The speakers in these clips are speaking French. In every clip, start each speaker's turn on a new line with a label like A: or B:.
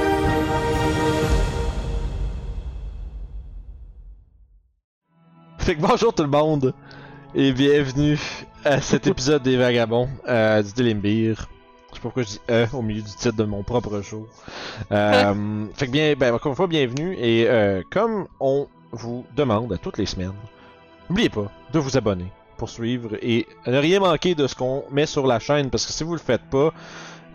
A: Fait que bonjour tout le monde et bienvenue à cet épisode des Vagabonds euh, du Délimbir. Je sais pas pourquoi je dis E au milieu du titre de mon propre show. Euh, fait que bien, ben, encore une fois, bienvenue et euh, comme on vous demande à toutes les semaines, n'oubliez pas de vous abonner pour suivre et ne rien manquer de ce qu'on met sur la chaîne parce que si vous le faites pas,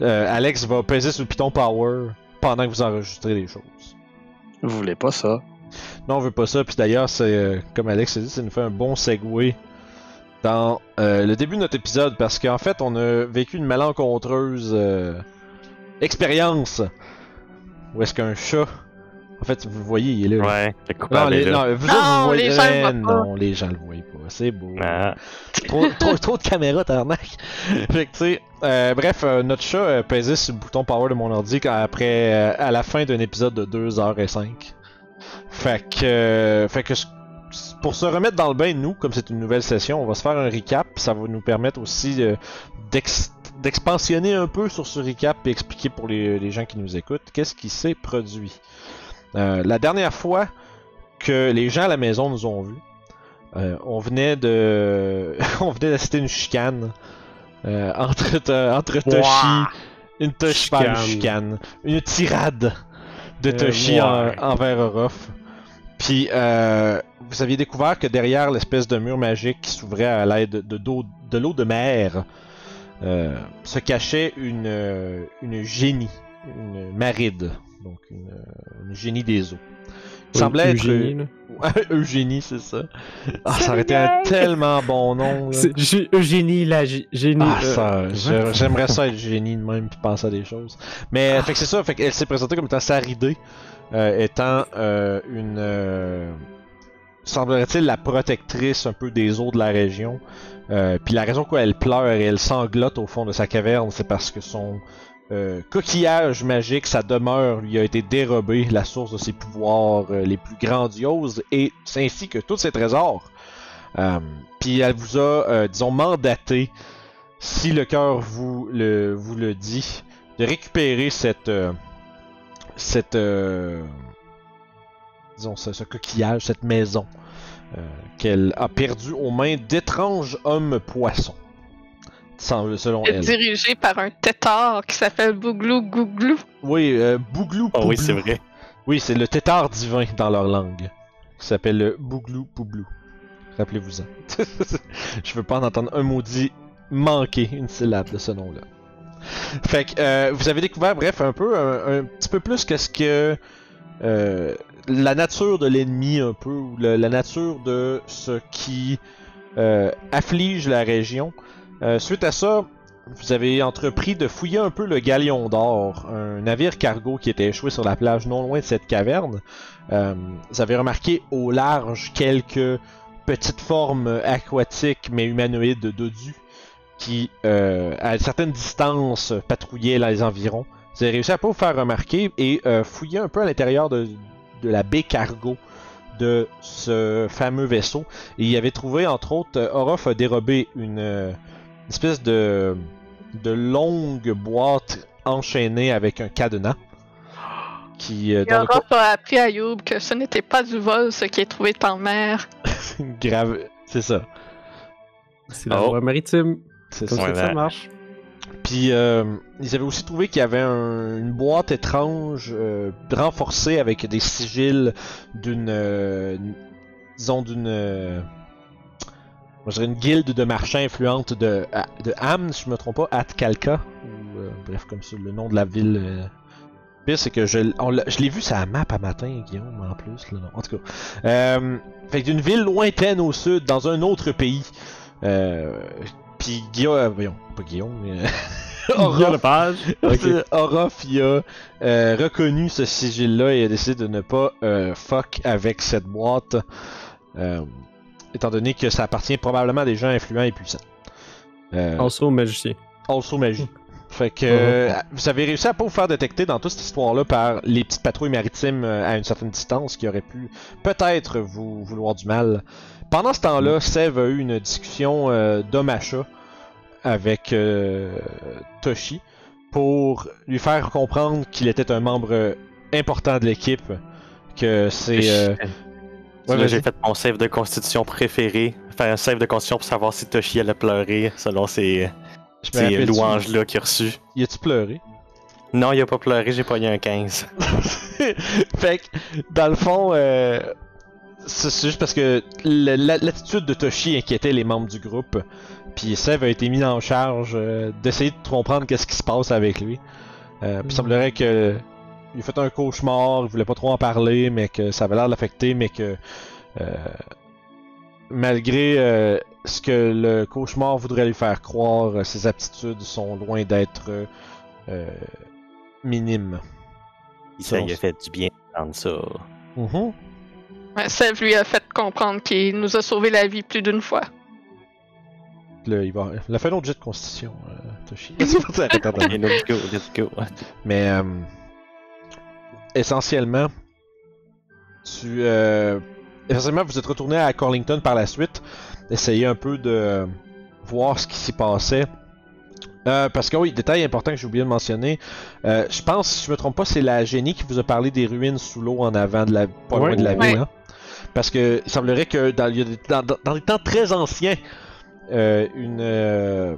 A: euh, Alex va peser sur le Python Power pendant que vous enregistrez les choses.
B: Vous voulez pas ça?
A: Non, on veut pas ça. Puis d'ailleurs, c'est euh, comme Alex a dit, ça nous fait un bon segue dans euh, le début de notre épisode parce qu'en fait, on a vécu une malencontreuse euh, expérience où est-ce qu'un chat. En fait, vous le voyez, il est là.
B: Ouais, le
A: Non,
B: coupable
A: les,
B: est là.
A: non, vous
C: Non,
A: autres, vous voyez
C: les gens
A: Eh,
C: le voient pas.
A: Non, les gens le voient pas. C'est beau.
B: Ah,
A: Trop, trop, trop de caméras, tarnac. fait que, tu sais, euh, bref, euh, notre chat euh, pesait sur le bouton power de mon ordi quand- après, euh, à la fin d'un épisode de 2h05. Fait que, euh, fait que s- s- pour se remettre dans le bain, nous, comme c'est une nouvelle session, on va se faire un recap. Ça va nous permettre aussi euh, d'ex- d'expansionner un peu sur ce recap et expliquer pour les, les gens qui nous écoutent qu'est-ce qui s'est produit. Euh, la dernière fois que les gens à la maison nous ont vus, euh, on venait de, on venait d'assister à une chicane euh, entre to- entre Toshi,
B: Ouah.
A: une Toshi pas une chicane,
D: Chicane.
A: une tirade de
D: Euh,
A: Toshi en-
D: ouais.
A: envers Orof. Puis euh, vous aviez découvert que derrière l'espèce de mur magique qui s'ouvrait à l'aide de, d'eau- de l'eau de mer euh, se cachait une, euh, une génie, une maride, donc une, euh, une génie des eaux. Il semblait être euh,
D: Eugénie, là.
A: Ouais, Eugénie, c'est ça. Ah, ça aurait été un tellement bon nom. là.
D: C'est- Je suis Eugénie, là, G- génie.
A: Ah, ça,
D: euh,
A: j'a- j'aimerais ça être génie de même puis penser à des choses. Mais euh, fait que c'est ça, fait qu'elle s'est présentée comme étant Saridé, euh, étant euh, une euh, semblerait-il la protectrice un peu des eaux de la région. Euh, puis la raison pourquoi elle pleure et elle sanglote au fond de sa caverne, c'est parce que son euh, coquillage magique, sa demeure, lui a été dérobée, la source de ses pouvoirs euh, les plus grandioses, et ainsi que tous ses trésors. Euh, puis elle vous a, euh, disons, mandaté si le cœur vous le, vous le dit, de récupérer cette. euh, cette. euh, disons, ce, ce coquillage, cette maison euh, qu'elle a perdue aux mains d'étranges hommes-poissons. Semble, selon
C: est
A: elle.
C: dirigé par un tétard qui s'appelle Bouglou Gouglou.
A: Oui, euh, Bouglou
B: Ah
A: Poublou.
B: oui, c'est vrai.
A: Oui, c'est le tétard divin dans leur langue. Qui s'appelle le Bouglou Poublou. Rappelez-vous-en. Je veux pas en entendre un maudit manquer une syllabe de ce nom-là. Fait que euh, vous avez découvert, bref, un peu, un, un petit peu plus qu'est-ce que euh, la nature de l'ennemi, un peu, ou le- la nature de ce qui euh, afflige la région. Euh, suite à ça, vous avez entrepris de fouiller un peu le Galion d'Or, un navire cargo qui était échoué sur la plage non loin de cette caverne. Euh, vous avez remarqué au large quelques petites formes aquatiques mais humanoïdes dodus qui, euh, à certaines distances, patrouillaient dans les environs. Vous avez réussi à pas vous faire remarquer et euh, fouiller un peu à l'intérieur de, de la baie cargo de ce fameux vaisseau. Et il y avait trouvé, entre autres, euh, Orof a dérobé une... euh, une espèce de, de longue boîte enchaînée avec un cadenas. Qui, euh, dont le
C: Europe a appris à Youb que ce n'était pas du vol ce qui est trouvé en mer.
A: co- grave. C'est ça.
D: C'est la
B: Oh.
D: voie maritime.
A: C'est
D: Comme
A: ça.
D: ça que
B: Ouais,
D: ça
B: ben.
D: marche.
A: Puis euh, ils avaient aussi trouvé qu'il y avait un- une boîte étrange euh, renforcée avec des sigils d'une. euh, disons d'une. euh, moi, je dirais une guilde de marchands influente de, à- de Ham, si je me trompe pas, Atkalka, ou euh, bref, comme ça, le nom de la ville. euh. Le pire, c'est que je, l- on l'a- je l'ai vu sur la map à matin, Guillaume, en plus. là, non. En tout cas. Euh, fait que d'une ville lointaine au sud, dans un autre pays. Euh, Puis Guillaume. euh, voyons, pas Guillaume, mais. euh, Orof,
D: le page. Ok.
A: Orof, il a euh, reconnu ce sigil-là et a décidé de ne pas euh, fuck avec cette boîte, euh, étant donné que ça appartient probablement à des gens influents et puissants. Euh,
D: En saut au magicien.
A: also magie. Fait que euh, vous avez réussi à pas vous faire détecter dans toute cette histoire-là par les petites patrouilles maritimes euh, à une certaine distance qui auraient pu peut-être vous vouloir du mal. Pendant ce temps-là, Sev a eu une discussion euh, d'homme à chat avec euh, Toshi pour lui faire comprendre qu'il était un membre important de l'équipe, que c'est euh, Ouais,
E: Là,
A: vas-y.
E: j'ai fait mon save de constitution préféré. Faire un save de constitution pour savoir si Toshi allait pleurer selon ces,
A: Je me
E: ces
A: Ben, rappelle-tu,
E: louanges-là qu'il a reçues.
A: Y a-tu pleuré?
E: Non, il a pas pleuré, j'ai pas eu un 15.
A: fait que, dans le fond, euh, c'est c'est juste parce que le- la- l'attitude de Toshi inquiétait les membres du groupe. Puis Sev a été mis en charge euh, d'essayer de comprendre qu'est-ce qui se passe avec lui. Euh, puis
D: Mm.
A: il semblerait que il a fait un cauchemar, il voulait pas trop en parler, mais que ça avait l'air de l'affecter, mais que euh, malgré euh, ce que le cauchemar voudrait lui faire croire, euh, ses aptitudes sont loin d'être euh, euh, minimes.
E: Ça
A: Selon-
E: lui a fait du bien d'entendre ça.
A: Mhm.
C: Ouais, Sev lui a fait comprendre qu'il nous a sauvé la vie plus d'une fois.
A: Là, il va. Il a fait un autre jet de constitution, euh, Toshi. C'est pas ça, attends, attends.
E: Et let's go, let's go.
A: Mais euh, essentiellement, tu. euh, essentiellement, vous êtes retourné à Corlington par la suite, essayer un peu de euh, voir ce qui s'y passait. Euh, parce que oui, détail important que j'ai oublié de mentionner, euh, je pense, si je me trompe pas, c'est la génie qui vous a parlé des ruines sous l'eau en avant de la, pas loin
D: Ouais.
A: de la ville.
C: Ouais.
A: hein. Parce que il semblerait que dans, il y a des- dans- dans- dans les temps très anciens, euh, une euh,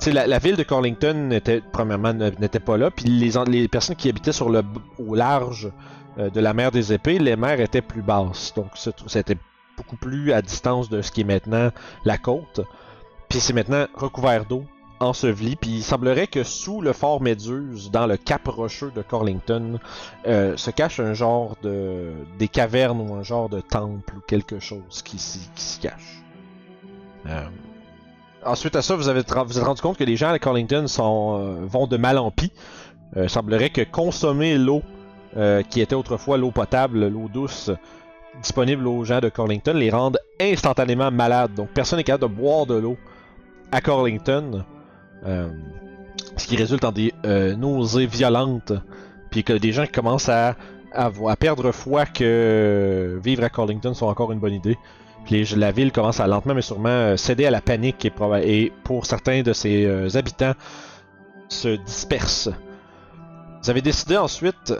A: tu sais, la, la ville de Corlington n'était premièrement ne- n'était pas là, puis les, en- les personnes qui habitaient sur le b- au large euh, de la mer des épées, les mers étaient plus basses, donc ça trou- c'était beaucoup plus à distance de ce qui est maintenant la côte. Puis c'est maintenant recouvert d'eau, enseveli, puis il semblerait que sous le fort Méduse, dans le cap rocheux de Corlington, euh, se cache un genre de des cavernes ou un genre de temple ou quelque chose qui s'y qui s'y cache. Euh, Ensuite à ça, vous avez tra- vous êtes rendu compte que les gens à Carlington sont, euh, vont de mal en pis. Euh, Il semblerait que consommer l'eau euh, qui était autrefois l'eau potable, l'eau douce disponible aux gens de Carlington les rende instantanément malades. Donc personne n'est capable de boire de l'eau à Carlington, euh, ce qui résulte en des euh, nausées violentes, puis que des gens qui commencent à, à, vo- à perdre foi que euh, vivre à Carlington sont encore une bonne idée. Puis les- la ville commence à lentement mais sûrement euh, céder à la panique et, proba- et pour certains de ses euh, habitants se disperse. Vous avez décidé ensuite,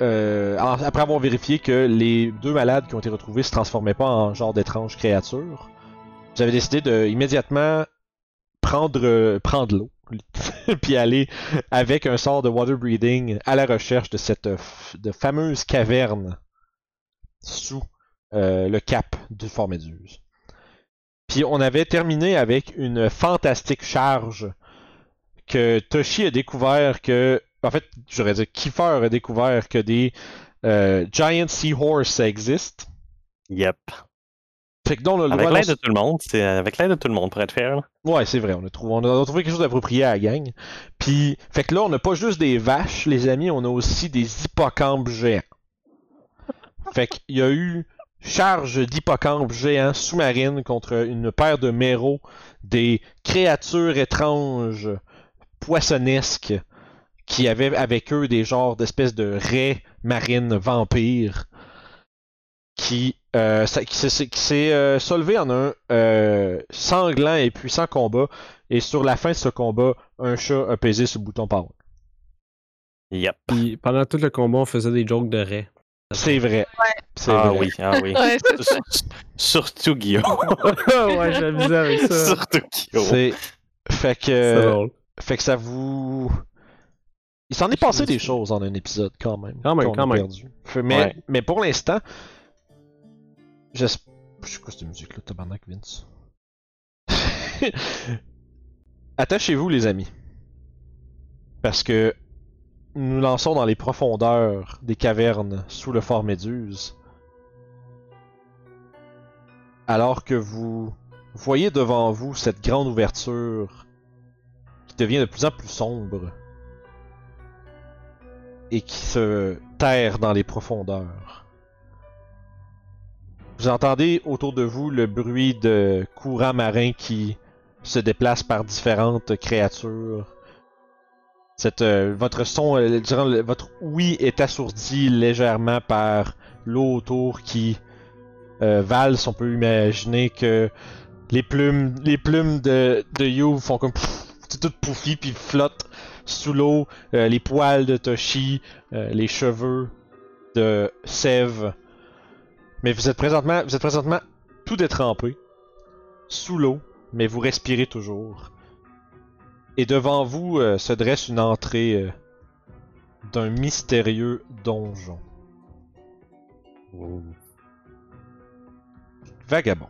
A: euh, en- après avoir vérifié que les deux malades qui ont été retrouvés se transformaient pas en genre d'étranges créatures, vous avez décidé de immédiatement prendre euh, prendre l'eau puis aller avec un sort de water breathing à la recherche de cette euh, f- de fameuse caverne sous euh, le cap du Fort Méduse. Puis on avait terminé avec une fantastique charge que Toshi a découvert que. En fait, j'aurais dit Kiefer a découvert que des euh, Giant Seahorse ça existe.
E: Yep.
A: Fait que donc, on a le
E: Avec
A: droit
E: l'aide
A: non-
E: de tout le monde, c'est avec l'aide de tout le monde pour être fair. là.
A: Ouais, c'est vrai, on a, trouvé, on a trouvé quelque chose d'approprié à la gang. Puis, fait que là, on n'a pas juste des vaches, les amis, on a aussi des hippocampes géants. Fait qu'il y a eu charge d'hippocampes géants sous-marines contre une paire de méros, des créatures étranges, poissonnesques, qui avaient avec eux des genres d'espèces de raies marines vampires, qui, euh, ça- qui s'est- qui s'est euh, solvé en un euh, sanglant et puissant combat, et sur la fin de ce combat, un chat a pesé sur le bouton parole.
E: Yep.
D: Puis pendant tout le combat, on faisait des jokes de raie.
A: C'est vrai. C'est
E: Ah
A: vrai.
E: oui, ah oui.
C: Ouais, c'est ça.
E: S- Surtout Guillaume.
D: ouais, j'amusais avec ça.
E: Surtout Guillaume.
A: C'est. Fait
D: C'est
A: que.
D: drôle.
A: Fait que ça vous. Il s'en est passé des choses en un épisode quand même.
D: Quand même,
A: qu'on
D: quand
A: a
D: même.
A: perdu. Fait- Mais,
E: Ouais.
A: mais pour l'instant. j'esp- C'est quoi cette musique-là, tabarnak, Vince? Attachez-vous, les amis. Parce que nous lançons dans les profondeurs des cavernes sous le fort Méduse. Alors que vous voyez devant vous cette grande ouverture qui devient de plus en plus sombre et qui se terre dans les profondeurs. Vous entendez autour de vous le bruit de courants marins qui se déplacent par différentes créatures. Cette, euh, votre son, euh, durant le- votre oui est assourdi légèrement par l'eau autour qui euh, valse. On peut imaginer que les plumes, les plumes de, de You font comme pff, c'est tout pouffi puis flottent sous l'eau. Euh, les poils de Toshi, euh, les cheveux de Sève Mais vous êtes présentement, vous êtes présentement tout détrempé, sous l'eau, mais vous respirez toujours. Et devant vous euh, se dresse une entrée euh, d'un mystérieux donjon. Vagabond.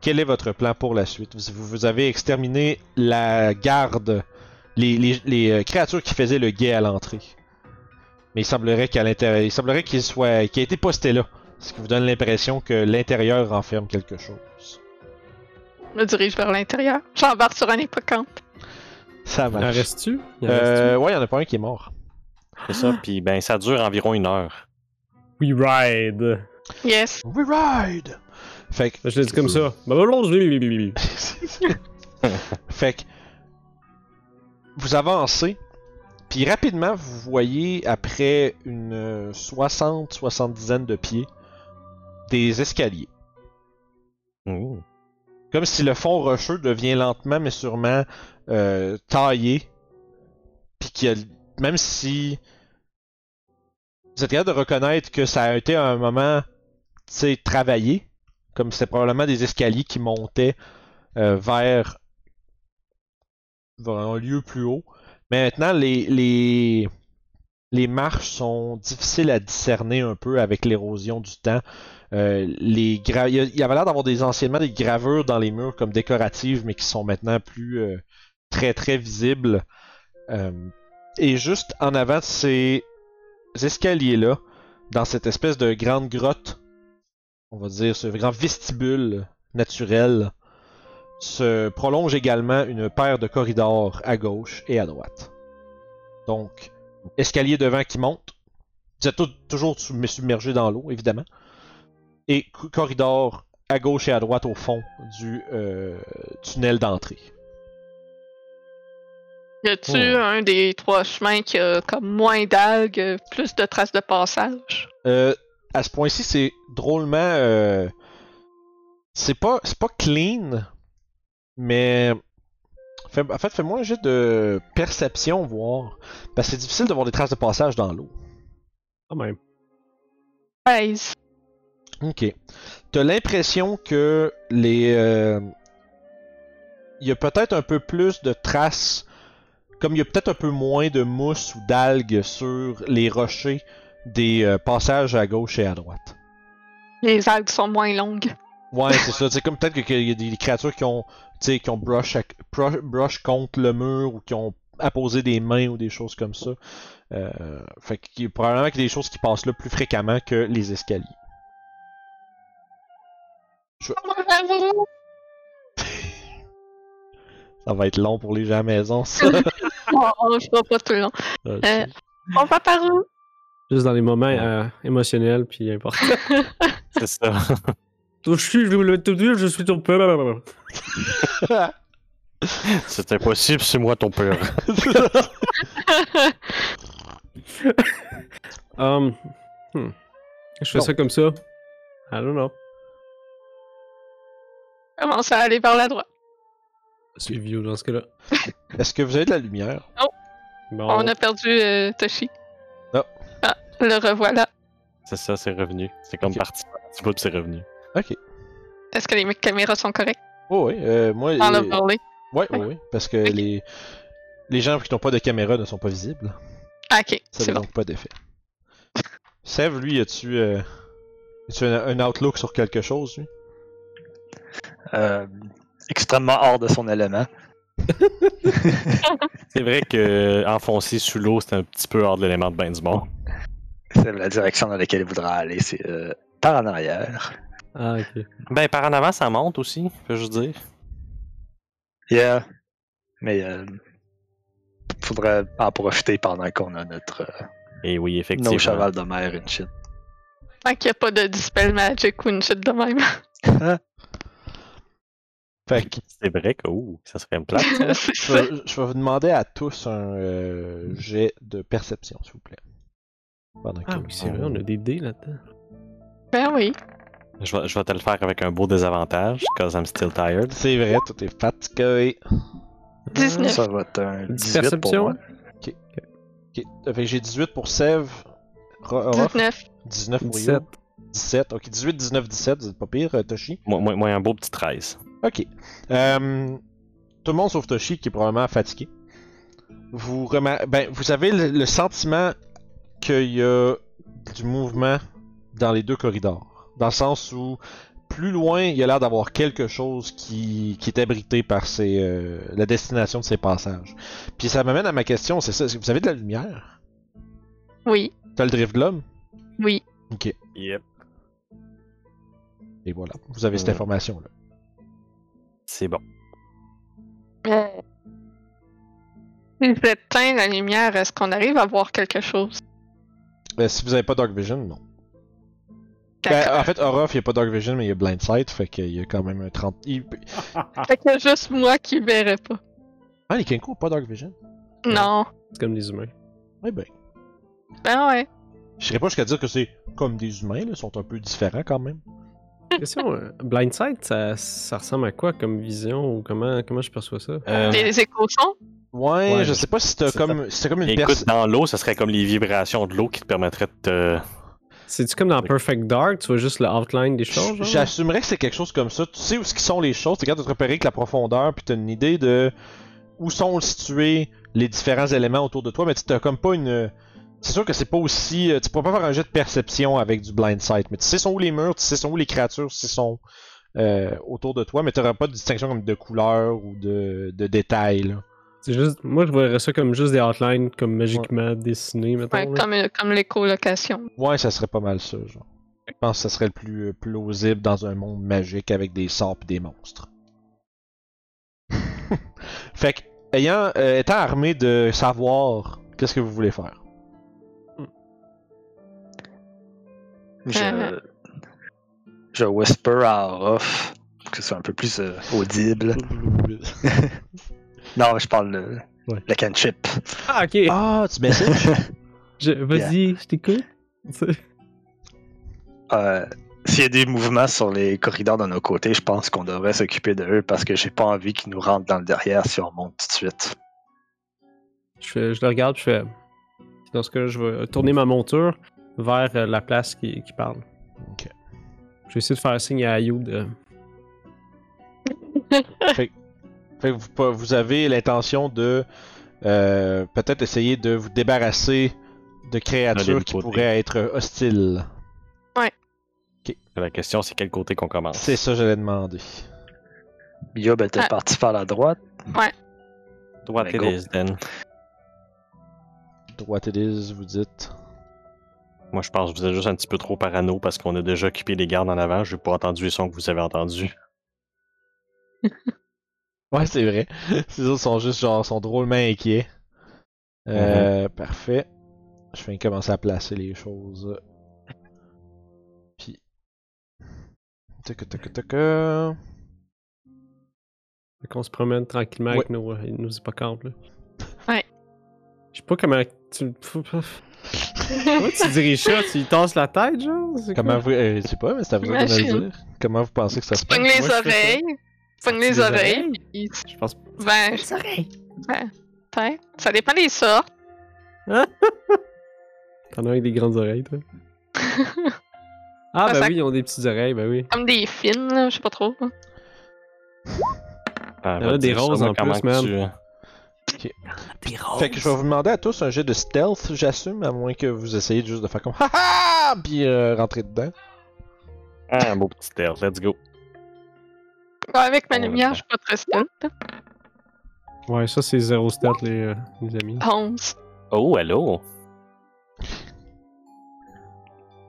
A: Quel est votre plan pour la suite vous, vous- vous avez exterminé la garde, les, les- les, euh, créatures qui faisaient le guet à l'entrée. Mais il semblerait qu'à l'intérieur, il semblerait qu'il soit, qu'il ait été posté là, ce qui vous donne l'impression que l'intérieur renferme quelque chose.
C: Je me dirige vers l'intérieur. J'embarque sur un hippocampe.
A: Ça
D: Il en
A: marche.
D: reste-tu? Il en
A: Euh, ouais, il y en a pas un qui est mort.
E: C'est ça, puis ben ça dure environ une heure.
D: reste-tu? We ride!
C: Yes.
A: We ride. Fait que
D: Je l'ai dit comme ça. Blablabla.
A: fait que vous avancez, puis rapidement vous voyez après une euh, 60 70 de pieds des escaliers.
E: Ouh.
A: Comme si le fond rocheux devient lentement mais sûrement euh, taillé. Puis qu'il y a- même si vous êtes capable de reconnaître que ça a été un moment, tu sais, travaillé, comme c'est probablement des escaliers qui montaient euh, vers, vers un lieu plus haut. Mais maintenant, les, les, les marches sont difficiles à discerner un peu avec l'érosion du temps. Euh, les gra- il y a- il y avait l'air d'avoir des anciennement des gravures dans les murs comme décoratives, mais qui sont maintenant plus euh, très très visibles. Euh, et juste en avant de ces escaliers-là, dans cette espèce de grande grotte, on va dire ce grand vestibule naturel, se prolonge également une paire de corridors à gauche et à droite. Donc, escalier devant qui monte. Vous êtes tous- toujours sub- submergé dans l'eau, évidemment et cou- corridor à gauche et à droite au fond du euh, tunnel d'entrée.
C: Y a-tu
A: Oh.
C: un des trois chemins qui a comme moins d'algues, plus de traces de passage?
A: Euh, à ce point-ci, c'est drôlement, euh, c'est pas, c'est pas clean, mais fais- en fait, fais-moi un jet de perception voir, parce que c'est difficile de voir des traces de passage dans l'eau.
D: Quand même.
C: 13.
A: Ok. T'as l'impression que les. euh, Il y a peut-être un peu plus de traces. Comme il y a peut-être un peu moins de mousse ou d'algues sur les rochers des euh, passages à gauche et à droite.
C: Les algues sont moins longues.
A: Ouais, c'est ça. C'est comme peut-être que- qu'il y a des créatures qui ont, tu sais, qui ont brush, ac- pro- brush contre le mur ou qui ont apposé des mains ou des choses comme ça. Euh, fait qu'il y a probablement qu'il y a des choses qui passent là plus fréquemment que les escaliers. Ça va être long pour les gens à la maison, ça.
C: Bon, je vois pas tout le long. Euh, on va par où?
D: Juste dans les moments euh, émotionnels, puis importants.
E: C'est ça.
D: je suis, je vais vous le tout dire, je suis ton peuple.
E: C'est impossible, c'est moi ton père.
D: Um, hmm. Je fais
A: Bon.
D: ça comme ça. I don't know.
C: Commence à aller vers la droite.
D: C'est vieux dans ce cas-là.
A: Est-ce que vous avez de la lumière?
D: Bon.
C: On a perdu euh, Toshi.
A: Ah.
C: Ah, le revoilà.
E: C'est ça, c'est revenu. C'est comme
A: Ok.
E: parti. Tu vois, puis c'est revenu.
C: Est-ce que les caméras sont correctes?
A: Oh oui, euh, moi...
C: Dans
A: euh,
C: l'overlay.
A: ouais, ouais, ouais, parce que
C: Ok.
A: les... les gens qui n'ont pas de caméra ne sont pas visibles.
C: Ah, ok,
A: Ça
C: c'est
A: n'a
C: bon.
A: donc pas d'effet. Sev, lui, as-tu euh, as-tu un, un outlook sur quelque chose, lui?
B: Euh, extrêmement hors de son élément.
E: C'est vrai que euh, enfoncer sous l'eau, c'est un petit peu hors de l'élément de bain du monde.
B: C'est la direction dans laquelle il voudra aller. C'est euh, par en arrière.
D: Ah, ok.
E: Ben, par en avant, ça monte aussi, faut juste dire.
B: Yeah. euh, Mais euh, faudrait en profiter pendant qu'on a notre euh,
E: Et Eh oui, effectivement.
B: nos cheval de mer and shit.
C: Tant qu'il n'y a pas de dispel magic ou une shit de même.
A: Fait que
E: C'est vrai que, ouh, ça serait une plate.
C: C'est
A: je,
C: ça.
A: vais- je vais vous demander à tous un euh, jet de perception, s'il vous plaît. Pendant que-
D: Ah oui, c'est vrai, on a des dés là-dedans.
C: Ben oui.
E: Je vais, je vais te le faire avec un beau désavantage, cause I'm still tired.
A: C'est vrai, tout est fatigué.
C: 19.
B: Ça va être un 18 pour
D: Perception.
B: moi.
A: Ok, Fait que j'ai 18 pour Sev, Ro- Orof,
C: 19.
A: 19 pour
D: 17.
A: You. 17. Ok, 18, 19, 17, c'est pas pire, euh, Toshi.
E: Moi, moi- moi, un beau petit 13.
A: Ok. Euh, tout le monde sauf Toshi qui est probablement fatigué. Vous remar- ben, vous avez le, le sentiment qu'il y a du mouvement dans les deux corridors. Dans le sens où plus loin, il y a l'air d'avoir quelque chose qui, qui est abrité par ces, euh, la destination de ces passages. Puis ça m'amène à ma question, c'est ça, est-ce que vous avez de la lumière?
C: Oui,
A: T'as le drift de l'homme?
C: oui.
A: Ok,
E: Yep.
A: et voilà, vous avez cette
E: Ouais.
A: information-là.
E: C'est bon.
C: Euh... Si j'éteins la lumière, est-ce qu'on arrive à voir quelque chose?
A: Euh, si vous avez pas Dark Vision, non. Ben,
C: D'accord.
A: en fait, Orof, il n'y a pas Dark Vision, mais il y a Blind Sight, fait qu'il y a quand même un 30. Il...
C: Fait que juste moi qui verrais pas.
A: Ah, les Kenko ont pas Dark Vision?
C: Non.
D: C'est comme les humains.
A: Eh ben.
C: Ben ouais.
A: Je serais pas jusqu'à dire que c'est comme des humains, là, ils sont un peu différents quand même.
D: Question, euh, Blindsight, ça, ça ressemble à quoi comme vision ou comment, comment je perçois ça?
E: Euh,
C: Les échos-sons?
A: Ouais,
D: Ouais,
A: je sais pas si t'as
E: c'est
A: comme, si t'as comme une
E: écoute,
A: personne.
E: dans l'eau, ça serait comme les vibrations de l'eau qui te permettraient de te.
D: C'est-tu comme dans Perfect Dark, tu vois juste le outline des choses? genre?
A: J'assumerais que c'est quelque chose comme ça. Tu sais où ce qui sont les choses, t'es capable de te repérer avec la profondeur, puis t'as une idée de où sont situés les différents éléments autour de toi, mais tu t'as comme pas une. C'est sûr que c'est pas aussi. euh, Tu pourras pas faire un jet de perception avec du blind sight, mais tu sais sont où les murs, tu sais sont où les créatures, tu sais sont euh, autour de toi, mais t'auras pas de distinction comme de couleur ou de, de détails. là.
D: C'est juste, moi, je verrais ça comme juste des outlines, comme magiquement dessinées, mettons.
C: Ouais,
D: là.
C: comme, euh, comme l'écolocation.
A: Ouais, ça serait pas mal ça, genre. Je pense que ça serait le plus euh, plausible dans un monde magique avec des sorts et des monstres. fait que, ayant, euh, étant armé de savoir qu'est-ce que vous voulez faire.
B: Je, je whisper à Orof pour que ce soit un peu plus euh, audible. Non, je parle le,
D: Ouais.
B: le cantrip.
D: Ah, ok.
A: ah, tu messages?
D: Je- Vas-y, je t'écoute.
B: Euh, S'il y a des mouvements sur les corridors de nos côtés, je pense qu'on devrait s'occuper de eux parce que j'ai pas envie qu'ils nous rentrent dans le derrière si on monte tout de suite.
D: Je, fais- je le regarde, je fais. Dans ce cas, je vais tourner ma monture vers euh, la place qui, qui parle.
A: Ok.
D: Je vais essayer de faire signe à Ayu de.
A: Fait que vous, pa- vous avez l'intention de euh, peut-être essayer de vous débarrasser de créatures
E: l'autre
A: qui
E: côté.
A: pourraient être hostiles.
E: La question, c'est quel côté qu'on commence.
A: C'est ça que j'allais demander.
B: Yob était
C: Ah.
B: parti par la droite.
E: Droite
B: Ben,
E: et
B: go.
E: les Zden.
A: Droite et lise, vous dites.
E: Moi, je pense que vous êtes juste un petit peu trop parano parce qu'on a déjà occupé les gardes en avant. Je n'ai pas entendu les sons que vous avez entendus.
A: Ouais, c'est vrai. Ces autres sont juste genre sont drôlement inquiets. Euh, Parfait. Je vais commencer à placer les choses. Puis. Tac, tac, tac. euh.
D: Fait qu'on se promène tranquillement avec nos, euh, nos hippocampes, là.
C: Ouais.
D: Je sais pas comment tu. Comment tu diriges ça? Tu lui tasses la tête, genre? C'est
A: Comment
D: quoi?
A: vous. euh, je sais pas, mais c'est à vous autres de me le
C: Imagine.
A: dire. Comment vous pensez que ça se
C: Tu
A: passe
C: pognes les
D: Moi, je fais ça.
C: oreilles. Tu pognes les
D: des
C: oreilles.
D: oreilles?
C: puis-
D: Je pense.
C: Ben,
D: Les oreilles!
C: ben, peut-être. Ça dépend des sortes.
D: T'en as avec des grandes oreilles, toi? Ah,
C: Ah,
D: ben
C: ça-
D: oui, ils ont des petites oreilles, ben oui.
C: Comme des fines, là, je sais pas trop.
E: Ah,
D: Il y en a
E: va
D: des
E: dire ça,
D: roses
E: moi,
D: en
E: comment
D: plus,
E: que
A: Fait que je vais vous demander à tous un jet de stealth, j'assume, à moins que vous essayiez juste de faire comme. Haha! Puis euh, rentrer dedans.
E: tu- Ah, un beau petit air. Let's go.
C: Ouais, Avec ma
E: On
C: lumière,
E: attend.
C: je suis pas très stun.
D: Ouais, ça, c'est zéro stat, les, euh, les amis.
C: 11.
E: Oh, allô?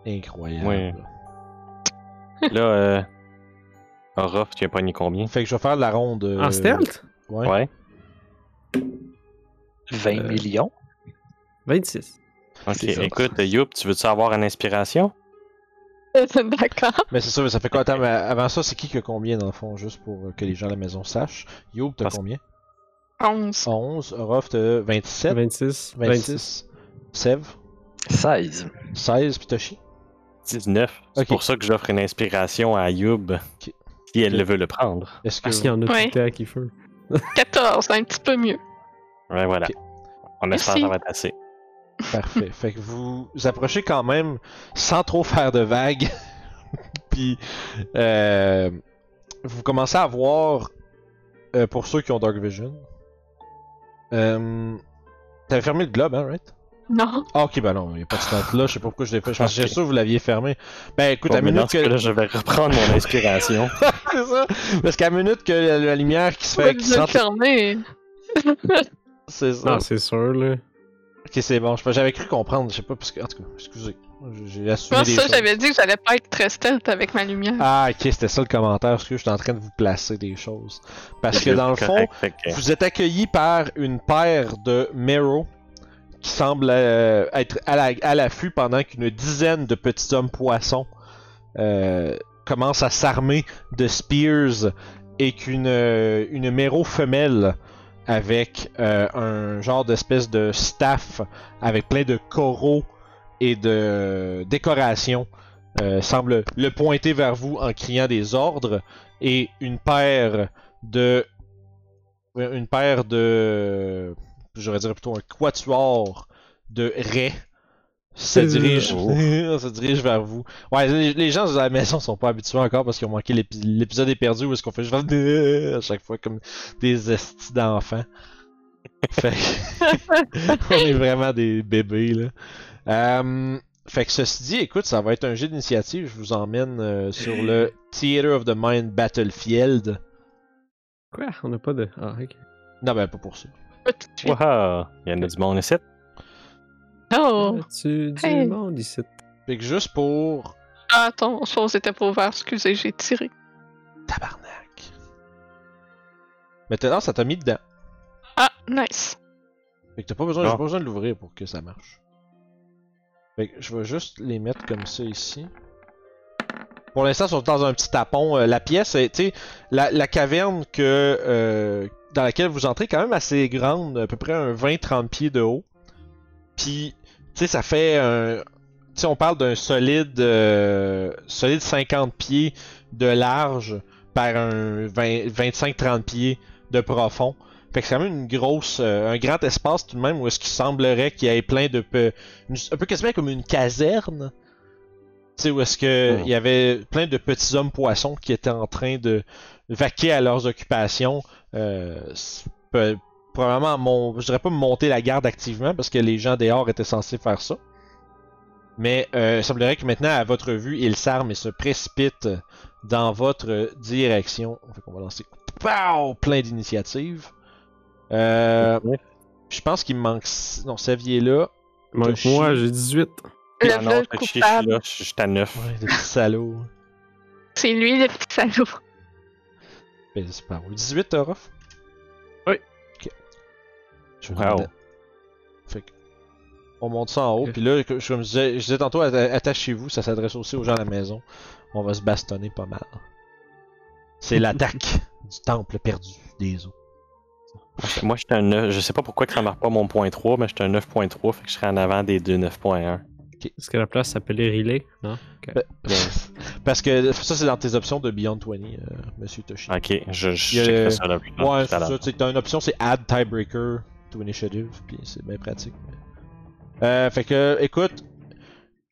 A: Incroyable.
E: Ouais. Là, euh. Orof, tu as pogné combien?
A: Fait que je vais faire de la ronde. euh,
D: En stealth?
A: Ouais.
E: Ouais.
B: 20
D: Euh,
B: millions.
D: 26.
E: Ok,
B: C'est ça.
E: écoute, Youp, tu veux-tu avoir une inspiration?
C: D'accord.
A: Mais c'est ça, mais ça fait quoi? Attends, mais avant ça, c'est qui qui a combien dans le fond, juste pour euh, que les gens à la maison sachent? Youb, t'as
E: Parce-
A: combien?
C: 11.
A: 11, Orof, t'as 27,
D: 26. 26.
A: 26, Sev,
B: 16.
A: 16, puis Toshi.
E: 19.
A: Ok.
E: C'est pour ça que j'offre une inspiration à Youb. Si elle
A: Ok.
E: le veut le prendre.
A: Est-ce que.
D: Parce qu'il y en a
C: Ouais.
D: tout le temps qui feu.
C: 14, un petit peu mieux.
E: Ouais, voilà.
A: Ok.
E: On
C: Merci.
E: espère que ça va être assez.
A: Parfait. Fait que vous approchez quand même sans trop faire de vagues. Puis euh, vous commencez à voir, euh, pour ceux qui ont Dark Vision, euh, t'avais fermé le globe, hein, right?
C: Non.
A: Ah, ok, bah non, il n'y a pas de stat là, je sais pas pourquoi je l'ai fait. Je pensais j'étais sûr que vous l'aviez fermé. Ben écoute, à
E: Bon, mais dans
A: minute
E: ce
A: que.
E: cas-là, je vais reprendre mon inspiration.
A: C'est ça. Parce qu'à minute que la, la lumière qui se
C: Fait
A: fait.
C: que
A: Ben, qui
C: je vais le
A: sent-
C: fermer.
A: C'est ça.
D: Ah, c'est sûr, là.
A: Ok, c'est bon. je- J'avais cru comprendre, je sais pas, parce que. En tout cas, excusez. J'ai- J'ai assumé.
C: Moi,
A: des
C: ça,
A: choses.
C: j'avais dit que j'allais pas être très stealth avec ma lumière.
A: Ah, ok, c'était ça le commentaire, parce que j'étais en train de vous placer des choses. Parce que dans le fond,
E: Correct, fait que-
A: vous êtes accueilli par une paire de Mero qui semble euh, être à la- à l'affût pendant qu'une dizaine de petits hommes poissons euh, commencent à s'armer de spears et qu'une euh, une Mero femelle avec euh, un genre d'espèce de staff avec plein de coraux et de décorations euh, semble le pointer vers vous en criant des ordres et une paire de euh, une paire de j'aurais dire plutôt un quatuor de raies se
D: Euh,
A: dirige
E: oh.
A: se dirige vers vous ouais les, les gens de la maison sont pas habitués encore parce qu'ils ont manqué l'épi- l'épisode est perdu où est-ce qu'on fait juste faire à chaque fois comme des estis d'enfants fait que- on est vraiment des bébés là Euh, fait que ceci dit, écoute, ça va être un jeu d'initiative. Je vous emmène euh, sur le Theater of the Mind Battlefield.
D: Quoi? On n'a pas de. Ah, ok.
A: Non, ben pas pour ça.
C: Pas tout de suite.
E: Waha! Il y en a du monde ici.
C: Oh.
D: Tu du
C: Hey.
D: monde ici.
A: Fait que juste pour.
C: Ah, attends, chose était pas ouverte, excusez, j'ai tiré.
A: Tabarnak. Maintenant, ça t'a mis dedans.
C: Ah, nice.
A: Fait que t'as pas besoin, j'ai
E: Bon.
A: pas besoin de l'ouvrir pour que ça marche. Fait que je vais juste les mettre comme ça ici. Pour l'instant, ils sont dans un petit tapon. Euh, la pièce, est- tu sais, la, la caverne que euh, dans laquelle vous entrez, est quand même assez grande, à peu près un 20-30 pieds de haut. Puis, tu sais, ça fait un. Tu sais, on parle d'un solide, euh, solide 50 pieds de large par un 20 25-30 pieds de profond. Fait que c'est quand même une grosse, euh, un grand espace tout de même où est-ce qu'il semblerait qu'il y ait plein de pe- une- un peu quasiment comme une caserne. Tu sais, où est-ce que
E: Hmm.
A: il y avait plein de petits hommes poissons qui étaient en train de vaquer à leurs occupations. Euh, s- pe- probablement, mon, je dirais pas monter la garde activement parce que les gens dehors étaient censés faire ça. Mais euh, il semblerait que maintenant, à votre vue, ils s'arment et se précipitent dans votre direction. Fait qu'on va lancer pow, plein d'initiatives. Euh,
E: Ouais.
A: je pense qu'il me manque. six- Non, Xavier est là.
D: Moi,
A: Toshi.
D: moi j'ai 18.
C: Le
E: Ah non,
C: vol
E: je suis- je suis
C: coupable,
E: là, je suis juste à 9.
A: Ouais, le petit salaud.
C: c'est lui le petit salaud.
A: Ben, c'est pas grave. 18, t'as off?
D: Oui.
A: Ok. Je
E: Wow.
A: vais Fait que, on monte ça en haut,
D: Ok.
A: puis là, que- je, comme je disais, je disais tantôt, atta- attachez-vous, ça s'adresse aussi aux gens à la maison. On va se bastonner pas mal. C'est l'attaque du temple perdu des eaux.
E: Moi, j'étais un 9. Je sais pas pourquoi que ça marque pas mon point 3, mais j'étais un 9.3, fait que je serais en avant des deux 9.1.
D: Est-ce que la place s'appelait Relay? Non?
A: Parce que ça, c'est dans tes options de Beyond 20, euh, monsieur Toshi.
E: Ok, je, je
A: Il y a
E: checkerai
A: le-
E: ça là plus tard.
A: Ouais,
E: tout
A: c'est
E: à l'heure.
A: ça. tu sais, T'as une option, c'est Add Tiebreaker to Initiative, puis c'est bien pratique. Euh, fait que, écoute,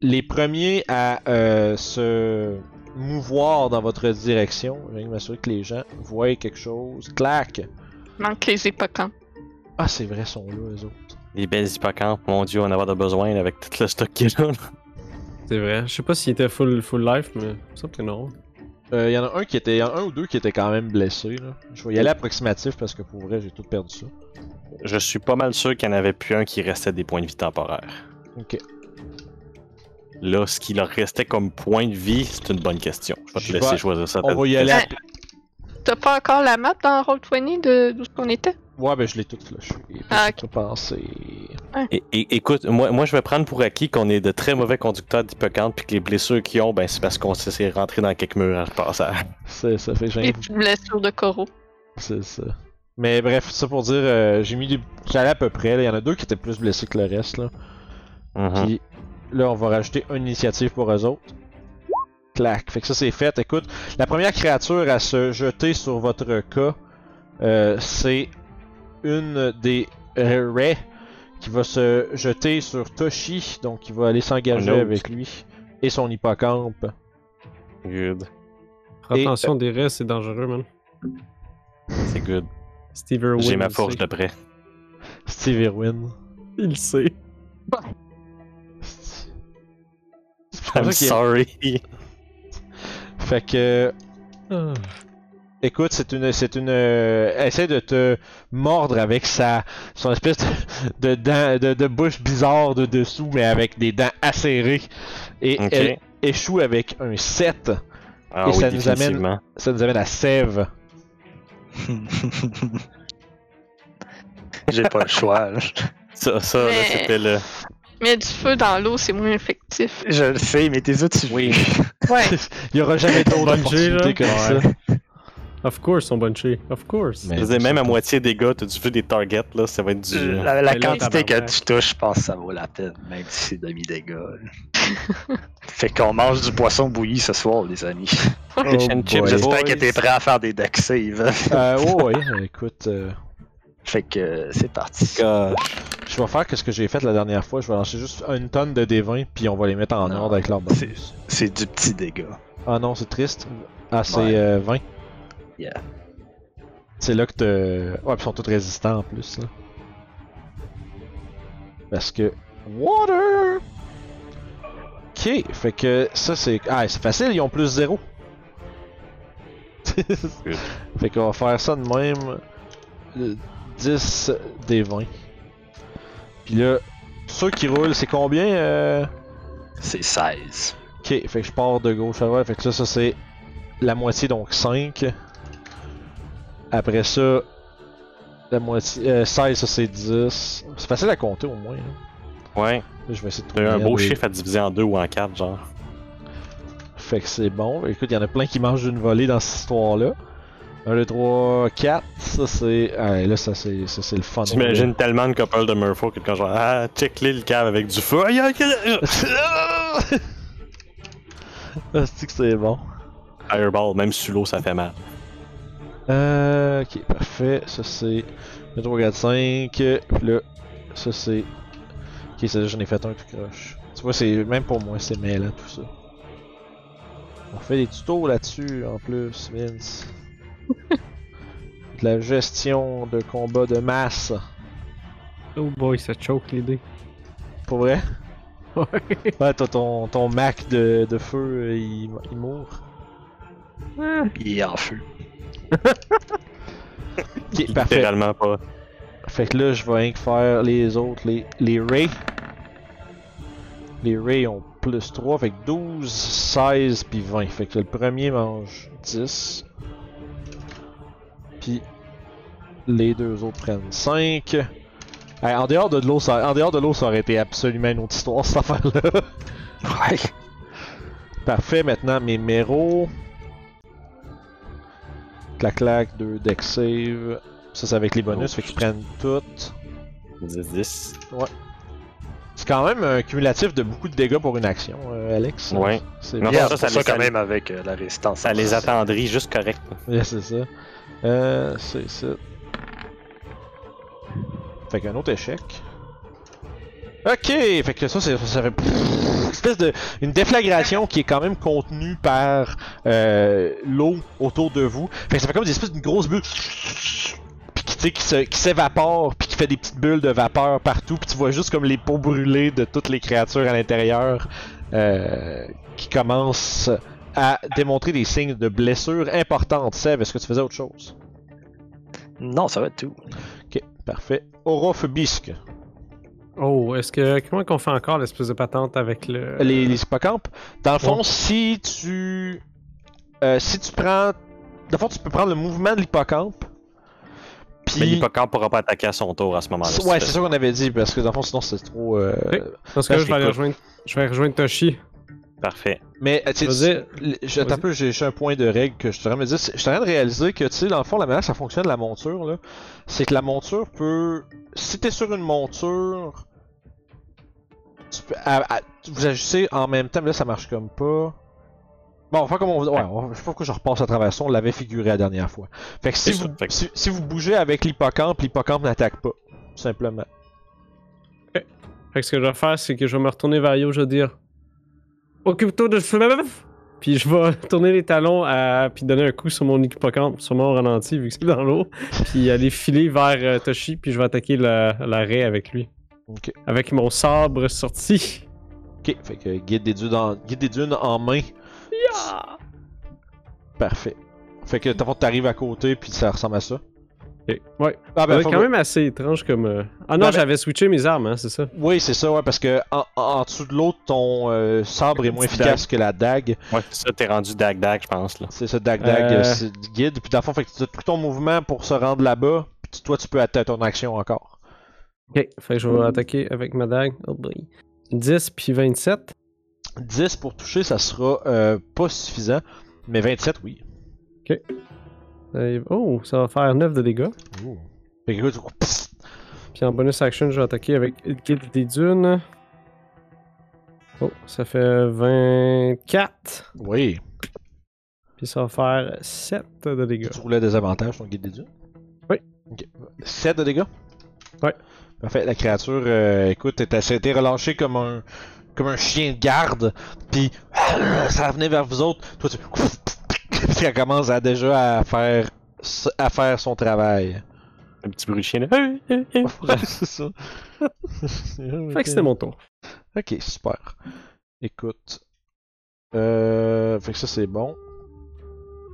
A: les premiers à euh, se mouvoir dans votre direction, je viens de m'assurer que les gens voient quelque chose. Clac!
C: Manque les hippocampes.
A: Ah, c'est vrai, ils sont là, eux autres.
E: Les belles hippocampes, mon dieu, on en a de besoin là, avec tout le stock qu'il y a là.
D: C'est vrai. Je sais pas s'il était full, full life, mais ça, que non.
A: Euh, Il y en a un qui était, il y en a un ou deux qui étaient quand même blessés, là. Je vais y aller approximatif parce que pour vrai, j'ai tout perdu ça.
E: Je suis pas mal sûr qu'il y en avait plus un qui restait des points de vie temporaires.
A: Ok.
E: Là, ce qui leur restait comme point de vie, c'est une bonne question. Je vais
A: J'y
E: te laisser
A: vais.
E: choisir ça.
A: On va y aller. à-
C: T'as pas encore la map dans Roll20 de- d'où on était?
A: Ouais, ben je l'ai tout flushé. Et
C: Ah,
A: puis, j'ai pas pensé.
E: É- é- écoute, moi, moi, je vais prendre pour acquis qu'on est de très mauvais conducteurs d'hippocampes puis que les blessures qu'ils ont, ben, c'est parce qu'on s'est- s'est rentré dans quelques murs en passant.
A: C'est ça, fait que j'ai
C: Les petites blessures de coraux.
A: C'est ça. Mais bref, ça pour dire, euh, j'ai mis des... J'allais à peu près, là. il y en a deux qui étaient plus blessés que le reste. Là.
E: Mhm.
A: Puis là, on va rajouter une initiative pour eux autres. Clac. Fait que ça, c'est fait. Écoute, la première créature à se jeter sur votre cas, euh, c'est une des raies qui va se jeter sur Toshi, donc il va aller s'engager
E: Un autre.
A: avec lui et son hippocampe.
E: Good.
D: Prends
A: Et-
D: attention
E: euh,
D: des restes, c'est dangereux, man.
E: C'est good.
D: Steve Irwin.
E: J'ai ma
D: le
E: forge
D: sait.
E: de près.
A: Steve Irwin.
D: Il le sait.
A: C'est pour
E: I'm
A: ça qu'il-
E: sorry.
A: Fait que.
D: Ah.
A: Écoute, c'est une. C'est une. euh, essaie de te mordre avec sa. Son espèce de, de dent. De, de bouche bizarre de dessous, mais avec des dents acérées. Et
E: Ok.
A: elle échoue avec un 7.
E: Ah
A: Et
E: oui,
A: ça nous amène-
E: définitivement.
A: Ça nous amène à Sève.
B: J'ai pas le choix. là.
E: Ça, ça là,
C: Mais-
E: c'était le.
C: Mais du feu dans l'eau, c'est moins effectif.
B: Je le sais, mais tes euh, autres, tu
E: Oui.
C: Ouais.
A: Il y aura jamais d'autres
D: Bonne G, là.
A: opportunités comme ça.
D: Ouais. Of course, on bunché. Of course.
A: Mais-
E: Je disais, même à moitié des gars, t'as du feu des targets, là, ça va être du.
B: Euh, La, la
D: Mais là,
B: quantité que
D: tabarnak.
B: tu touches, je pense que ça vaut la peine, même si c'est demi-dégâts. là. fait qu'on mange du poisson bouilli ce soir, les amis.
A: Oh
E: and
A: boy.
E: chips, Ben, boys.
B: J'espère que t'es prêt à faire des deck save.
A: Euh, ouais, ouais, écoute, euh,
B: fait que euh, c'est parti.
E: Ah,
A: je vais faire que ce que j'ai fait la dernière fois. Je vais lancer juste une tonne de D20, puis on va les mettre en
B: Non,
A: ordre avec leur
B: c'est-
A: bonus.
B: C'est du petit dégât.
A: Ah non, c'est triste. Ah, c'est
B: Ouais.
A: euh, 20.
B: Yeah.
A: C'est là que te. Ouais, pis ils sont tous résistants en plus, là. Parce que. Water! Ok, fait que ça c'est. Ah, c'est facile, ils ont plus 0. fait qu'on va faire ça de même. Le 10 des 20. Puis là, ceux qui roulent, c'est combien euh...
B: C'est 16.
A: Ok, fait que je pars de gauche à droite, fait que là, ça c'est la moitié, donc 5. Après ça, la moitié, euh, 16, ça c'est 10. C'est facile à compter au moins. hein.
E: ouais,
A: Là, je vais essayer de trouver
E: t'as eu un beau
A: des-
E: chiffre à diviser en deux ou en quatre, genre.
A: Fait que c'est bon. Écoute, il y en a plein qui mangent d'une volée dans cette histoire-là. 1, 2, 3, 4. Ça c'est. Ah, là, ça c'est ça, c'est le fun.
E: J'imagine tellement de couple de Murphy que quand genre, ah, check le cave avec du feu. Aïe, aïe, aïe,
A: Ah, c'est que c'est bon.
E: Fireball, même sous l'eau, ça fait mal.
A: Euh, ok, parfait. Ça c'est 1, 3, 4, 5. Puis là, ça c'est. Ok, ça j'en ai fait un plus croche. Tu vois, c'est même pour moi, c'est mêlant tout ça. On fait des tutos là-dessus en plus, Vince. De la gestion de combat de masse.
D: Oh boy, ça choke les dés.
A: Pour vrai?
D: Ouais.
A: Ouais, toi, ton, ton Mac de, de feu, euh, il, il mourt.
B: Il est en feu.
A: Ok, parfait.
E: Littéralement pas.
A: Fait que là, je vais rien que faire les autres, les, les Ray. Les Ray ont plus 3, fait que 12, 16, puis 20. Fait que le premier mange 10. Puis les deux autres prennent 5. Hey, en dehors de l'eau, ça, en dehors de l'eau, ça aurait été absolument une autre histoire, cette affaire-là.
B: Ouais.
A: Parfait, maintenant mes méros. Clac clac, 2 deck save. Ça, c'est avec les bonus, fait qu'ils prennent toutes.
E: 10, 10.
A: C'est quand même un cumulatif de beaucoup de dégâts pour une action, euh, Alex.
E: Ouais.
A: C'est
E: Non,
B: Yeah,
E: ça,
B: ça, ça,
E: ça les- ça
B: quand
E: les-
B: même avec euh, la résistance.
E: Ça les attendrit juste correct.
A: Ouais, c'est ça. Euh, c'est ça. Fait qu'un autre échec. Ok, fait que ça, c'est- ça fait une espèce de une déflagration qui est quand même contenue par euh, l'eau autour de vous. Fait que ça fait comme des espèces d'une grosse bulle. Puis qui, tu sais, qui se- qui s'évapore, puis qui fait des petites bulles de vapeur partout. Puis tu vois juste comme les peaux brûlées de toutes les créatures à l'intérieur euh, qui commencent à démontrer des signes de blessure importantes. Sève, est-ce que tu faisais autre chose?
B: Non, ça va être tout.
A: Ok, parfait. Orophobisque.
D: Oh, est-ce que. Comment qu'on fait encore l'espèce de patente avec le.
A: Les, les hippocampes, dans le fond,
D: Ouais.
A: si tu. euh, si tu prends. Dans le fond, tu peux prendre le mouvement de l'hippocampe.
E: Mais
A: Puis.
E: l'hippocampe pourra pas attaquer à son tour à ce moment-là. si tu
A: Ouais,
E: fais
A: c'est
E: ça.
A: ça qu'on avait dit, parce que dans le fond, sinon c'est trop. euh,
D: Ok. Parce que
E: Là,
D: je vais aller
E: j'écoute.
D: rejoindre. Je vais rejoindre Toshi.
E: Parfait.
A: Mais, euh, tu sais,
D: Vas-y.
A: Le- je- attends un
D: Vas-y.
A: peu, j'ai j'ai un point de règle que je te me dire. c'est- Je suis en train de réaliser que, tu sais, dans le fond, la manière que ça fonctionne, la monture, là, c'est que la monture peut. Si t'es sur une monture, tu peux. à- à- vous ajustez en même temps, mais là, ça marche comme pas. Bon, enfin, comme on. Ouais, on- je sais pas pourquoi je repasse à travers ça, on l'avait figuré la dernière fois. Fait que si
E: C'est
A: vous,
E: ça, fait que-
A: si, si vous bougez avec l'hippocampe, l'hippocampe n'attaque pas. Tout simplement.
D: Fait que ce que je vais faire, c'est que je vais me retourner vers Yo, je vais dire Occupe-toi de cela. Puis je vais tourner les talons à... puis donner un coup sur mon hippocampe, sur mon ralenti vu que c'est dans l'eau. Puis aller filer vers euh, Toshi, puis je vais attaquer la, la raie avec lui.
A: Ok.
D: Avec mon sabre sorti.
A: Ok, fait que guide des dunes en, guide des dunes en main. Parfait. Fait que t'as- t'arrives à côté, puis ça ressemble à ça.
D: Ok. Ouais.
A: Ah,
D: C'est
A: faut- ben-
D: quand même assez étrange comme. euh, Ah
A: Non,
D: non,
A: mais-
D: j'avais switché mes armes, hein, c'est ça.
A: Oui, c'est ça, ouais, parce que en, en- en dessous de l'autre, ton euh, sabre est moins
E: Dague.
A: efficace que la dague.
E: Ouais, c'est ça, t'es rendu dag-dag, je pense. Là.
A: C'est ça, dague dague,
D: Euh.
A: c'est du guide. Puis dans le fond, fait que tu as tout ton mouvement pour se rendre là-bas. Puis tu- toi, tu peux attaquer ton action encore.
D: Ok, fait que je
A: Hmm.
D: vais attaquer avec ma dague. Oh boy. 10 puis 27.
A: 10 pour toucher, ça sera euh, pas suffisant. Mais 27, oui.
D: Euh, Oh, ça va faire 9 de dégâts.
A: Fait que écoute, tu- pss,
D: Puis en bonus action, je vais attaquer avec Guide des Dunes. Oh, ça fait 24.
A: Oui.
D: Puis ça va faire 7 de dégâts.
A: Tu roulais des avantages, ton guide des dieux.
D: Oui.
A: Ok. 7 de dégâts?
D: Ouais.
A: Parfait. La créature, euh, écoute, elle a été relâchée comme un, comme un chien de garde. Puis, ça venait vers vous autres. Toi, tu. Puis elle commence à, déjà à faire, s- à faire son travail.
E: Un petit bruit de chien, là.
A: c'est ça.
D: Fait que c'était mon tour.
A: Ok, super. Écoute. Euh, fait que ça, c'est bon.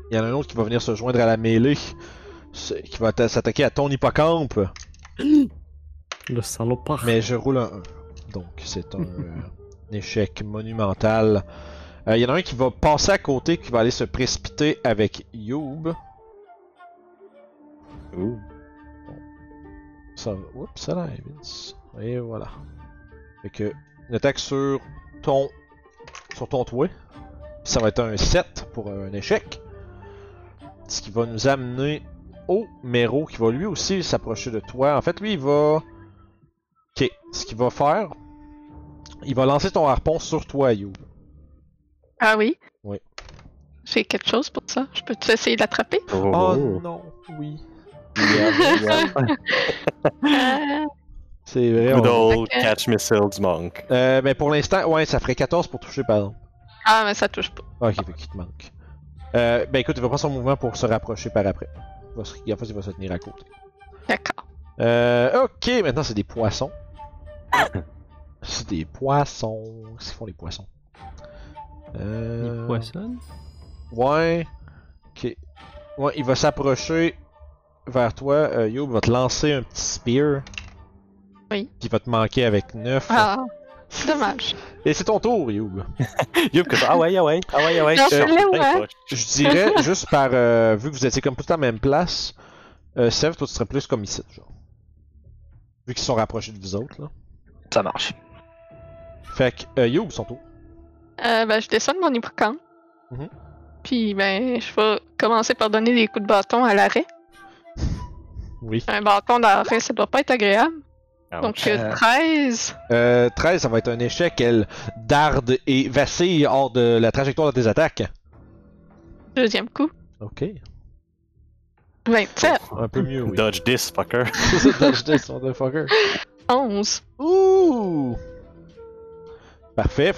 A: Il y en a un autre qui va venir se joindre à la mêlée. C'est- Qui va atta- s'attaquer à ton hippocampe.
D: Le salopard.
A: Mais je roule un 1. Donc, c'est un, euh, un échec monumental. Euh, Il y en a un qui va passer à côté, qui va aller se précipiter avec Youb.
E: Ouh.
A: Ça, oups, ça arrive. Vince. Et voilà. Fait que, une attaque sur ton, sur ton toit. Ça va être un 7 pour un échec. Ce qui va nous amener au Mero qui va lui aussi s'approcher de toi. En fait, lui, il va. Ok, ce qu'il va faire, il va lancer ton harpon sur toi, You.
C: Ah oui?
A: Oui.
C: J'ai quelque chose pour ça. Je peux-tu essayer d'attraper?
E: Oh,
A: Ah, non, oui.
E: yeah, yeah.
C: Ah,
A: C'est vrai.
E: Good
A: on-
E: old catch missile du monk.
A: Euh, mais pour l'instant, ouais, ça ferait 14 pour toucher, pardon.
C: Ah, mais ça touche pas.
A: Ah, Ok, fait qu'il te manque. Euh, ben écoute, il va prendre son mouvement pour se rapprocher par après. Il va se- en fait, il va se tenir à côté.
C: D'accord.
A: Euh, ok, maintenant c'est des poissons. C'est des poissons. Qu'est-ce qu'ils font les poissons? Euh,
D: Il poissonne.
A: Ouais. Ok. Ouais, il va s'approcher vers toi. Euh, Yob va te lancer un petit spear.
C: Oui.
A: Qui va te manquer avec 9.
C: Ah, c'est dommage.
A: Et c'est ton tour, Youb.
E: Youp, que ça. Ah ouais, ah ouais, ah ouais, ah ouais.
C: Non,
E: je-
C: celle-là, ouais.
E: ouais.
A: Je dirais, juste par. euh, vu que vous étiez comme tout à la même place, euh, Sev, toi, tu serais plus comme ici, genre. Vu qu'ils se sont rapprochés de vous autres, là.
B: Ça marche.
A: Fait que, euh, Youb, son tour.
C: Euh, ben, je descends de mon hippocampe.
A: Mhm.
C: Puis, ben, je vais commencer par donner des coups de bâton à l'arrêt.
A: Oui.
C: Un bâton d'arrêt, ça doit pas être agréable.
E: Ah,
C: Donc,
E: ouais.
C: euh, 13.
A: Euh, 13, ça va être un échec. Elle darde et vacille hors de la trajectoire de tes attaques.
C: Deuxième coup.
A: Ok.
C: 27.
A: Un peu mieux, oui.
E: Dodge this, fucker.
A: Dodge this, motherfucker. Oh.
C: 11.
A: Ouh! Parfait.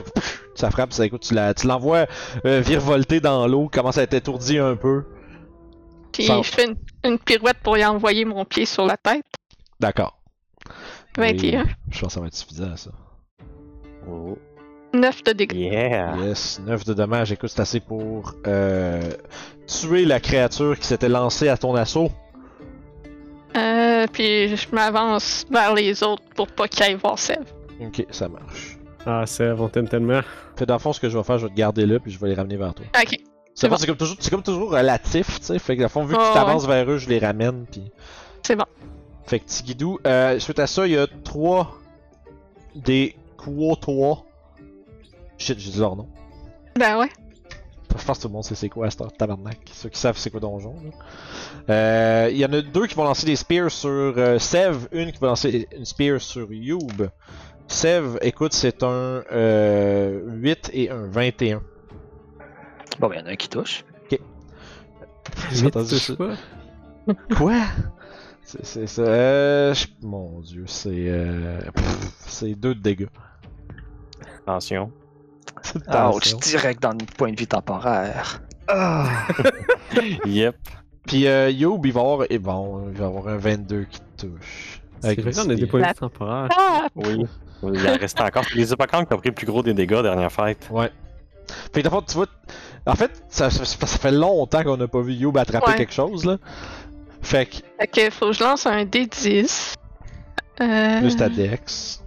A: Ça frappe, ça écoute, tu la- tu l'envoies euh, virevolter dans l'eau, commence à être étourdi un peu.
C: Puis,
A: Ça-
C: je fais une, une pirouette pour y envoyer mon pied sur la tête.
A: D'accord.
C: 21.
A: Oui, je pense que ça va être suffisant, ça.
E: Oh,
C: 9 de dégâts.
E: yeah.
A: Yes, 9 de dommages. Écoute, c'est assez pour euh, tuer la créature qui s'était lancée à ton assaut.
C: Euh, puis, je m'avance vers les autres pour pas qu'ils aillent voir Sev.
A: Ok, ça marche.
D: Ah, c'est on t'aime tellement.
A: Fait dans le fond, ce que je vais faire, je vais te garder là, puis je vais les ramener vers toi.
C: Ok.
A: C'est
C: bon.
A: c'est comme toujours, c'est comme toujours relatif, tu sais. Fait que dans le fond, vu que
C: Ouais,
A: tu t'avances vers eux, je les ramène, puis.
C: C'est bon.
A: Fait que Tigidou, euh, suite à ça, il y a 3 des Kuotoa. Shit, j'ai dit leur nom.
C: Ben ouais.
A: Je pense que tout le monde sait c'est quoi à cette heure, tabarnak. Ceux qui savent c'est quoi donjon. là. Euh, Il y en a deux qui vont lancer des spears sur euh, Sev, une qui va lancer une spear sur Youb. Sev, écoute, c'est un euh, 8 et un 21.
B: Bon, il y en a un qui touche.
A: J'ai entendu ça. Quoi C'est- C'est ça. Euh, je- Mon dieu, c'est. Euh... pff, C'est 2 de dégâts.
E: Attention.
B: Ouch, Ah, direct dans le point de vue temporaire.
A: Ah!
E: Yep.
A: Puis euh, Youb, il va avoir. Et bon, il va avoir un 22 qui touche.
D: C'est vrai, on a des points de vue temporaires.
C: Ah!
E: Oui. Il en reste encore. Les hippocampes qui ont pris le plus gros des dégâts dernière fête.
A: Ouais. Fait que dans le fond, tu vois. En fait, ça, ça- ça fait longtemps qu'on n'a pas vu Youb attraper
C: Ouais.
A: quelque chose, là. Fait que.
C: Fait que faut que je lance un D10. Euh,
A: Plus ta dex.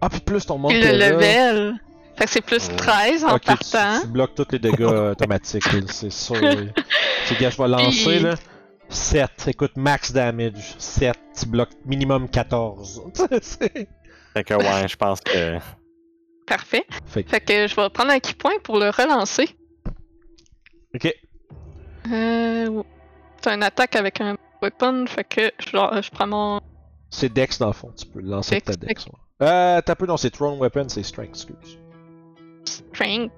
A: Ah, puis plus ton monte
C: puis le level. Fait que c'est plus
E: Ouais.
C: 13 en
A: Oh. Ok, tu-
C: partant.
A: Tu, bloques tous les dégâts euh, automatiques, là, c'est sûr. oui. Tu gars, je vais lancer
C: Puis-
A: là. 7, écoute, max damage. 7, tu bloques minimum 14. C'est-
E: Fait que ouais, je pense que.
C: Parfait.
A: fait que-
C: Fait que je vais prendre un key point pour le relancer.
A: ok,
C: Euh, c'est une attaque avec un weapon. Fait que je, je prends mon.
A: c'est Dex dans le fond, tu peux le lancer avec ta
C: Dex,
A: Dex. ouais. Euh, t'as peu, non, c'est Throne Weapon, c'est Strength, excuse.
C: Strength.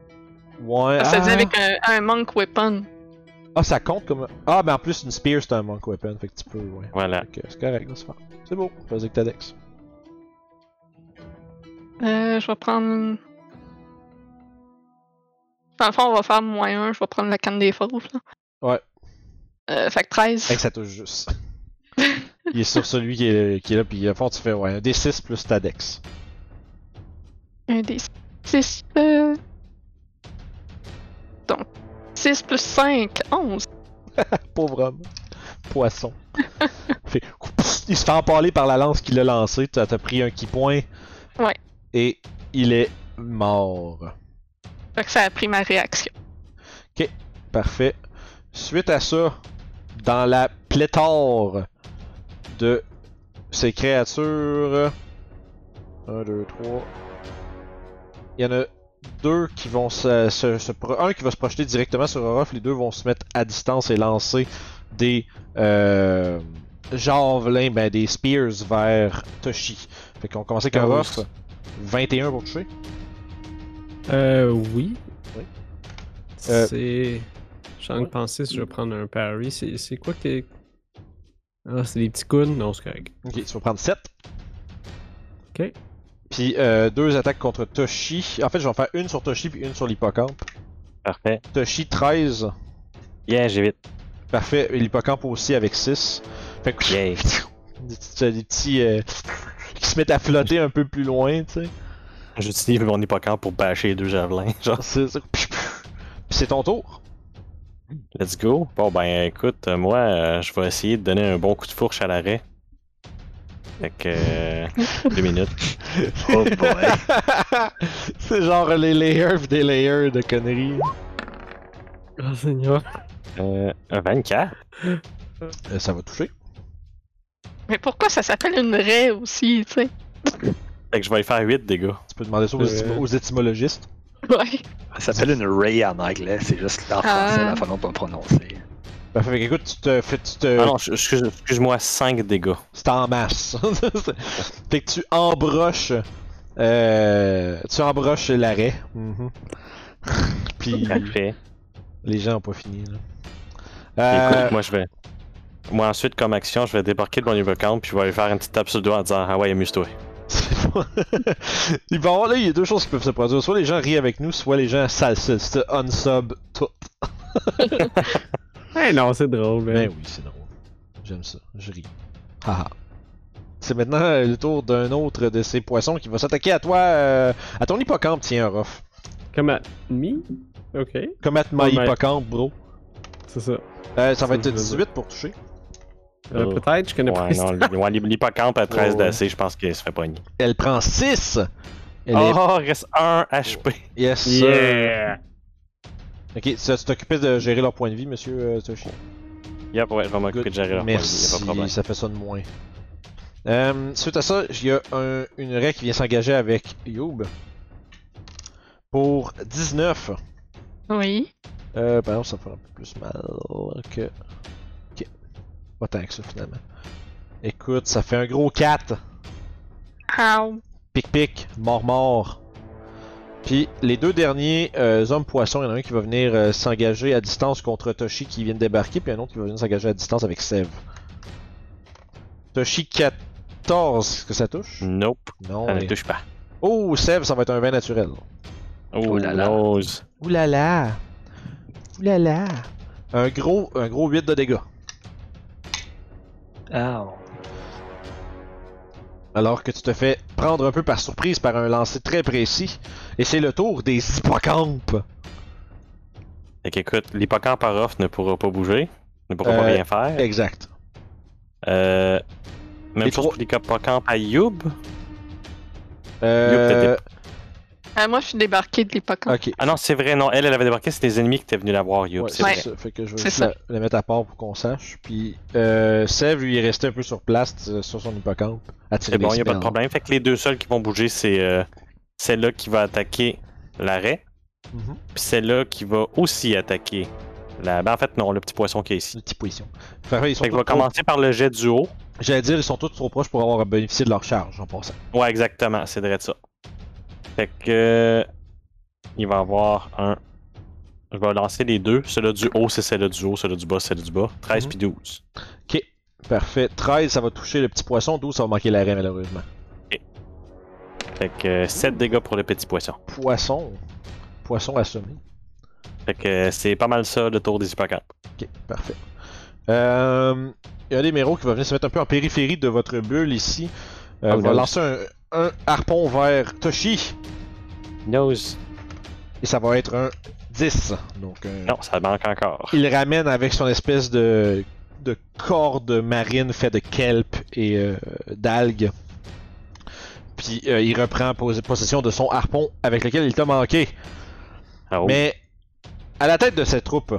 A: Ouais,
C: Ça se dit
A: ah,
C: avec un, un monk weapon.
A: ah, ça compte comme. Ah, mais en plus, une Spear, c'est un Monk Weapon, fait que tu peux, ouais.
E: Voilà.
A: Fait que c'est correct, là, c'est bon. C'est beau, vas-y avec ta Dex.
C: Euh, je vais prendre. Dans le fond, on va faire moins 1. Je vais prendre la canne des fauves. là.
A: Ouais.
C: Euh, fait que 13.
A: Fait que ça touche juste. Il est sur celui qui est, qui est là, puis à fond, tu fais, ouais, un D6 plus ta Dex.
C: Un des 6. Donc, 6 plus 5, 11.
A: Pauvre homme. Poisson. Fait- Pfff, il se fait empaler par la lance qu'il a lancée. T'as t'as pris un qui point.
C: Ouais.
A: Et il est mort.
C: Fait que ça a pris ma réaction.
A: Parfait. Suite à ça, dans la pléthore de ces créatures. 1, 2, 3. Il y en a deux qui vont se, se- se pro- Un qui va se projeter directement sur Orof, les deux vont se mettre à distance et lancer des euh, javelins, ben des spears vers Toshi. Fait qu'on commence avec
D: Ah oui.
A: Orof. 21 pour toucher.
D: Euh, oui.
A: Oui. Euh,
D: C'est. Je suis en train de penser si je vais prendre un parry. C'est c'est quoi que t'es. Ah, c'est des petits coudes? Non, c'est correct.
A: Ok, tu vas prendre 7.
D: Ok.
A: Puis euh, deux attaques contre Toshi. En fait, je vais en faire une sur Toshi puis une sur l'hippocampe.
E: Parfait.
A: Toshi 13.
E: Yeah, j'ai vite.
A: Parfait. Et l'hippocampe aussi avec 6. Fait que.
E: Yeah.
A: Des petits. des petits, euh, qui se mettent à flotter un peu plus loin, tu sais.
E: J'utilise mon hippocampe pour bâcher les deux javelins. Genre,
A: C'est ça. Puis c'est ton tour.
E: let's go. Bon, ben écoute, euh, moi, euh, je vais essayer de donner un bon coup de fourche à l'arrêt. Fait que. euh, deux minutes.
B: Oh boy.
A: c'est genre les layers pis des layers de conneries.
D: Oh, Seigneur.
E: Euh, 24.
A: Euh, ça va toucher.
C: Mais pourquoi ça s'appelle une raie aussi, tu sais?
E: Fait que je vais y faire 8 dégâts.
A: Tu peux demander ça aux,
D: Euh.
A: étym- aux étymologistes.
C: Ouais.
B: Ça s'appelle une Ray en anglais, c'est juste en français,
C: Ah.
B: la façon de pas prononcer.
A: Parfait. Fait que, écoute, tu te fais. Tu te.
E: Ah non, je- excuse- excuse-moi, 5 dégâts.
A: c'est en masse. fait que tu embroches. euh, tu embroches l'arrêt.
D: Mm-hmm.
A: Mhm. Puis
E: Parfait.
A: les gens ont pas fini. Là.
E: Écoute,
A: Euh,
E: moi je vais. Moi ensuite, comme action, je vais débarquer de mon hippocampe puis je vais lui faire une petite tape sur le doigt en disant Ah ouais, amuse-toi.
A: c'est pas- Il va y avoir- là, il y a deux choses qui peuvent se produire. Soit les gens rient avec nous, soit les gens salsent, unsub tout.
D: Eh non, c'est drôle.
A: Mais
D: hein.
A: Ben oui, c'est drôle. J'aime ça. Je ris. Haha. Ah C'est maintenant euh, le tour d'un autre de ces poissons qui va s'attaquer à toi, euh, à ton hippocampe, tiens, Rof.
D: Comme à mi? Ok,
A: Comme à ma
D: Oh, mais-
A: hippocampe, bro.
D: c'est ça.
A: Euh, ça va
D: Ça,
A: être
D: je veux dire.
A: 18 pour toucher.
D: Euh,
E: Oh.
D: Peut-être, je connais pas
E: Ouais, non,
D: ça.
E: l- ouais, l'hippocampe à 13
A: Oh.
E: d'AC, je pense qu'il se fait pogner.
A: Elle prend 6. Elle Oh.
E: Oh, reste 1 HP.
A: est... Yes, sir.
D: Yeah!
A: Ok, ça, tu t'occupais de gérer leur point de vie, monsieur euh, Toshi.
E: Yep, ouais, je vais m'occuper de gérer leur point de vie, y a
A: Merci,
E: pas de problème.
A: ça fait ça de moins. Euh, suite à ça, il y a un- une raie qui vient s'engager avec Youb. Pour 19.
C: Oui.
A: Euh, par exemple, ça fait un peu plus mal que... Ok. Pas tant que ça, finalement. Écoute, ça fait un gros 4.
C: Ow.
A: Pic-pic, mort-mort. Puis les deux derniers euh, hommes poissons, il y en a un qui va venir euh, s'engager à distance contre Toshi qui vient de débarquer, puis un autre qui va venir s'engager à distance avec Sev. Toshi 14, est-ce que ça touche?
E: Nope,
A: Non.
E: ça ne
A: mais-
E: touche pas.
A: Oh, Seb, ça va être un vin naturel.
E: Oh,
B: Oh là là.
E: nose.
A: Ouh là là! Ouh là là! Un gros, un gros 8 de dégâts.
B: Ah,
A: Alors que tu te fais prendre un peu par surprise par un lancer très précis. Et c'est le tour des hippocampes!
E: Fait qu'écoute, l'hippocampe par off ne pourra pas bouger, ne pourra pas
A: Euh,
E: rien faire.
A: Exact.
E: Euh,
A: les
E: même chose
A: trois-
E: pour l'hippocampe à Youb.
A: Euh...
C: Ah, moi, je suis débarqué de l'hippocampe.
A: Ok.
E: Ah non, c'est vrai, non, elle, elle avait débarqué, c'est les ennemis qui étaient venus la voir, Youb.
A: Ouais,
E: c'est
A: c'est
E: vrai.
A: ça. Fait que je vais
C: C'est
A: juste
C: ça.
A: la, la mettre à part pour qu'on sache. Puis, euh, Sèvres, lui, il est resté un peu sur place t- sur son hippocampe. à tirer
E: C'est bon,
A: les
E: il n'y Eh ben, a pas de
A: spells.
E: problème. Fait que les deux seuls qui vont bouger, c'est euh, celle-là qui va attaquer l'arrêt,
A: Mhm.
E: puis celle-là qui va aussi attaquer la. Ben, en fait, non, le petit poisson qui est ici.
A: Une petite position. Parfait, ils sont
E: Fait que je
A: tous
E: vais
A: trop-
E: commencer par le jet du haut.
A: J'allais dire, ils sont tous trop proches pour avoir bénéficié de leur charge en passant.
E: Ouais, exactement, c'est vrai de ça. Fait que. Il va avoir un. Je vais lancer les deux. Celui-là du haut, c'est celle-là du haut. Celui-là du bas, c'est celle du bas. 13
A: Mhm.
E: puis 12.
A: Ok, parfait. 13, ça va toucher le petit poisson. 12, ça va manquer l'arrêt, malheureusement.
E: Fait que 7 dégâts pour le petit poisson.
A: Poisson. Poisson assommé.
E: Fait que c'est pas mal ça le tour des hippocampes.
A: Ok, parfait. Euh, Il y a des méros qui va venir se mettre un peu en périphérie de votre bulle ici. Euh,
E: Ah,
A: va
E: oui.
A: lancer un, un harpon vers Toshi.
E: Nose.
A: Et ça va être un 10. Donc, un-
E: Non, ça manque encore.
A: il ramène avec son espèce de, de corde marine fait de kelp et euh, d'algues. Puis euh, il reprend pos- possession de son harpon avec lequel il t'a manqué.
E: Ah, oh.
A: Mais à la tête de cette troupe,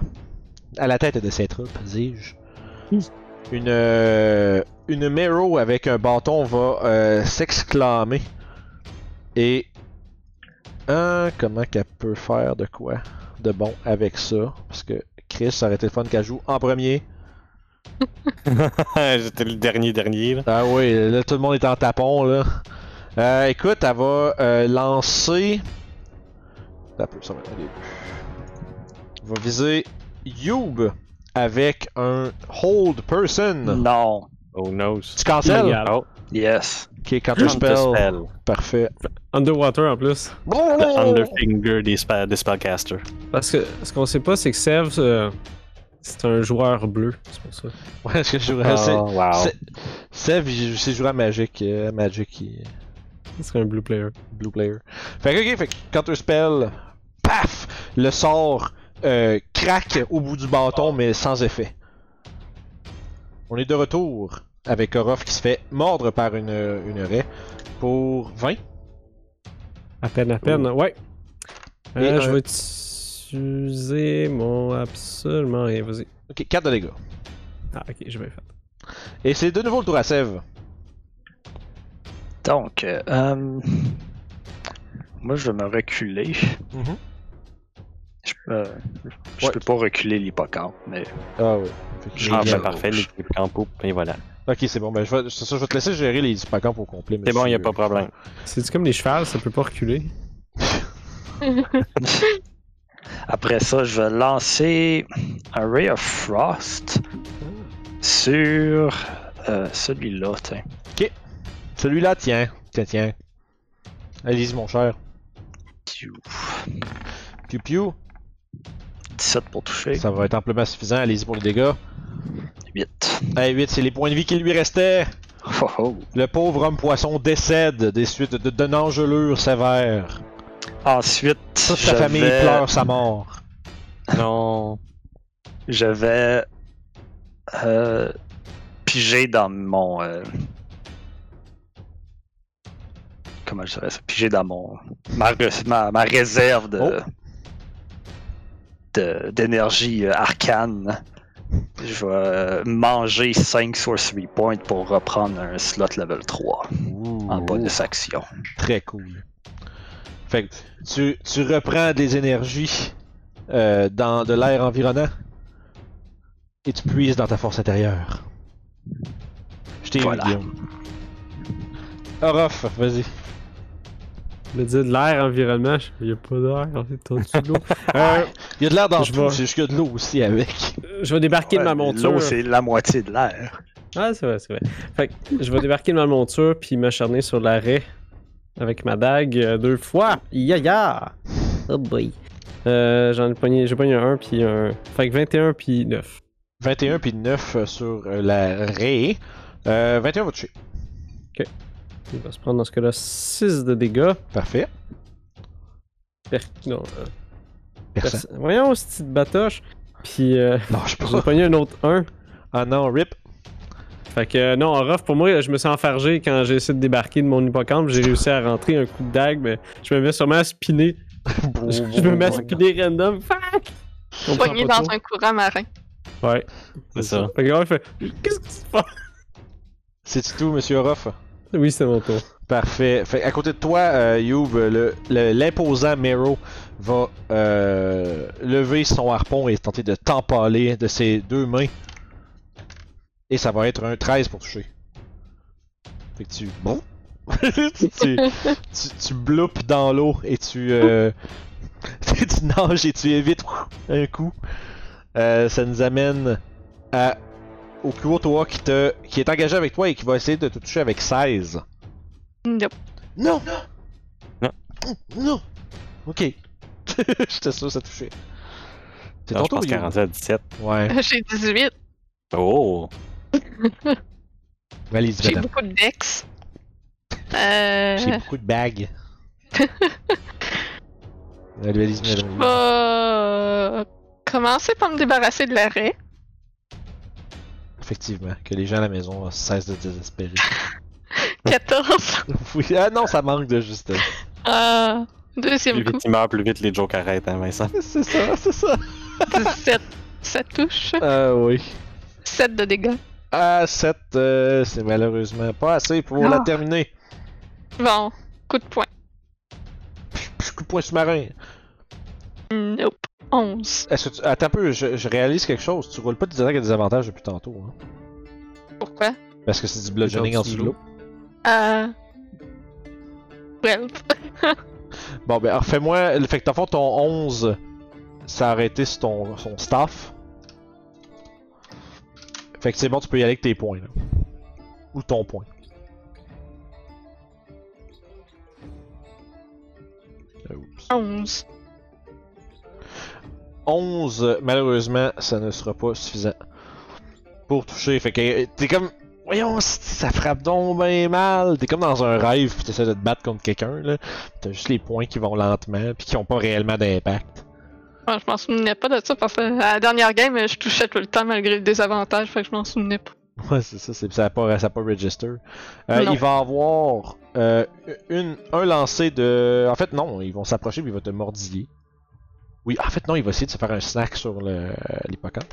A: à la tête de ces troupes, dis-je, une, euh, une Mero avec un bâton va euh, s'exclamer et. Hein, comment qu'elle peut faire de quoi de bon avec ça Parce que Chris, ça aurait été le fun qu'elle joue en premier.
E: J'étais le dernier dernier. Là.
A: Ah oui, là tout le monde est en tapon là. Euh, écoute, elle va euh, lancer. Ça peut, ça va être un des deux. Elle Va viser Youb avec un Hold Person.
B: Non.
E: Oh nose.
A: Tu cancelles
D: Légal.
E: Oh,
B: Yes.
A: Qui est counter
E: counter
A: spell.
E: spell.
A: Parfait.
D: Underwater en plus.
E: Le underfinger des, spell, des spellcasters.
D: Parce que ce qu'on sait pas, c'est que Sev, euh, c'est un joueur bleu. C'est pour ça.
A: Ouais, est-ce que je
B: Ben,
A: jouerais? C'est-
E: Oh, wow.
A: c'est- Sev, il- c'est jouer à Magic. euh, Magic, il-
D: C'est un blue player.
A: Blue Player. Fait que, ok, fait que counter spell. Paf! Le sort euh, craque au bout du bâton, mais sans effet. On est de retour avec Orof qui se fait mordre par une, une raie pour 20.
D: À peine, à peine. Ouais.
A: Et
D: Euh,
A: un-
D: Je vais utiliser mon absolument rien. Vas-y.
A: Ok, 4 de dégâts.
D: Ah, ok, j'ai bien fait.
A: Et c'est de nouveau le tour à Sève.
B: Donc, euh, euh, moi, je vais me reculer.
A: Mhm.
B: Je, euh, je
A: Ouais.
B: peux pas reculer l'hippocampe, mais
A: Ah oui. Fait que-
B: Je
E: Ah,
B: vais
E: ben, parfait,
B: gauche.
E: l'équipe campo, et voilà.
A: Ok, c'est bon. Ben, je vais, c'est ça, je vais te laisser gérer les hippocamps au complet.
E: C'est bon, il
A: monsieur.
E: a pas de problème.
D: C'est-tu comme les chevals, ça peut pas reculer?
B: après ça, je vais lancer un Ray of Frost sur euh, celui-là, tiens.
A: Celui-là, tiens. Tiens, tiens. Allez-y, mon cher.
B: Piou.
A: Piu piu.
B: 17 pour toucher.
A: Ça va être amplement suffisant. Allez-y pour les dégâts.
B: 8.
A: Hey, 8, c'est les points de vie qui lui restaient.
B: Oh, oh.
A: Le pauvre homme poisson décède des suites de- d'une engelure sévère.
B: Ensuite,
A: Toute
B: je,
A: sa famille
B: vais,
A: pleure sa mort.
E: Non.
B: je vais euh, piger dans mon. euh, comment je dirais ça Piger dans mon. Ma, re- ma, ma réserve de.
A: Oh.
B: de- d'énergie euh, arcane. Je vais euh, manger 5 sorcery points pour reprendre un slot level 3 en
A: Oh.
B: bonus action.
A: Très cool. Fait que tu, tu reprends des énergies euh, dans de l'air environnant et tu puises dans ta force intérieure. Je t'ai
B: Voilà.
A: eu, Guillaume. Orof, vas-y.
D: Me dire de l'air environnement, je- il y a pas d'air, c'est en dessous de l'eau. Euh,
A: Il y a de l'air dans
D: Je
A: tout,
D: vais-
A: c'est juste qu'il y a de l'eau aussi avec.
D: je vais débarquer de ma
B: Ouais, L'eau,
D: monture.
B: c'est la moitié de l'air.
D: Ah, c'est vrai, c'est vrai. Fait que je vais débarquer dans ma monture puis m'acharner sur l'arrêt avec ma dague euh, deux fois. Ya ya! Oh boy. Euh, j'en ai pogné, j'ai pogné un puis un. Fait que 21 puis 9.
A: 21 puis 9 euh, sur euh, la raie. Euh, 21 va toucher.
D: Il va se prendre dans ce cas-là 6 de dégâts.
A: Parfait.
D: Per... Non, euh,
A: Personne.
D: perso- Voyons, cette petite batoche. Puis euh,
A: Non, je
D: j'ai
A: pas.
D: pogné un autre 1.
A: Ah non, rip.
D: Fait que euh, non, en rough, pour moi, je me suis enfargé quand j'ai essayé de débarquer de mon hippocampe. J'ai réussi à rentrer un coup de dague, mais je me mets sûrement à spinner. Je, je me mets à spinner random. Fuck! Je comprends
C: Poigné
D: pas
C: dans un courant marin.
D: trop. Ouais.
E: C'est ça.
D: Fait que là, il fait Qu'est-ce que tu fais?
A: C'est tout, monsieur Orof.
D: Oui, c'est mon tour.
A: Parfait. Fait, à côté de toi, euh, Youb, le- le- l'imposant Mero va euh, lever son harpon et tenter de t'empaler de ses deux mains. Et ça va être un 13 pour toucher. Fait que tu. Bon. tu, tu, tu, tu bloupes dans l'eau et tu. euh, tu nages et tu évites un coup. Euh, ça nous amène à. Au Kuotoa qui, te, qui est engagé avec toi et qui va essayer de te toucher avec 16.
C: Nope.
A: Non!
E: Non.
A: Non! Ok. J'étais sûr que ça touchait. C'est ton
E: Non, je
A: tour,
E: pense qu'il est
A: Youb.
E: rendu à 17.
A: hein? Ouais.
C: J'ai 18.
E: Oh!
A: Valise,
C: J'ai
A: madame.
C: beaucoup de dex. Euh,
A: J'ai beaucoup de bagues. Allez, valise,
C: je
A: madame.
C: vais commencer par me débarrasser de l'arrêt.
A: Effectivement, que les gens à la maison euh, cessent de désespérer.
C: 14.
A: Oui, ah non, ça manque de justesse.
C: Euh,
E: Plus
C: deuxième coup,
E: vite il meurt, plus vite les jokes arrêtent, hein, Vincent.
A: C'est ça, c'est ça.
C: 17. Ça touche.
A: Ah oui.
C: 7 de dégâts.
A: Ah, 7, euh, c'est malheureusement pas assez pour la
C: Non.
A: terminer.
C: Bon, coup de poing.
A: Psh, Coup de poing sous-marin.
C: Nope. 11.
A: Est-ce que tu... Attends un peu, je, je réalise quelque chose. Tu roules pas des attaques à des avantages depuis tantôt. Hein?
C: Pourquoi?
A: Parce que c'est du bludgeoning en dessous de l'eau.
C: Euh... 12.
A: Bon, ben, alors fais-moi. Fait que, dans le fond, ton 11, ça a arrêté sur ton son staff. Fait que c'est bon, tu peux y aller avec tes points, là. Ou ton point. Euh, oups.
C: 11.
A: 11, euh, malheureusement, ça ne sera pas suffisant pour toucher. Fait que euh, t'es comme. Voyons, si ça frappe donc bien mal. T'es comme dans un rêve, pis t'essaies de te battre contre quelqu'un, là. T'as juste les points qui vont lentement, puis qui ont pas réellement d'impact.
C: Ah, je m'en souvenais pas de ça parce que à la dernière game, je touchais tout le temps malgré le désavantage, fait que je m'en souvenais pas.
A: Ouais, c'est ça, c'est, ça n'a pas, ça a pas register. Euh,
C: Non.
A: il va avoir euh, une, un lancer de. En fait, non, ils vont s'approcher, puis il va te mordiller. Oui, en fait, non, il va essayer de se faire un snack sur le, euh, l'hippocampe.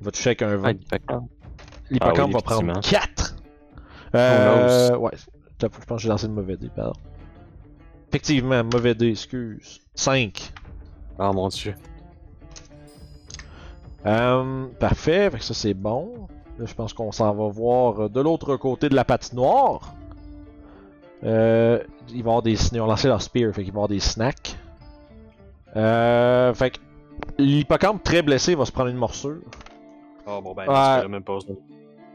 A: Il va toucher avec un 20. L'hippocampe
E: Ah oui,
A: va prendre
E: effectivement.
A: 4.
E: Oh,
A: Euh, ouais, T'as- je pense que j'ai lancé le mauvais dé, pardon. Effectivement, mauvais dé, excuse. 5.
E: Oh mon dieu.
A: Euh, parfait, fait que ça c'est bon. Là, je pense qu'on s'en va voir euh, de l'autre côté de la patinoire. Euh, ils vont avoir des ils ont lancé leur spear, fait qu'ils vont avoir des snacks. Euh, fait que l'hippocampe très blessé va se prendre une morsure.
E: Oh bon, ben,
A: Ouais.
E: tu peux même pas. Ok,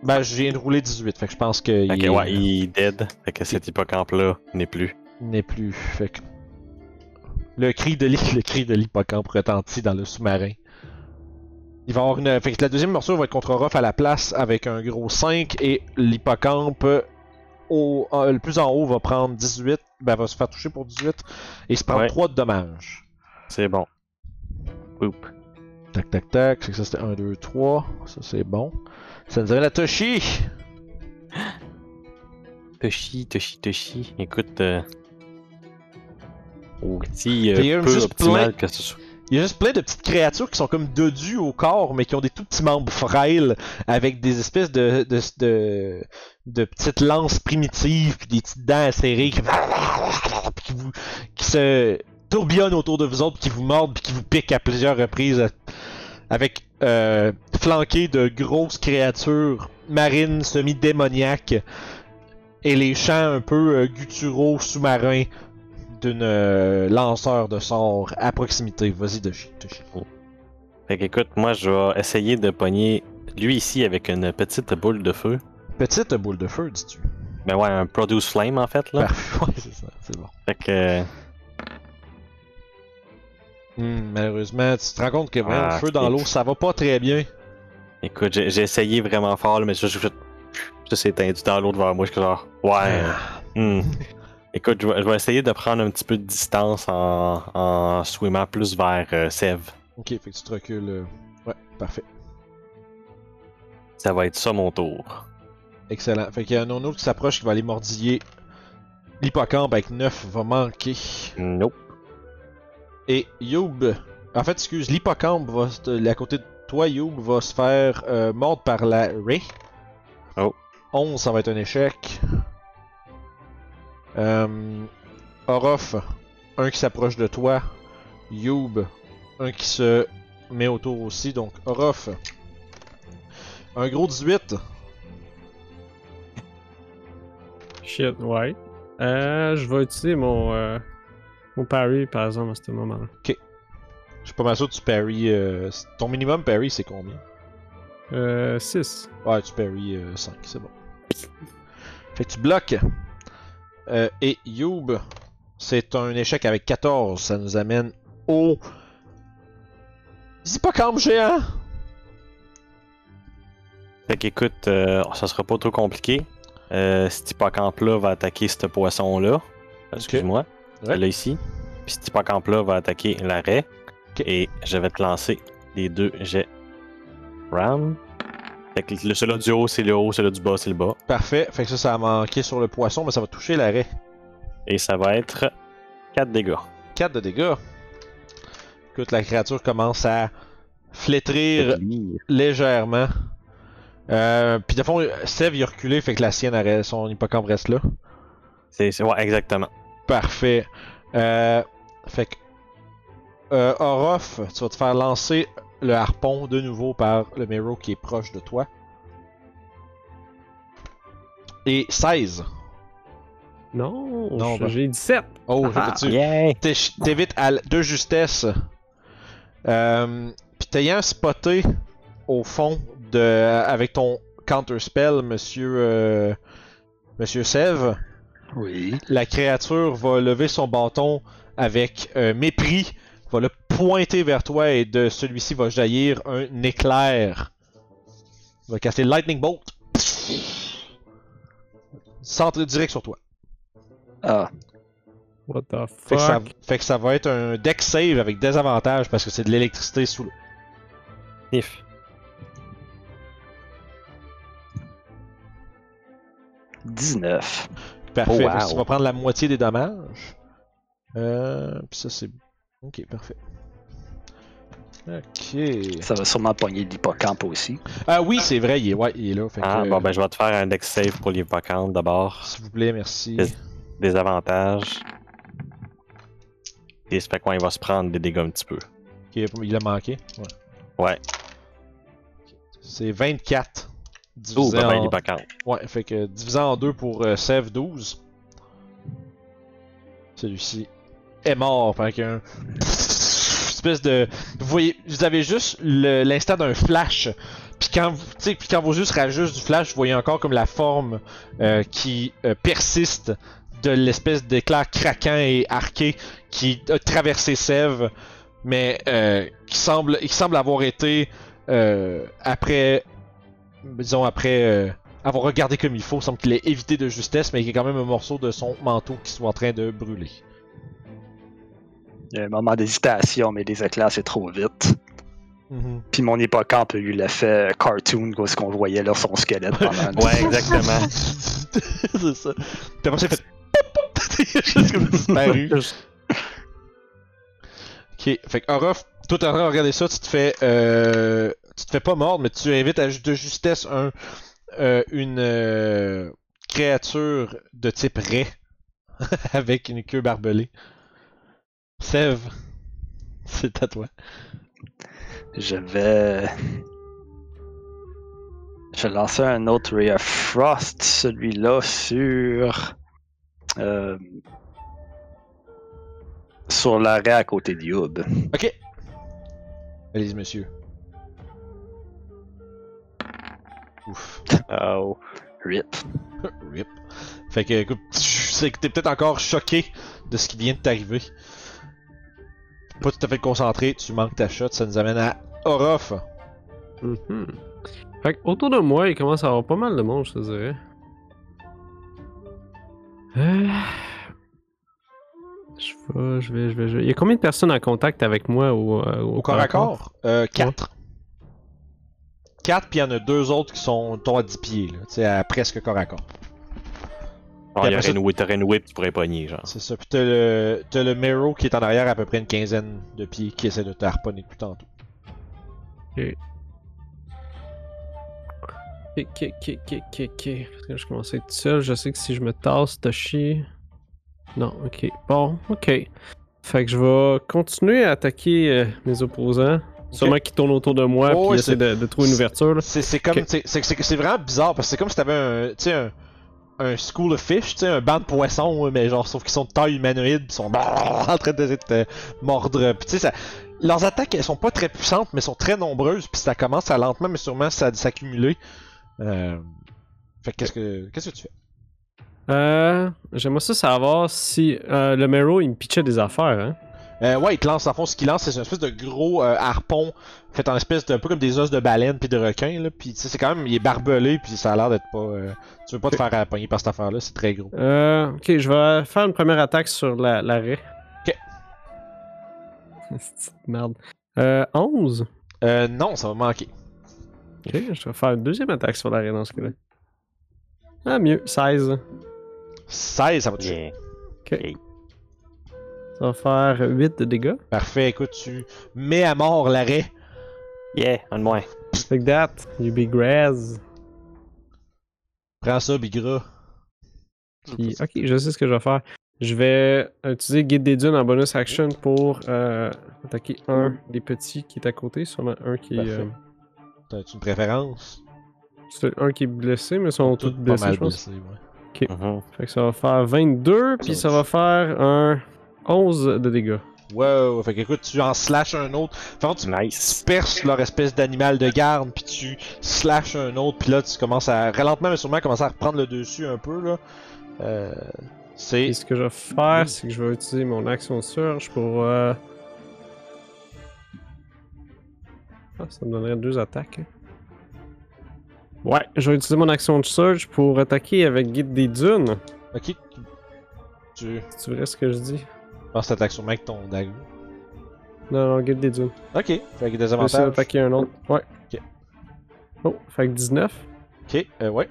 A: Ben, je viens de rouler 18, fait que je pense que il est-
E: ouais, il est dead. Fait que cet hippocampe-là n'est plus.
A: n'est plus. Fait que- Le cri de l'hi- le cri de l'hippocampe retentit dans le sous-marin. Il va avoir une. Fait que la deuxième morceau va être contre Orof à la place avec un gros 5 et l'hippocampe au... en- le plus en haut va prendre 18. Ben va se faire toucher pour 18 et se prendre
E: Ouais.
A: 3 de dommages.
E: C'est bon. Oup.
A: Tac tac tac. C'est que ça c'était 1, 2, 3. Ça c'est bon. Ça nous amène à Toshi!
E: Toshi, Toshi, Toshi. Écoute. Euh... Au petit.
A: Puis il y a
E: Euh,
A: même
E: peu
A: juste
E: optimal que ce soit.
A: Il y a juste plein de petites créatures qui sont comme dodues au corps, mais qui ont des tout petits membres frêles, avec des espèces de, de, de, de petites lances primitives, puis des petites dents acérées qui, puis qui, vous, qui se tourbillonnent autour de vous autres, puis qui vous mordent, puis qui vous piquent à plusieurs reprises, à- avec euh, flanqué de grosses créatures marines semi-démoniaques, et les chants un peu euh, gutturaux sous-marins d'une euh, lanceur de sorts à proximité. Vas-y, Toshi. Toshi.
E: Fait que écoute, moi je vais essayer de pogner Lui ici avec une petite boule de feu.
A: Petite boule de feu, dis-tu.
E: Ben ouais, un produce flame en fait là.
A: Parfait, ouais, c'est ça, c'est bon.
E: Fait que. euh,
A: Hmm, malheureusement, tu te rends compte que vraiment,
E: Ah,
A: le feu dans
E: c'est-
A: l'eau, ça va pas très bien.
E: Écoute, j'ai j'ai essayé vraiment fort, là, mais je juste. Ça s'est étendu dans l'eau devant moi. Je suis genre, ouais.
A: Ah.
E: hmm. Écoute, je vais, je vais essayer de prendre un petit peu de distance en, en swimmant plus vers euh, Sève.
A: Ok, fait que tu te recules. euh, Ouais, parfait.
E: Ça va être ça mon tour.
A: Excellent. Fait qu'il y en a un autre qui s'approche qui va aller mordiller. L'hippocampe avec 9 va manquer.
E: Nope.
A: Et Youb. En fait, excuse, l'hippocampe va se- à côté de toi, Youb, va se faire euh, mordre par la Ray.
E: Oh.
A: 11, ça va être un échec. Euh, Orof, un qui s'approche de toi. Youb, un qui se met autour aussi. Donc, Orof. Un gros 18.
D: Shit, ouais. Euh, je vais utiliser mon, euh, mon parry par exemple à ce moment-là.
A: Je suis pas mal sûr que tu parries. euh, c- ton minimum parry, c'est combien
D: Euh, 6.
A: Ouais, tu parries 5, c'est bon. Fait que tu bloques. Euh, et Youb, c'est un échec avec 14. Ça nous amène au. Hippocampe géant
E: Fait qu'écoute, euh, ça sera pas trop compliqué. Euh, cet hippocampe-là va attaquer ce poisson-là. Excuse-moi.
A: Ouais.
E: Là, ici. Puis cet hippocampe-là va attaquer l'arrêt.
A: Ok.
E: Et je vais te lancer les deux jets. Ram. Fait que le celui-là du haut, c'est le haut, celui-là du bas, c'est le bas.
A: Parfait, fait que ça, ça a manqué sur le poisson, mais ça va toucher l'arrêt.
E: Et ça va être 4 dégâts.
A: 4 de dégâts. Écoute, la créature commence à flétrir légèrement. Euh, Puis de fond, Steve, il a reculé, fait que la sienne, elle reste- son hippocampe reste là.
E: C'est, c'est- ouais, exactement.
A: Parfait. Euh, fait que. Euh, Orof, tu vas te faire lancer le harpon de nouveau par le Mero qui est proche de toi. Et 16.
D: Non,
A: Non,
D: je-
A: bah.
D: j'ai 17.
A: Oh,
D: Ah,
A: tu
E: Yay!
A: t'éch- t'évites à l- deux justesses. Euh, Puis t'ayant spoté au fond de avec ton counter spell, monsieur euh, monsieur Sev,
B: Oui.
A: la créature va lever son bâton avec euh, mépris, va le pointer vers toi et de celui-ci va jaillir un éclair. Il va casser Lightning Bolt. Centre direct sur toi.
B: Ah,
D: What the
A: Fait que,
D: fuck?
A: ça, fait que ça va être un deck save avec désavantage parce que c'est de l'électricité sous l'eau.
E: Nif.
B: dix 19.
A: Parfait.
E: Oh, wow.
A: Fait que Tu vas prendre la moitié des dommages. Euh, puis ça c'est. Ok, parfait. Ok.
B: Ça va sûrement pogner l'hippocampe aussi.
A: Ah oui, c'est vrai, il est, ouais, il est là. Fait que,
E: Ah, bon, ben, je vais te faire un deck save pour l'hippocampe d'abord.
A: S'il vous plaît, merci.
E: Yes. Des avantages. Et ça fait quoi, il va se prendre des dégâts un petit peu.
A: Qui est- il a manqué. Ouais.
E: Ouais.
A: C'est 24. Divisé
E: Oh, ben, ben,
A: en...
E: l'hippocampe.
A: Ouais, fait que divisé en deux pour euh, Sev 12. Celui-ci est mort. Fait qu'un. Espèce de. Vous voyez, vous avez juste le- l'instant d'un flash. Puis quand, vous, tu sais, puis quand vos yeux se rajustent du flash, vous voyez encore comme la forme euh, qui euh, persiste de l'espèce d'éclair craquant et arqué qui a traversé Sève, mais euh, qui, semble, qui semble avoir été, euh, après, disons, après euh, avoir regardé comme il faut, semble qu'il ait évité de justesse, mais il y a quand même un morceau de son manteau qui soit en train de brûler.
B: Il y a un moment d'hésitation, mais les éclairs, c'est trop vite. Puis mon hippocampe a eu l'effet euh, cartoon, quoi, ce qu'on voyait là, son squelette pendant une-
E: Ouais, exactement.
A: C'est ça. T'as pensé fait. Il a juste comme
E: Ben,
A: disparu. Ok, fait que Orof, toi t'es en train de regarder ça, tu te fais euh, tu te fais pas mordre, mais tu évites à ju- de justesse un euh, une euh, créature de type raie avec une queue barbelée. Sève, c'est à toi.
B: Je vais. Je vais lancer un autre Ray of Frost, celui-là sur. euh, Sur l'arrêt à côté de Youb.
A: Ok. Allez-y monsieur. Ouf.
E: Oh.
B: Rip.
A: Rip. Fait que, écoute, tu sais que t'es peut-être encore choqué de ce qui vient de t'arriver. Pas tout à fait concentré, tu manques ta shot, ça nous amène à Orof.
D: Mhm. Fait que autour de moi, il commence à avoir pas mal de monde, je te dirais. Euh, Je vais, je vais, je vais, je vais. Il y a combien de personnes en contact avec moi au, euh, au
A: Au corps à corps, 4. 4, Euh, puis il y en a deux autres qui sont tombent à 10 pieds, là. Tu sais, à presque corps à corps.
E: Il y
A: après
E: aurait
A: ça-
E: une whip, t'aurais une whip, tu pourrais pogner, genre.
A: C'est ça. Puis t'as le, t'as le Mero qui est en arrière à peu près une quinzaine de pieds qui essaie de te harponner tout tantôt.
D: Ok, ok, ok, ok, ok, ok. Parce que je commençais tout seul, je sais que si je me tasse, t'as chier. Non, ok. Bon, ok. Fait que je vais continuer à attaquer euh, mes opposants. Sûrement qu'ils tournent autour de moi
A: Oh,
D: puis
A: ouais,
D: essayer de, de trouver une
A: c'est-
D: ouverture. Là.
A: C'est, c'est comme.
D: Ok.
A: tu sais, C'est, c'est, c'est vraiment bizarre parce que c'est comme si t'avais un. Tu sais, un, un school of fish, tu sais, un banc de poissons, mais genre, sauf qu'ils sont de taille humanoïde, ils sont en train de te mordre. Puis tu sais, ça. Leurs attaques, elles sont pas très puissantes, mais sont très nombreuses, puis ça commence à lentement, mais sûrement, ça s'accumuler. Euh... Fait que qu'est-ce que, qu'est-ce que tu fais?
D: Euh, J'aimerais ça savoir si euh, le Mero il me pitchait des affaires. Hein?
A: Euh, ouais, il te lance, en fond, ce qu'il lance, c'est une espèce de gros euh, harpon, fait en espèce de, un peu comme des os de baleine puis de requin, là. Puis, tu sais, c'est quand même, il est barbelé, puis ça a l'air d'être pas. euh, tu veux pas te faire appogner par cette affaire-là, c'est très gros.
D: Euh, ok, je vais faire une première attaque sur la- l'arrêt.
A: Ok.
D: Petite merde. Euh, 11.
A: Euh, non, ça va manquer.
D: Ok, je vais faire une deuxième attaque sur l'arrêt dans ce cas-là. Ah, mieux. 16.
A: 16, ça va toucher.
E: Yeah.
D: Ça va faire 8 de dégâts.
A: Parfait, écoute, tu mets à mort l'arrêt.
E: Yeah, un de moins.
D: Like that. You big raz.
A: Prends ça, Bigra.
D: Puis, ok, je sais ce que je vais faire. Je vais utiliser Guide des Dunes en bonus action pour euh, attaquer un des petits qui est à côté. Sûrement un qui est,
A: Mm. Parfait.
D: euh,
A: T'as-tu une préférence?
D: c'est un qui est blessé, mais ils sont tous
A: Tout
D: blessés, je pense.
A: ouais.
E: Mhm.
D: Fait que ça va faire 22, puis ça va faire un 11 de dégâts.
A: Wow, fait que, écoute, tu en slashes un autre. Fait que tu
E: Nice.
A: perces leur espèce d'animal de garde, puis tu slashes un autre, puis là tu commences à lentement mais sûrement commencer à reprendre le dessus un peu là. Euh, c'est
D: Et ce que je vais faire, c'est que je vais utiliser mon action surge pour. euh, Ah, ça me donnerait deux attaques. hein. Ouais, je vais utiliser mon action de surge pour attaquer avec Guide des Dunes.
A: ok. tu- Tu
D: C'est vrai ce que je dis?
A: penses t'attaques sûrement avec ton dague.
D: Non, non, Guide des Dunes.
A: Ok, fait que des
D: Je vais essayer
A: avantages.
D: d'attaquer un autre. Ouais.
A: Ok.
D: Oh, fait que 19.
A: Ok, euh, ouais,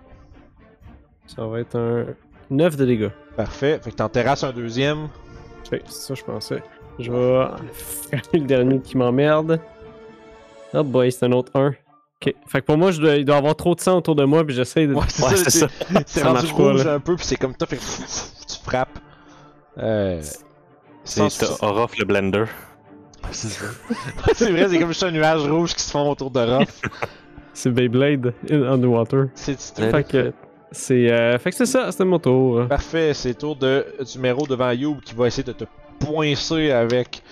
D: Ça va être un 9 de dégâts.
A: parfait. Fait que t'en terrasses un deuxième.
D: Ok, c'est ça, que je pensais. Je vais fermer le dernier qui m'emmerde. Oh boy, c'est un autre 1. Ok, fait que pour moi, je dois- il doit y avoir trop de sang autour de moi, puis j'essaie de.
A: Ouais, c'est
E: Ouais,
A: ça.
E: c'est
A: C'est,
E: ça.
A: c'est
E: Ça
A: rendu
E: marche pas,
A: rouge
E: là.
A: un peu, puis c'est comme toi, fait que tu frappes. Euh,
E: C'est
A: sans-
E: t'as Orof le blender.
A: c'est ça. c'est vrai, c'est comme juste un nuage rouge qui se forme autour de Ruff.
D: C'est Beyblade in Underwater.
A: C'est
D: Fait que. C'est. euh, Fait que c'est ça, c'était mon tour.
A: Parfait, c'est le tour de, du méro devant Youb qui va essayer de te poincer avec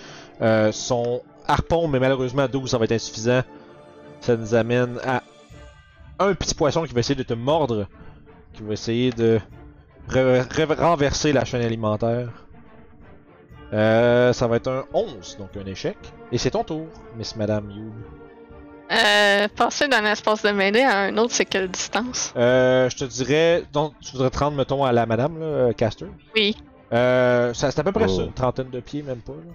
A: euh, son harpon, mais malheureusement à 12 ça va être insuffisant. Ça nous amène à un petit poisson qui va essayer de te mordre, qui va essayer de re- re- renverser la chaîne alimentaire. Euh, ça va être un 11, donc un échec. Et c'est ton tour, Miss Madame Youb.
C: Euh, passer d'un espace de mêlée à un autre, c'est quelle distance?
A: Euh, je te dirais, donc tu voudrais te rendre, mettons, à la Madame, là, euh, Caster.
C: Oui.
A: Euh, ça- c'est à peu près
E: Oh.
A: ça, une trentaine de pieds, même pas. Là.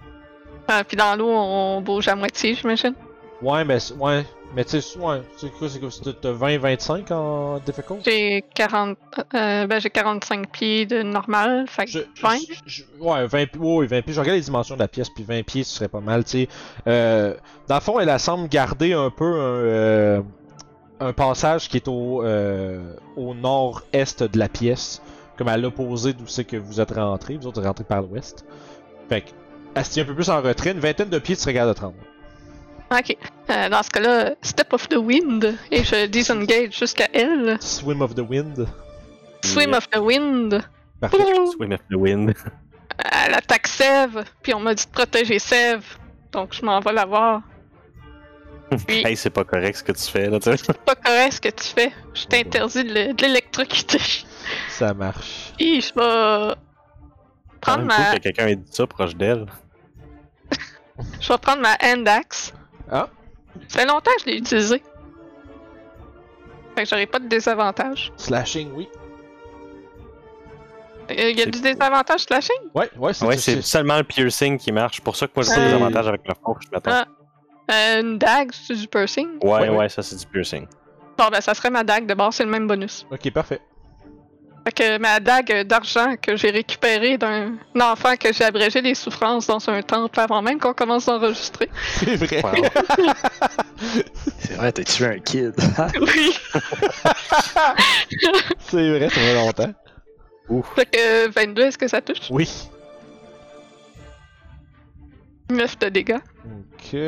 C: Ah, puis dans l'eau, on bouge à moitié, j'imagine.
A: Ouais, mais c'est- ouais, mais tu sais, ouais, c'est quoi, c'est quoi, c'est- t'as 20-25 en difficult?
C: J'ai 40, euh, ben, j'ai 45 pieds de normal, fait que
A: Je-
C: 20.
A: je- je- ouais, 20 pieds, ouais, 20 pieds. Je regarde les dimensions de la pièce, puis 20 pieds, ce serait pas mal, tu sais. Euh, dans le fond, elle elle semble garder un peu un, euh, un passage qui est au, euh, au nord-est de la pièce, comme à l'opposé d'où c'est que vous êtes rentré. Vous autres, vous êtes rentrés par l'ouest. Fait que, elle se tient un peu plus en retrait, une vingtaine de pieds, tu regardes à 30.
C: Ok. Euh, dans ce cas-là, step of the wind, et je disengage jusqu'à elle.
A: Swim of the wind.
C: Swim of the wind. Euh,
A: Parfait.
E: Swim at the wind.
C: Elle attaque Sève, puis on m'a dit de protéger Sève, donc je m'en vais la voir. Puis,
E: Hey, c'est pas correct ce que tu fais, là, tu sais.
C: c'est pas correct ce que tu fais. Je t'interdis de le- de l'électrocuter.
A: Ça marche.
C: Et je vais
E: Quand
C: prendre
E: même cool
C: ma,
E: que quelqu'un ait dit ça proche d'elle.
C: je vais prendre ma hand axe.
A: Ah.
C: Ça fait longtemps que je l'ai utilisée. Fait que j'aurai pas de désavantage.
A: Slashing, oui.
C: Euh, Il y a
E: C'est-
C: du désavantage slashing?
A: Ouais, ouais, c'est
E: Ouais,
A: du-
E: c'est seulement le piercing qui marche. C'est pour ça que moi, j'ai pas
C: Ouais.
E: des avantages avec la fourche, mettons.
C: Ah. Euh, une dague, c'est du piercing?
A: Ouais.
E: Ouais, ouais, ça, c'est du piercing.
C: Bon, ben ça serait ma dague de base, c'est le même bonus.
A: Ok, parfait.
C: Fait que ma dague d'argent que j'ai récupérée d'un enfant que j'ai abrégé les souffrances dans un temple avant même qu'on commence d'enregistrer.
A: C'est vrai.
E: Wow.
B: C'est vrai, t'as tué un kid.
C: Oui!
A: C'est vrai, ça fait longtemps.
C: Fait que 22, est-ce que ça touche?
A: Oui.
C: 9 de dégâts.
A: Ok.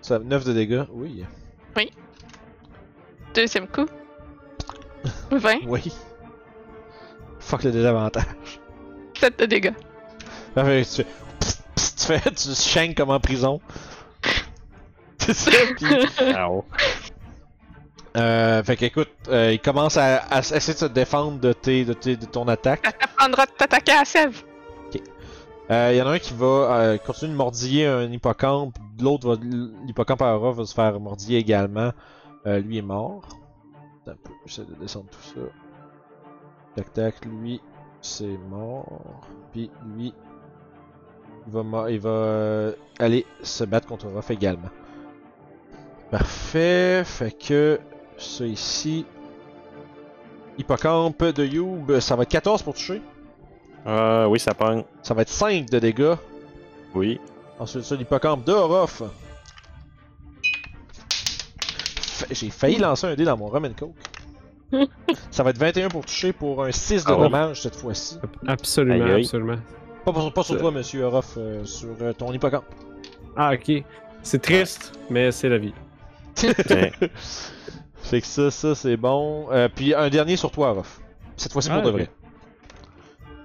A: Ça, 9 de dégâts, oui.
C: Deuxième coup. 20,
A: Oui. Fuck le désavantage.
C: 7 de dégâts.
A: Parfait, tu fais. pss, pss, tu fais. Tu shanks comme en prison. C'est ça, pis.
E: Ah, oh.
A: Euh, fait qu'écoute, euh, il commence à, à s- essayer de se défendre de, tes, de, tes- de ton attaque.
C: Ça t'apprendra de t'attaquer à Sèvres.
A: Euh, Il y en a un qui va euh, continuer de mordiller un hippocampe, l'autre va. L'hippocampe à aura va se faire mordiller également. Euh, lui est mort. Attends Un peu, j'essaie de descendre tout ça. Tac tac, lui, c'est mort. Puis lui, il va, mo- il va euh, aller se battre contre Ruff également. Parfait, fait que ça ici. Hippocampe de Youb, ça va être 14 pour toucher.
E: Euh, oui, ça pogne.
A: Ça va être 5 de dégâts.
E: Oui.
A: Ensuite, ça, l'hippocampe de Orof. Fa- J'ai failli lancer un dé dans mon rum and coke. ça va être 21 pour toucher pour un 6 de
E: Ah oui.
A: dommage cette fois-ci.
D: Absolument,
E: Aïe, aïe.
D: absolument.
A: Pas, pour- pas sur
D: Ça-
A: toi, monsieur Orof, euh, sur euh, ton hippocampe.
D: Ah, ok. C'est triste, mais c'est la vie.
A: Fait que ça, ça, c'est bon. Euh, puis un dernier sur toi, Orof. Cette fois-ci pour
D: Ah,
A: de
D: ok.
A: vrai.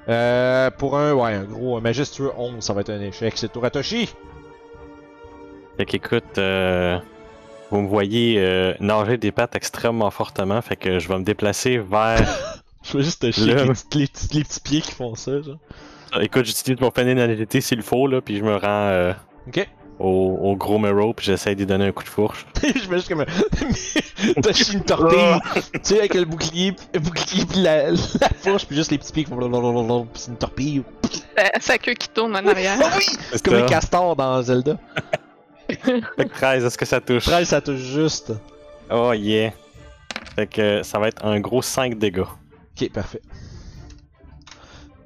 A: Euh, pour un, ouais, un gros, un majestueux 11, ça va être un échec. C'est Toratoshi!
E: Fait qu'écoute, euh, vous me voyez euh, nager des pattes extrêmement fortement, fait que je vais me déplacer vers.
A: Je veux juste te
E: chier avec les
A: les petits pieds qui font ça, genre.
E: écoute, j'utilise mon panier d'analité s'il faut, là, puis je me rends euh,
A: Ok.
E: au, au gros Mero, puis j'essaie d'y donner un coup de fourche.
A: je me juste comme. T'as chié une tortille, tu sais, avec le bouclier, pis- le bouclier, pis la, la fourche, puis juste les petits pieds qui font blablabla, pis c'est une torpille.
C: Sa- Sa queue Euh, qui tourne en arrière.
A: Ah oui! C'est comme
E: ça.
A: les castors dans Zelda.
E: Fait que 13, est-ce que ça touche
A: 13, ça touche juste.
E: Oh yeah. Fait que euh, ça va être un gros 5 dégâts.
A: Ok, parfait.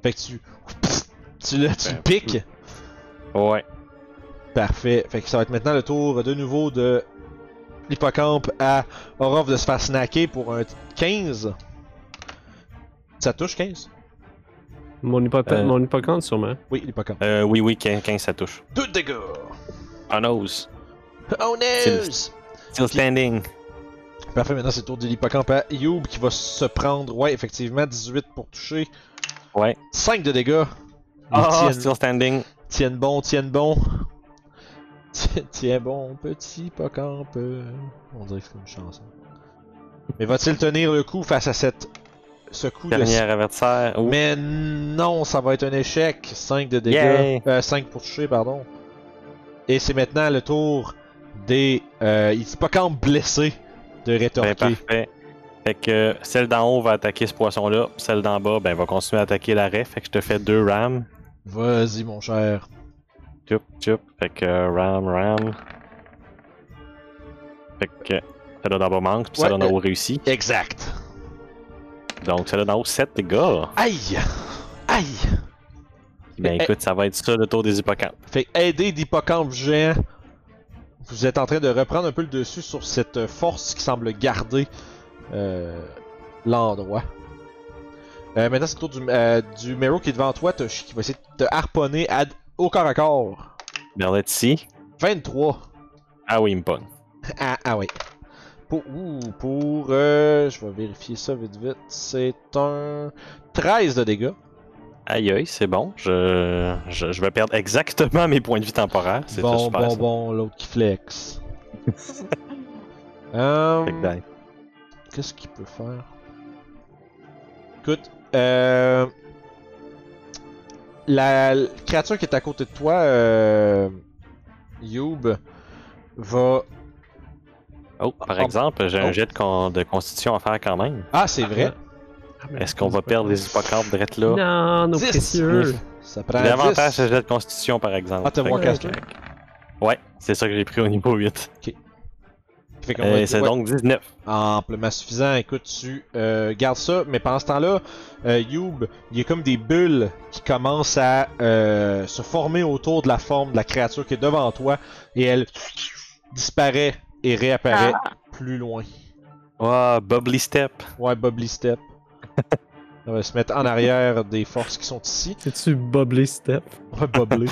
A: Fait que tu. Tu le, tu le
E: Ben,
A: piques.
E: Ouais.
A: Parfait. Fait que ça va être maintenant le tour de nouveau de l'hippocampe à Orof de se faire snacker pour un 15. Ça touche 15?
D: Mon, hypothèse,
E: Euh.
D: mon hippocampe, sûrement.
A: Oui, l'hippocampe.
E: Euh, oui, oui, 15, 15, ça touche.
A: 2 dégâts!
E: On ose.
A: Oh
E: le-
A: no!
E: Still standing.
A: Parfait, maintenant c'est le tour de l'hippocampe à Youb qui va se prendre, ouais, effectivement, 18 pour toucher.
E: Ouais.
A: 5 de dégâts. Ils
E: Ah,
A: tiennent,
E: still standing.
A: tiennent bon, tiennent bon. Tiens- Tiens bon, petit hippocampe. On dirait que c'est une chanson. Mais va-t-il tenir le coup face à cette... ce coup
E: Dernier adversaire.
A: de...
E: Oh,
A: Mais non, ça va être un échec. 5 de dégâts.
E: Yay.
A: Euh, 5 pour toucher, pardon. Et c'est maintenant le tour des euh, hippocampes blessés de
E: ben,
A: rétorquer.
E: parfait. Fait que celle d'en haut va attaquer ce poisson-là, puis celle d'en bas, ben, va continuer à attaquer l'arrêt. Fait que je te fais deux rams.
A: Vas-y, mon cher.
E: Chup, chup. Fait que euh, ram, ram. Fait que celle-là d'en bas manque, puis celle-là
A: Ouais,
E: d'en haut réussit.
A: Exact.
E: Donc celle-là d'en haut, 7 dégâts.
A: Aïe! Aïe!
E: Ben
A: Eh.
E: écoute, ça va être ça le tour des hippocampes.
A: Fait aider d'hippocampe géant. Vous êtes en train de reprendre un peu le dessus sur cette euh, force qui semble garder euh, l'endroit. Euh, maintenant, c'est le tour du, euh, du Mero qui est devant toi, Toshi, qui va essayer de te harponner à- au corps à corps.
E: Berlette ici.
A: 23.
E: Ah oui, il me pogne.
A: Ah, ah oui. Pour. Ouh, pour. euh, je vais vérifier ça vite vite. C'est un 13 de dégâts.
E: Aïe aïe, c'est bon. Je, je, je vais perdre exactement mes points de vie temporaires. C'est
A: Bon,
E: super.
A: bon,
E: ça.
A: bon, l'autre qui flex. Hum,
E: Fait que dang.
A: Qu'est-ce qu'il peut faire? Écoute, euh, la l- créature qui est à côté de toi, euh, Youb, va...
E: Oh, par
A: Oh.
E: exemple, j'ai
A: Oh.
E: un jet de, con- de constitution à faire quand même.
A: Ah, c'est vrai!
E: Est-ce qu'on va perdre les hippocampes direct là?
D: Non, nos
A: 10.
D: précieux.
A: Ça prend
E: L'avantage,
A: 10.
E: c'est le jet de constitution, par exemple.
A: Ah, t'as
E: Fait
A: moins
E: que-
A: casse-toi.
E: Ouais, c'est ça que j'ai pris au niveau 8.
A: Fait qu'on va-
E: Euh, c'est
A: ouais,
E: donc 19.
A: amplement suffisant. Écoute, tu euh, gardes ça, mais pendant ce temps-là, euh, Youb, il y a comme des bulles qui commencent à euh, se former autour de la forme de la créature qui est devant toi, et elle disparaît et réapparaît plus loin.
E: Ah, Bubbly Step.
A: Ouais, Bubbly Step. On va se mettre en arrière des forces qui sont ici.
D: C'est-tu Boblé Step,
A: Ouais, Bubbly.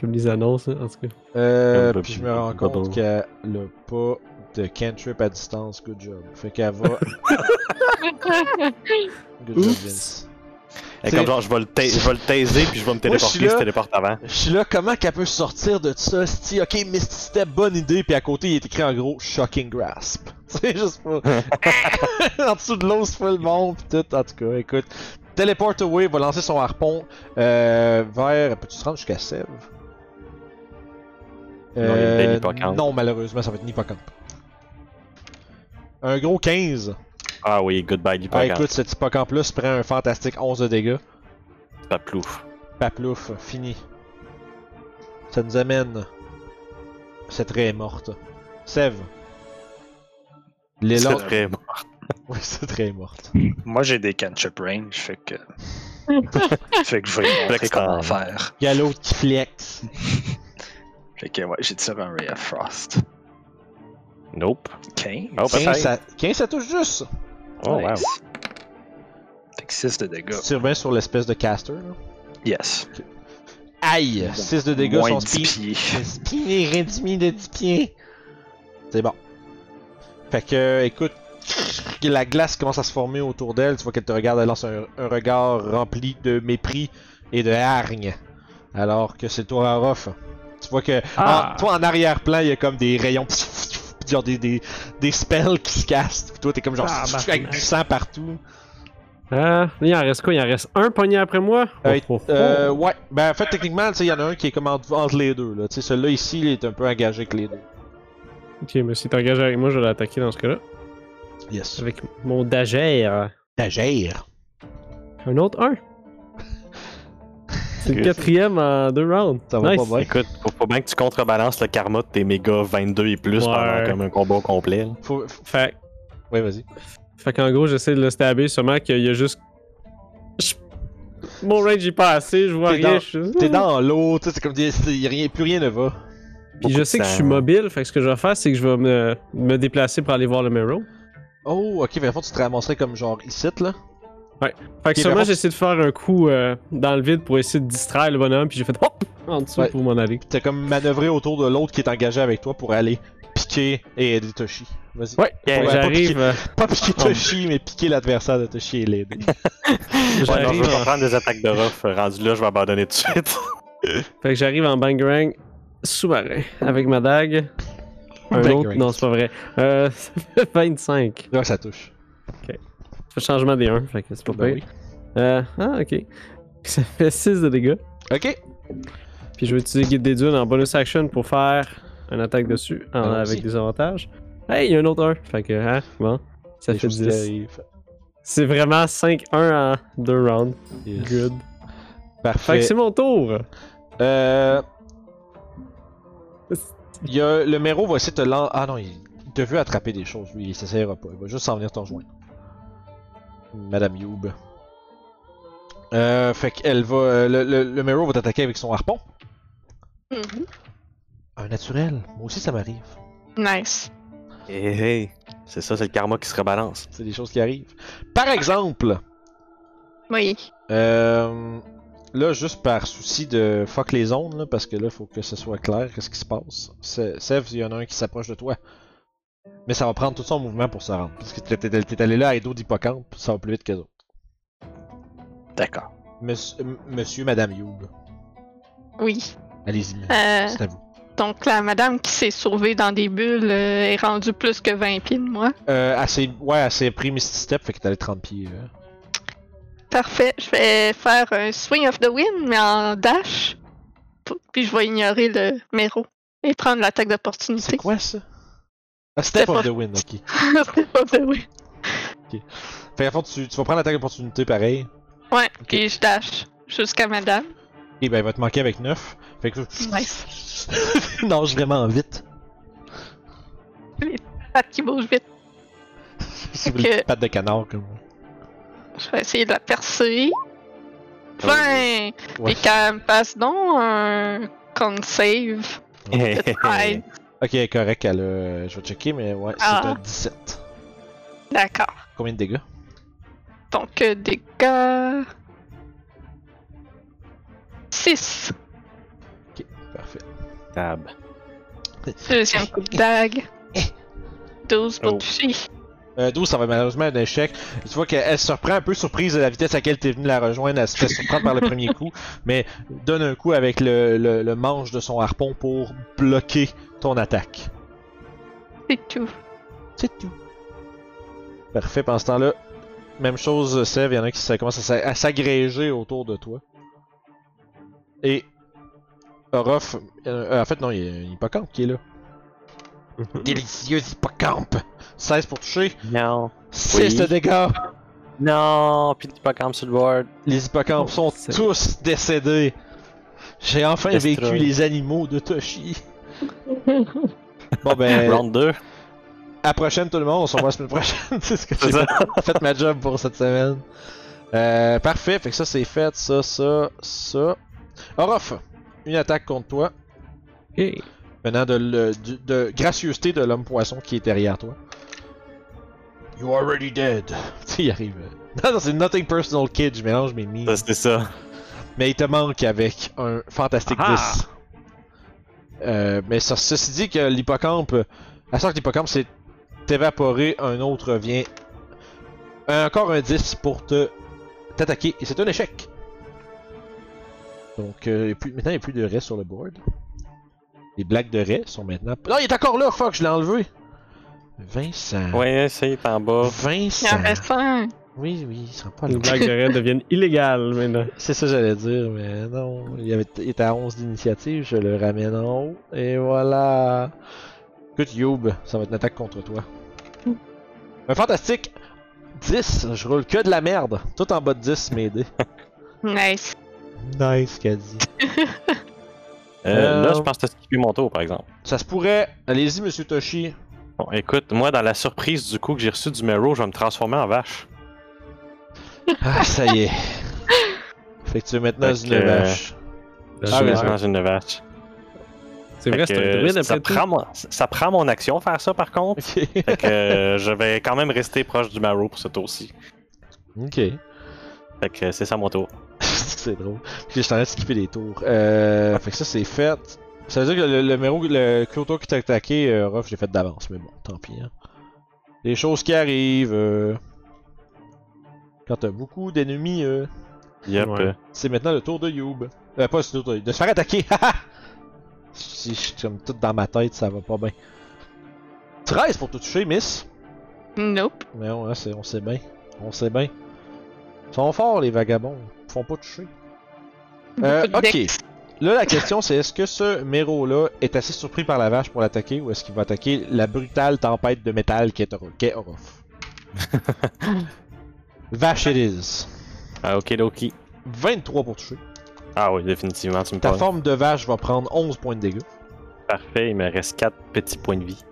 D: comme les annonces, hein, en tout cas?
A: Euh,
E: Comme
A: puis je
E: Bubble-
A: me rends compte
E: Bubble.
A: qu'elle le pas de cantrip à distance. Good job. Fait qu'elle va. Good job,
D: Oups.
A: Vince.
E: Et
A: C'est-
E: comme genre, je vais le, ta- je vais le taiser puis je vais me
A: Moi, je suis
E: téléporter, je
A: là.
E: se téléporte avant.
A: Je suis là, comment qu'elle peut sortir de ça, si Ok, Misty Step, bonne idée, puis à côté, il est écrit en gros Shocking Grasp. C'est juste pas. en dessous de l'eau, c'est pas le bon, pis tout. En tout cas, écoute. Teleport Away va lancer son harpon euh, vers. Peux-tu te rendre jusqu'à Sèvres
E: Non, il y a
A: Euh,
E: une hippocampe.
A: non, malheureusement, ça va être Hippocampe. Un gros 15.
E: Ah oui, goodbye
A: Ah,
E: l'hippocampe.
A: écoute, cet hippocampe-là se prend un fantastique 11 de dégâts.
E: Pas plouf.
A: Paplouf, fini. Ça nous amène. Cette raie est morte. Sève. Les
E: C'est
A: lords.
E: très bon.
A: Oui, cette raie est morte.
B: Moi, j'ai des cantrip range, fait que. fait que je vais vous montrer
E: Flex
B: comment
E: time.
B: faire.
A: Y'a l'autre qui flex.
B: Fait que, ouais, j'ai tiré un Ray of Frost.
E: Nope.
B: 15.
E: Oh, peut-être.
A: 15 ça... 15, ça touche juste.
E: Oh, wow.
B: Nice. Fait que 6 de dégâts.
A: Tu tires bien sur l'espèce de caster. là.
B: Yes.
A: Aïe 6 de dégâts,
B: Moins
A: son speed.
B: 10 pieds.
A: Le spin est réduit de 10 pieds. C'est bon. Fait que, euh, écoute, la glace commence à se former autour d'elle. Tu vois qu'elle te regarde, elle lance un, un regard rempli de mépris et de hargne. Alors que c'est toi, Arof. Tu vois que,
D: Ah.
A: en- toi en arrière-plan, il y a comme des rayons, genre des, des, des spells qui se cassent. Puis toi, t'es comme genre
D: Ah, bah,
A: avec du sang partout.
D: Ah, là, il en reste quoi? Il en reste un pogné après moi?
A: Euh,
D: Oh, oh, oh.
A: Euh, ouais, ben en fait, techniquement, tu sais, il y en a un qui est comme entre, entre les deux. là. Tu sais, celui-là ici, il est un peu engagé avec les deux.
D: Ok, mais si t'engages avec moi, je vais l'attaquer dans ce cas-là.
A: Yes.
D: Avec mon dagère.
A: T'agères.
D: Un autre 1. C'est le
E: Ok.
D: quatrième en deux rounds.
A: Ça va
D: Nice.
A: pas bien.
E: Écoute, faut, faut bien que tu contrebalances le karma de tes méga 22 et plus
D: Ouais.
E: pendant comme un combo complet. là.
A: Faut... faut-
D: Fait,
A: Ouais, vas-y.
D: fait qu'en gros, j'essaie de le stabber, seulement qu'il y a juste. Je- Mon range est pas assez, je vois
A: T'es
D: rien.
A: dans-
D: je-
A: T'es dans l'eau, tu sais, c'est comme des... c'est- y a rien... plus rien ne va.
D: Puis je
E: Beaucoup
D: sais
E: de
D: que je
E: sang.
D: suis mobile, fait que ce que je vais faire, c'est que je vais me, me déplacer pour aller voir le Mero.
A: Oh, ok, mais à fond, tu te ramasserais comme genre ici, là.
D: Fait
A: Ok,
D: que sûrement,
A: par contre-
D: j'essaie de faire un coup euh, dans le vide pour essayer de distraire le bonhomme, puis j'ai fait hop en dessous
A: Ouais.
D: pour m'en aller.
A: T'as comme manœuvré autour de l'autre qui est engagé avec toi pour aller piquer et aider Toshi. Vas-y.
D: Ouais,
A: Yeah,
D: fait que
A: ouais, pas
D: j'arrive.
A: piqué.
D: euh,
A: Pas piquer Toshi, mais piquer l'adversaire de Toshi et l'aider.
E: Ouais, non, je
D: j'arrive
E: veux pas
D: en-
E: prendre des attaques de rough. Rendu là, je vais abandonner tout de suite.
D: Fait que j'arrive en bangarang sous-marin avec ma dague. Un
A: Bangarang.
D: autre, non, c'est pas vrai. Euh, ça fait 25.
A: Là, ça touche.
D: Ça fait changement des 1, fait que c'est pas
A: Ben
D: pire. Euh, ah, ok. Ça fait 6 de dégâts.
A: Ok.
D: Puis je vais utiliser Guide des Dunes en bonus action pour faire une attaque dessus en-
A: Ah, moi aussi.
D: avec des avantages. Hey, il y a un autre 1. Fait que, hein, bon, ça
A: Des
D: fait
A: choses qui
D: 10.
A: arrivent.
D: C'est vraiment 5-1 en 2 rounds.
A: Yes.
D: Good. Fait
A: Parfait.
D: que c'est mon tour.
A: Euh. Il y a... Le méro va essayer de te lan- Ah non, il il te veut attraper des choses, lui, il s'essayera pas. Il va juste s'en venir te rejoindre. Madame Youb. Euh, fait qu'elle va. euh, Le, le, le méro va t'attaquer avec son harpon.
C: Mhm.
A: Un naturel. Moi aussi, ça m'arrive.
C: Nice.
E: Hé hé. C'est ça, c'est le karma qui se rebalance.
A: C'est des choses qui arrivent. Par exemple,
C: Oui.
A: euh, là, juste par souci de fuck les zones, là, parce que là, faut que ce soit clair, qu'est-ce qui se passe. Se- Sev, il y en a un qui s'approche de toi. Mais ça va prendre tout son mouvement pour se rendre. Parce que t'es t'es- t'es allé là à dos d'hippocampe, ça va plus vite que d'autres.
B: D'accord.
A: Monsieur, m- monsieur, madame Youb.
C: Oui.
A: Allez-y,
C: Euh,
A: c'est à vous.
C: donc la madame qui s'est sauvée dans des bulles euh, est rendue plus que 20 pieds de moi.
A: Euh, elle s'est- ouais, elle s'est pris Misty Step, fait qu'elle allait 30 pieds. euh.
C: Parfait, je vais faire un swing of the wind, mais en dash. P- Puis je vais ignorer le méro et prendre l'attaque
A: C'est
C: d'opportunité.
A: quoi ça? Ah, step
C: Step
A: of
C: of-
A: the wind, ok.
C: Step of the wind.
A: Fait à fond, tu, tu vas prendre l'attaque d'opportunité pareil.
C: Ouais, puis je dash jusqu'à madame.
A: Et ben, il va te manquer avec 9. Fait que.
C: Nice.
A: non, je vraiment vite.
C: Patte qui bouge vite.
A: C'est
C: Fait que-
A: une patte de canard, comme.
C: Je vais essayer de la percer.
E: Oh.
C: 20!
A: Ah Ouais.
C: Et qu'elle me passe donc un con save. Aïe.
A: Ok, correct, elle a. Je vais checker, mais ouais, c'est
C: Ah.
A: un 17.
C: D'accord.
A: Combien de dégâts?
C: Donc, euh, dégâts. 6.
A: Parfait.
E: Tab.
C: Deuxième coup de dague. 12 pour
E: Oh.
C: toucher.
A: Euh, 12, ça va malheureusement être un échec. Tu vois qu'elle se reprend un peu surprise de la vitesse à laquelle t'es venu la rejoindre. Elle se fait surprendre par le premier coup, mais donne un coup avec le, le- le manche de son harpon pour bloquer ton attaque.
C: C'est tout.
A: C'est tout. Parfait, pendant ce temps-là, même chose, Sev, il y en a qui ça commence à, s'a- à s'agréger autour de toi. Et Orof, euh, euh, en fait non, il y a un hippocampe qui est là. Délicieux hippocampe! 16 pour toucher,
E: Non.
A: 6 de dégâts!
E: Non, pis pas comme sur le board.
A: Les hippocampes sont
D: Oh, c'est-
A: tous décédés. J'ai enfin
E: Destroy.
A: vécu les animaux de Toshi. bon ben,
E: Round 2.
A: à prochaine tout le monde, on se revoit la semaine prochaine. c'est ce que j'ai
E: C'est ça.
A: fait- fait ma job pour cette semaine. Euh, parfait, fait que ça c'est fait, ça, ça, ça. Orof, une attaque contre toi,
D: Ok.
A: venant de, le- du- de gracieuseté de l'homme poisson qui est derrière toi. You are already dead. Tu sais, il arrive. euh. Non, non, c'est nothing personal kid, je mélange mes mimes.
E: Ça, C'était ça.
A: Mais il te manque avec un fantastique
E: Ah!
A: 10. Euh, mais ça- ceci dit que l'hippocampe, à sorte que l'hippocampe s'est évaporé, un autre vient. Euh, Encore un 10 pour te t'attaquer, et c'est un échec. Donc, euh, il y a plus- maintenant il n'y a plus de raies sur le board. Les blagues de raies sont maintenant. Non, il est encore là, fuck, je l'ai enlevé! Vincent.
E: Ouais, ça, il est en bas.
C: Il
A: Vincent.
C: en reste un.
A: Oui, oui, il sera pas là.
D: Les blagues de raid deviennent illégales maintenant.
A: C'est ça que j'allais dire, mais non. Il, avait, il était à 11 d'initiative, je le ramène en haut, et voilà. Écoute, Youb, ça va être une attaque contre toi.
E: Mm.
A: Un fantastique 10, je roule que de la merde. Tout en bas de 10, mes dés.
C: Nice.
A: Nice, qu'a dit.
E: Euh, Là,
A: Euh,
E: je pense que t'as skippé mon tour, par exemple.
A: Ça se pourrait. Allez-y, monsieur Toshi.
E: Bon, écoute, moi, dans la surprise du coup que j'ai reçu du Mero, je vais me transformer en vache.
A: Ah, ça y est. Fait que tu es maintenant
E: Fait
A: une
E: que,
A: vache.
E: Je
A: Ah,
E: suis
A: ouais.
E: maintenant une vache.
D: C'est
E: Fait
D: vrai, c'est un
E: que,
D: druide
E: ça,
D: après tout.
E: prend mon, ça prend mon action faire ça, par contre.
A: Ok.
E: Fait que euh, je vais quand même rester proche du Maro pour ce tour-ci.
A: ok.
E: Fait que euh, c'est ça mon tour.
A: c'est drôle. Puis je t'en de skipper les tours. Euh, fait que ça, c'est fait. Ça veut dire que le, le numéro, le Kyoto qui t'a attaqué, euh, Ruff, j'ai fait d'avance, mais bon, tant pis. Hein. Les choses qui arrivent. euh, Quand t'as beaucoup d'ennemis, euh,
E: Yep.
D: Ouais.
E: euh,
A: c'est maintenant le tour de Youb. Euh, pas le tour de de se faire attaquer. si je suis comme tout dans ma tête, ça va pas bien. 13 pour te toucher, Miss.
C: Nope.
A: Mais on, hein, c'est- on sait bien. On sait bien. Ils sont forts, les vagabonds. Ils font pas toucher. Euh,
C: Beaucoup de
A: ok.
C: dex.
A: Là, la question, c'est est-ce que ce méro-là est assez surpris par la vache pour l'attaquer ou est-ce qu'il va attaquer la brutale tempête de métal qui est Oro- qu'est Orof? vache it is.
E: Ah, ok, Loki.
A: 23 pour toucher.
E: Ah oui, définitivement, tu me
A: Ta
E: parles.
A: forme de vache va prendre 11 points de dégâts.
E: Parfait, il me reste 4 petits points de vie.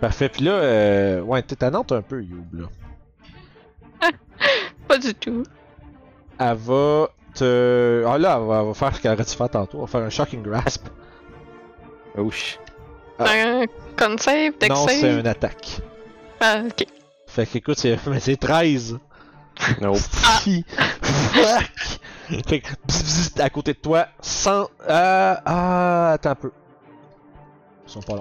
A: Parfait. Puis là, euh, ouais, tétanante un peu, Youb, là.
C: Pas du tout.
A: Elle va te... Ah là, elle va, elle va faire ce qu'elle aurait dû faire tantôt. Elle va faire un shocking grasp.
E: Ouch.
A: Ah.
C: Un con save, dex
A: non, c'est
C: save.
A: une attaque.
C: Ah, ok.
A: Fait qu'écoute, c'est mais c'est 13.
E: No.
A: Si. Oh, Fuck! Fait que, bzz, bzz, à côté de toi, sans. Ah, ah, attends un peu. Ils sont pas longs.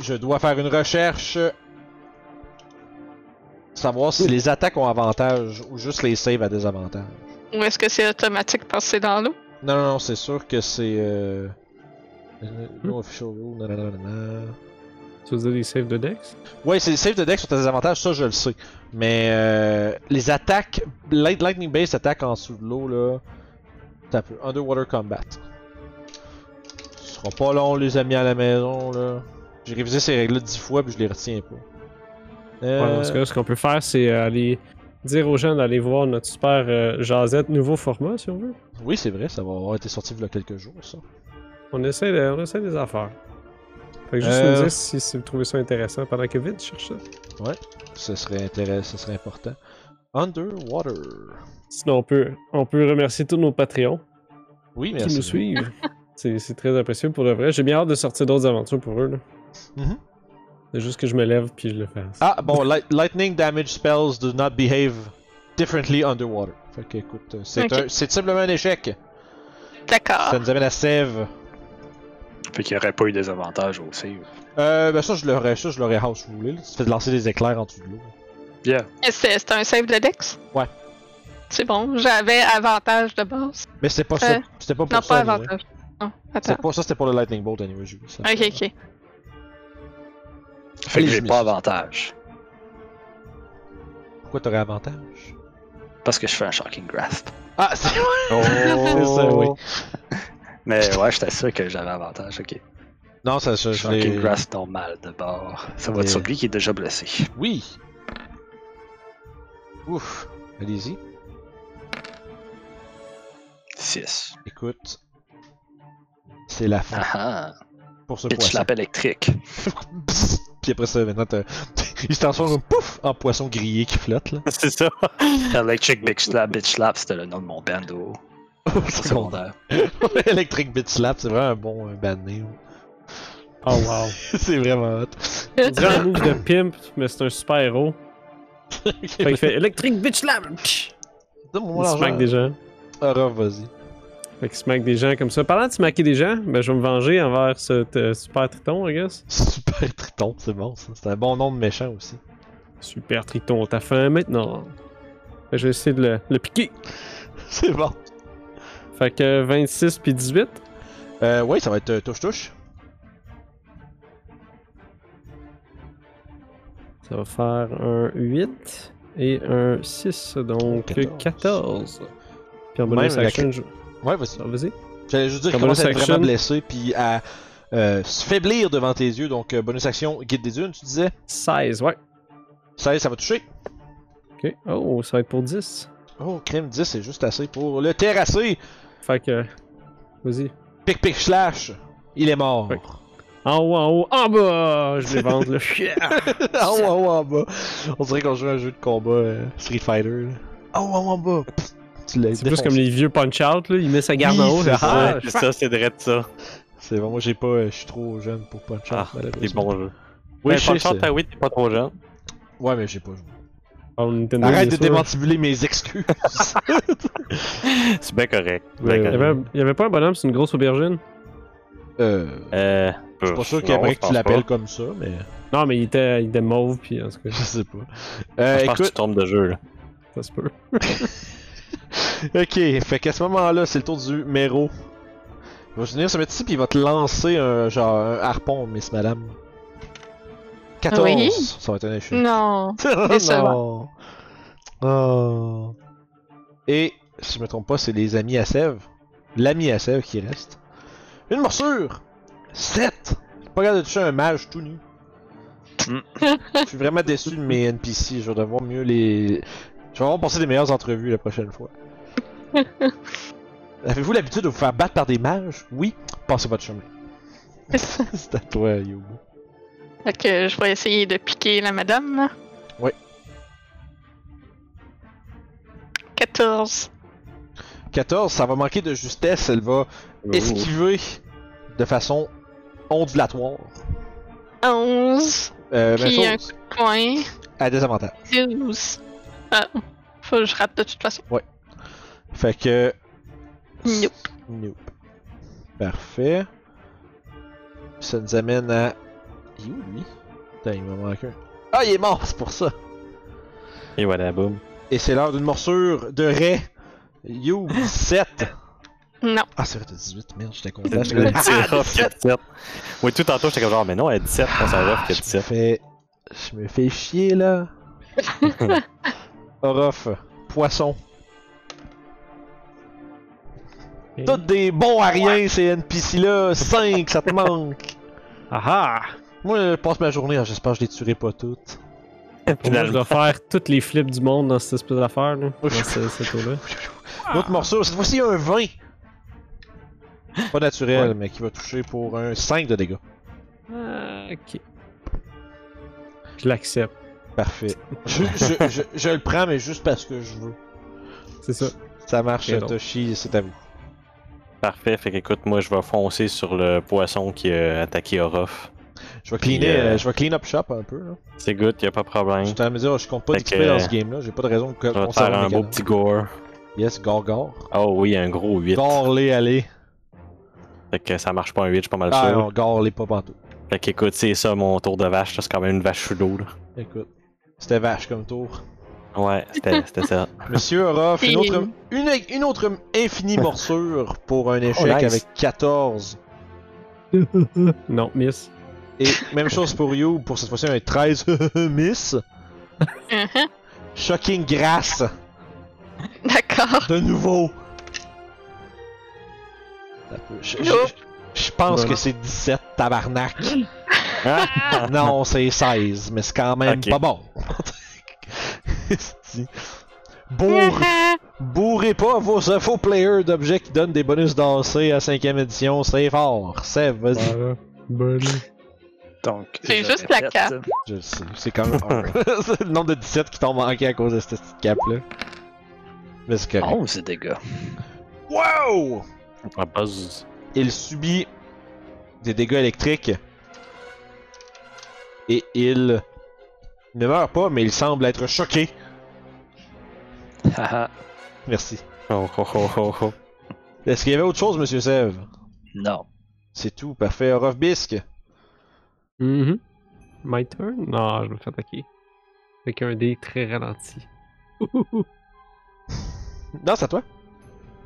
A: Je dois faire une recherche. savoir si les attaques ont avantage ou juste les saves à désavantage.
C: Ou est-ce que c'est automatique parce que c'est dans l'eau?
A: Non, non, non, c'est sûr que c'est. Euh... No official rule, nanana.
D: Tu veux dire les saves de Dex
A: Ouais, c'est les saves de deck sur tes avantages, ça je le sais. Mais euh, les attaques, light- Lightning Base attaque en dessous de l'eau là. T'as peu. Underwater Combat. Ce sera pas long les amis à la maison là. J'ai révisé ces règles-là dix fois puis je les retiens pas. Euh,
D: Ouais, dans ce cas-là, ce qu'on peut faire, c'est aller dire aux gens d'aller voir notre super euh, Jazette nouveau format, si on veut.
A: oui, c'est vrai, ça va avoir été sorti il y a quelques jours ça.
D: On essaie, de- on essaie des affaires. Fait que juste
A: Euh.
D: nous dire si, si vous trouvez ça intéressant pendant que Vite cherche ça.
A: Ce serait intéressant, ce serait important. Underwater.
D: Sinon, on peut, on peut remercier tous nos Patreons
A: Oui,
D: qui
A: merci.
D: nous suivent. c'est c'est très apprécié pour le vrai. J'ai bien hâte de sortir d'autres aventures pour eux. là.
A: Mhm.
D: C'est juste que je me lève puis je le fais.
A: Ah bon, light- lightning damage spells do not behave differently underwater. Fait que écoute, euh, c'est
C: Ok.
A: un- c'est simplement un échec.
C: D'accord.
A: Ça nous amène à Sève.
B: Fait qu'il n'y aurait pas eu des avantages aussi.
A: Euh, ben ça je l'aurais, ça je l'aurais house roulé. là. Tu fais de lancer des éclairs en dessous de l'eau.
B: Yeah.
C: Et C'est c'est un save de Dex?
A: Ouais.
C: C'est bon, j'avais avantage de base.
A: Mais c'était pas ça,
C: Euh,
A: c'était pas pour
C: Non,
A: ça.
C: pas
A: anyway.
C: avantage. Non, attends.
A: C'était pas ça, c'était pour le lightning bolt anyway, Julie. ça.
C: Ok, ok.
B: Fait que
A: Les
B: j'ai
A: miss.
B: pas avantage.
A: Pourquoi t'aurais avantage
B: Parce que je fais un shocking grasp.
A: Ah, c'est
E: Oh,
A: c'est ça, oui.
B: Mais ouais, j'étais sûr que j'avais avantage, ok.
A: Non, ça, ça je
B: Shocking
A: l'ai.
B: grasp normal de bord. Ça va
A: Et-
B: être sur lui qui est déjà blessé.
A: Oui. Ouf. Allez-y.
B: 6.
A: Écoute, c'est la fin
B: Ah ah.
A: pour ce
B: Pitch
A: poisson.
B: slap électrique.
A: Psst. Puis après ça, maintenant, t'as- il se transforme comme pouf en poisson grillé qui flotte là.
E: c'est ça.
B: Electric Big Slap, Bitch Slap, c'était le nom de mon bando. Secondaire.
A: Electric Bit Slap, c'est vraiment un bon euh, band name.
D: Oh wow.
A: c'est vraiment hot.
D: On dirait un move de pimp, mais c'est un super héros. Fait qu'il fait électrique bitch lab!
A: Donne-moi mon
D: Il
A: argent.
D: smack des gens.
A: Aura, vas-y.
D: Fait qu'il smack des gens comme ça. Parlant de smacker des gens, ben je vais me venger envers ce euh, super triton, I guess.
A: Super Triton, c'est bon ça. C'est un bon nom de méchant aussi.
D: Super triton, t'as faim maintenant. Fait que je vais essayer de le, le piquer.
A: C'est bon.
D: Fait que 26 puis 18.
A: Euh, ouais, ça va être euh, touche-touche.
D: Ça va faire un 8 et un 6, donc 14.
A: 14.
D: Puis en
A: Même
D: bonus
A: avec-
D: action, je...
A: Ouais, vas-y.
D: Ah, vas-y.
A: J'allais juste dire qu'il
D: Comme
A: commence à
D: bonus
A: être vraiment
D: action.
A: blessé puis à euh, se faiblir devant tes yeux. Donc, euh, bonus action, guide des dunes, tu disais.
D: 16, ouais.
A: Ça y est, ça va toucher.
D: Ok. Oh, ça va être pour 10.
A: Oh, crime 10, c'est juste assez pour le terrasser.
D: Fait que... Vas-y.
A: Pic pic slash. Il est mort.
D: Oui. En haut, en haut, en bas! Ah, bah, Je les vante, là.
A: en haut, en haut, en bas. bah. On dirait qu'on joue à un jeu de combat euh, Street Fighter. là. En haut, en haut, en bas. Pff, tu l'as
D: C'est plus
A: défoncé.
D: comme les vieux punch-out, là. Il met sa garde
A: Oui,
D: en haut,
A: c'est
D: là.
A: ça,
D: Ah,
E: c'est ça, c'est direct ça.
A: C'est bon, moi j'ai pas. euh, Je suis trop jeune pour punch out.
E: Ah,
A: malheureusement.
E: C'est bon jeu.
A: Oui,
E: Mais
A: je sais.
E: Punch
A: ça.
E: Out, t'as oui, t'es Ben, pas trop jeune.
A: Ouais, mais j'ai pas joué.
D: on Oh, Nintendo,
A: Arrête de
D: bien sûr.
A: démantibuler mes excuses.
E: C'est bien correct.
D: Il y,
E: Bien correct.
D: avait un- il y avait pas un bonhomme, c'est une grosse aubergine?
A: euh.
E: Euh,
A: Je suis pas sûr qu'après que tu l'appelles comme ça, mais
D: Non, mais il était, il était mauve, puis en tout cas,
A: je sais pas. Euh,
E: Je pense que tu
A: écoute,
E: tombes de jeu là.
D: ça se peut.
A: ok, fait qu'à ce moment-là, c'est le tour du méro. Il va se venir se mettre ici, puis il va te lancer un genre un harpon, Miss Madame. 14!
C: Oui.
A: Ça va être un échec.
C: Non.
A: non!
C: Décevant.
A: Oh. Et, si je me trompe pas, c'est les amis à Sève. L'ami à Sève qui reste. Une morsure! 7! Pas capable de toucher un mage tout nu.
B: Mm.
A: je suis vraiment déçu de mes NPC. Je vais devoir mieux les. Je vais avoir passé des meilleures entrevues la prochaine fois. Avez-vous l'habitude de vous faire battre par des mages? Oui? Passez votre chemin. c'est à toi, Yobo.
C: Fait que je vais essayer de piquer la madame.
A: Ouais.
C: 14.
A: 14, ça va manquer de justesse. Elle va
E: Ouh.
A: esquiver de façon ondulatoire.
C: 11.
A: Euh, même
C: Puis un
A: chose,
C: Coin.
A: à désavantage.
C: 12. Ah. Faut que je rate de toute façon.
A: Fait que.
C: Nope.
A: Nope. Parfait. Ça nous amène à. Il est où lui Putain, il m'a manqué un. Ah, il est mort, c'est pour ça
E: Et voilà, boum.
A: Et c'est l'heure d'une morsure de Ray. You, 7.
C: Non.
A: Ah, c'est vrai, t'as 18. Merde, j'étais content.
E: Le
A: J'étais comme,
E: petit
C: Ah,
E: rough qui a 17. Oui, tout tantôt, j'étais comme genre, mais non, elle a 17, on s'en rough qui
A: Je
E: a
A: me
E: 17.
A: fais. Je me fais chier là. Orof, poisson.
D: Ok.
A: Toutes des bons à rien, ces NPC là. 5, ça te manque.
D: Ah ah!
A: Moi, je passe ma journée, ah, j'espère que je les tuerai pas toutes.
D: Pour moi, je
E: Finalement.
D: dois faire toutes les flips du monde dans cette espèce d'affaire, là. Dans
A: Ouf.
D: ce- cette eau-là. Ah.
A: L'autre morceau, cette fois-ci un 20. Pas naturel, mais qui va toucher pour un 5 de dégâts.
D: Ah, ok. Je l'accepte.
A: Parfait. Je, je- je- je le prends, mais juste parce que je veux.
D: C'est ça.
A: Ça marche,
D: Et donc.
A: Toshi, c'est à vous.
E: Parfait, fait qu'écoute, moi, je vais foncer sur le poisson qui a attaqué Orof.
A: Je vais cleaner,
E: Yeah.
A: euh, je vais clean up shop un peu. Là.
E: C'est good, y a pas de problème.
A: Je suis en train de me dire, je compte pas
E: Fait
A: d'XP
E: que-
A: dans ce game-là, j'ai pas de raison de co-
E: Je vais te faire
A: conserver
E: un
A: mes
E: beau
A: canons.
E: petit gore.
A: Yes, gorgor.
E: Oh oui, un gros 8.
A: Gorlé, allez.
E: Fait que ça marche pas un 8, je suis pas mal
A: Ah
E: sûr.
A: non, gorlé pas pantoute.
E: Fait qu'écoute, c'est ça mon tour de vache, là, c'est quand même une vache sous l'eau, là.
A: Écoute, c'était vache comme tour.
E: Ouais, c'était c'était ça.
A: Monsieur Orof, une
C: Et-
A: autre, une, une autre infinie morsure pour un échec
E: Oh, nice.
A: avec 14.
D: Non, miss.
A: Et même chose pour You, pour cette fois-ci un 13 miss.
C: Mhm.
A: Shocking grâce,
C: D'accord.
A: de nouveau. Ça peut- Je, je-
C: Nope.
A: je pense
D: Voilà.
A: que c'est 17, tabarnak.
E: Ah!
A: Non, c'est 16, mais c'est quand même
E: Ok.
A: pas bon. Esti. Bourrez, bourrez pas vos faux players d'objets qui donnent des bonus dansés à 5ème édition, c'est fort. C'est, vas-y.
D: Voilà. Bonne.
B: Donc, euh,
C: C'est
B: je
C: juste la
B: répète.
C: carte.
A: Je le sais, c'est quand même hard. C'est le nombre de 17 qui t'ont manqué à cause de cette petite cap-là. Mais c'est correct.
B: 11 dégâts.
A: Wow!
E: Ah, buzz.
A: Il subit des dégâts électriques. Et il ne meurt pas, mais il semble être choqué.
B: Haha.
A: Merci.
E: Oh, oh, oh, oh, oh.
A: Est-ce qu'il y avait autre chose, Monsieur Sev?
B: non.
A: C'est tout, parfait. Orof Bisque.
D: Mhm. My turn? Non, je me fais attaquer. Avec un dé très ralenti. Ouhouhou.
A: Non, c'est à toi.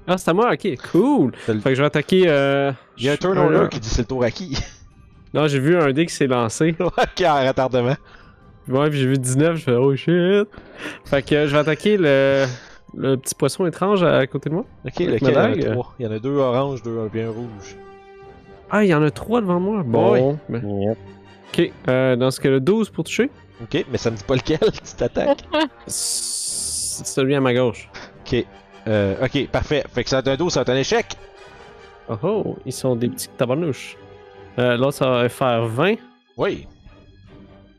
D: Ah, c'est à moi, ok, cool!
A: T'as le-
D: Fait que je vais attaquer. Euh...
A: Il y a un turn
D: un-
A: order qui dit c'est le tour à qui
D: Non, j'ai vu un dé qui s'est lancé.
A: Ok, en retardement.
D: Ouais, puis j'ai vu 19, je fais oh shit! Fait que euh, je vais attaquer le... le petit poisson étrange à côté de moi.
A: Ok,
D: Avec
A: lequel il y en a
D: ma dague.
A: trois Il y en a deux oranges, deux et un rouge.
D: Ah, il y en a 3 devant moi. Bon. ben-
E: Yep.
D: Ok, euh, dans ce cas-là, 12 pour toucher.
A: Ok, mais ça me dit pas lequel, tu t'attaques.
D: C- Celui à ma gauche.
A: Ok. Euh, ok, parfait. Fait que ça va être un dos, ça va être un échec.
D: Oh oh, ils sont des petits tabarnouches. Euh, L'autre, ça va faire 20,
A: Oui.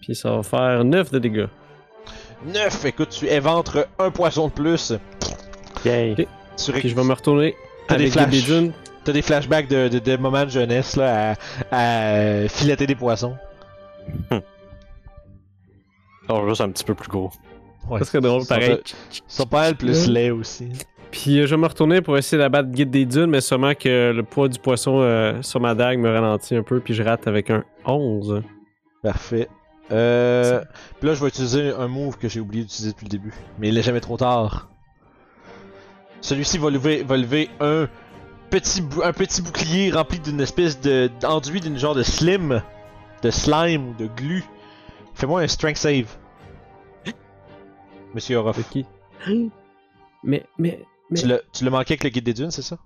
D: puis ça va faire 9 de dégâts.
A: 9, écoute, tu éventres un poisson de plus.
E: Yay.
A: Tu
D: Puis
A: réc-
D: je vais me retourner
A: T'as des
D: avec des
A: flashs.
D: bidunes.
A: T'as des flashbacks de, de, de moments de jeunesse là, à, à fileter des poissons.
E: Oh, juste un petit peu plus gros.
A: Ouais.
D: Ça serait drôle,
A: Ils sont
D: pareil.
A: de- Ils sont pas mal plus laids aussi.
D: Puis euh, je vais me retourner pour essayer d'abattre Guide des Dunes, mais sûrement que le poids du poisson euh, sur ma dague me ralentit un peu, puis je rate avec un 11.
A: Parfait. Euh, puis là, je vais utiliser un move que j'ai oublié d'utiliser depuis le début. Mais il est jamais trop tard. Celui-ci va lever, va lever un, petit, bou- un petit bouclier rempli d'une espèce de. enduit d'une genre de slim, de slime ou de glu. Fais-moi un strength save. Monsieur Orof.
D: C'est qui Mais, mais, mais.
A: Tu l'as- tu l'as manqué avec le guide des dunes, c'est ça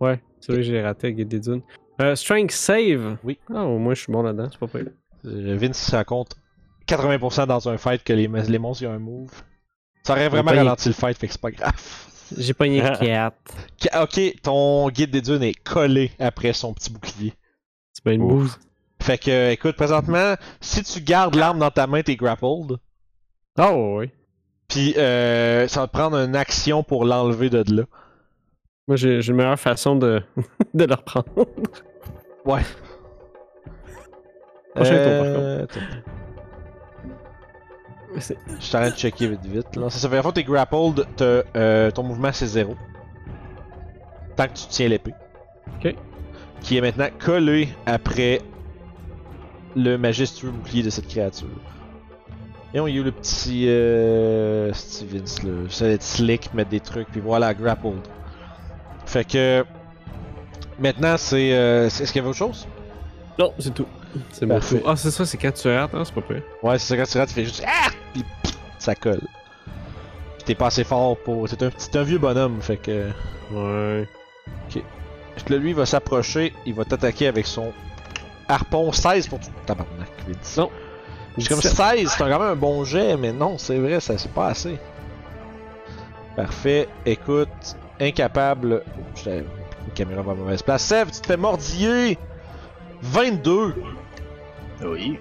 D: Ouais, c'est vrai que j'ai raté Guide des Dunes. Euh, strength save
A: Oui.
D: Ah, au moins je suis bon là-dedans, c'est pas pire.
A: Euh, Vince, ça compte 80% dans un fight que les, les monstres y ont un move. Ça aurait vraiment
D: Ouais, il-
A: ralenti le fight, fait que c'est pas grave.
D: J'ai pogné 4.
A: Qu- ah, Ok, ton guide des dunes est collé après son petit bouclier.
D: C'est pas une
E: Ouf.
D: bouse.
A: Fait que, euh, écoute, présentement, si tu gardes l'arme dans ta main, t'es grappled.
D: Oh, oui.
A: Puis, euh, ça va te prendre une action pour l'enlever de là.
D: Moi, j'ai j'ai une meilleure façon de, de le reprendre.
A: Ouais.
D: Prochain
A: Euh,
D: tour, par contre. C'est-
A: attends, Je suis en train de checker vite vite. Là. Ça, ça fait la fois que t'es grappled, t'as, euh, ton mouvement c'est zéro. Tant que tu tiens l'épée.
D: Ok.
A: Qui est maintenant collé après le majestueux bouclier de cette créature. Et on y a eu le petit euh, Stevens là. J'allais être slick, mettre des trucs, puis voilà, grappled. Fait que. Maintenant, c'est. euh, c'est- Est-ce qu'il y avait autre chose?
D: Non, c'est tout. C'est mon
A: Parfait.
D: tour. Ah, c'est ça, c'est quand tu rates, hein, c'est pas pire.
A: Ouais, c'est ça, quand tu rates, tu fais juste. Ah! Puis pff, ça colle. Puis t'es pas assez fort pour. C'est un petit. un vieux bonhomme, fait que.
D: Ouais.
A: Fait que là, lui, il va s'approcher, il va t'attaquer avec son harpon 16 pour tout. Tabarnak, il dit ça.
D: Non.
A: Je suis comme 16, c'est quand même un bon jet, mais non, c'est vrai, ça c'est pas assez. Parfait, écoute, incapable. Oh, j'étais- une caméra va à mauvaise place. Sèvres, tu te fais mordiller 22
B: Oui.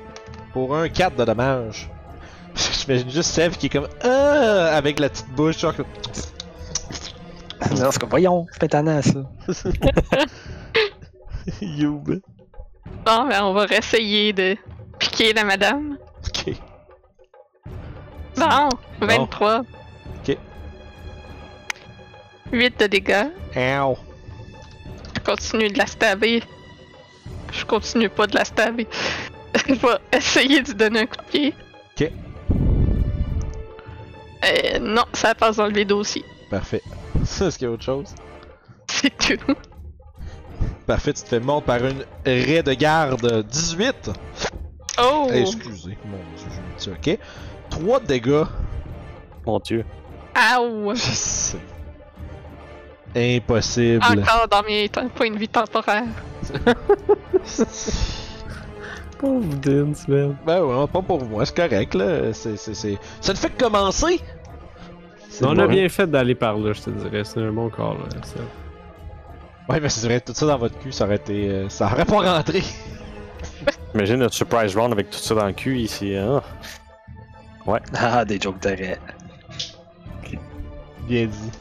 A: pour un 4 de dommage. J'imagine juste Sèvres qui est comme Ah! avec la petite bouche, genre comme,
B: Non, c'est comme, voyons, c'est pétanant, ça.
A: Youb.
C: Bon, ben, on va réessayer de piquer la madame.
A: Ok.
C: Non, 23.
A: Ok.
C: 8 de dégâts.
A: Ow.
C: Je continue de la stabber. Je continue pas de la stabber. Je vais essayer de lui donner un coup de pied.
A: Ok.
C: Euh, non, ça passe dans le vide aussi.
A: Parfait. Est-ce qu'il y a autre chose?
C: C'est tout.
A: Parfait, tu te fais mordre par une raie de garde 18.
C: Oh!
A: Excusez, mon dieu, j'ai mis ça, ok. 3 dégâts.
E: Mon dieu.
C: Aouh!
A: Je sais. Impossible.
C: Encore dans mes temps- points de vie temporaires.
D: Pauvre Vince, man.
A: ben ouais, pas pour moi, c'est correct là. C'est, c'est, c'est... Ça ne fait que commencer! C'est
D: On
A: bon.
D: a bien fait d'aller par là, je te dirais. C'est un bon corps, là, ça.
A: Ouais, mais si vous auriez tout ça dans votre cul, ça aurait été. euh, ça aurait pas rentré.
E: Imagine notre surprise round avec tout ça dans le cul ici. Hein?
B: Ah, des jokes d'arrêt.
A: Bien dit.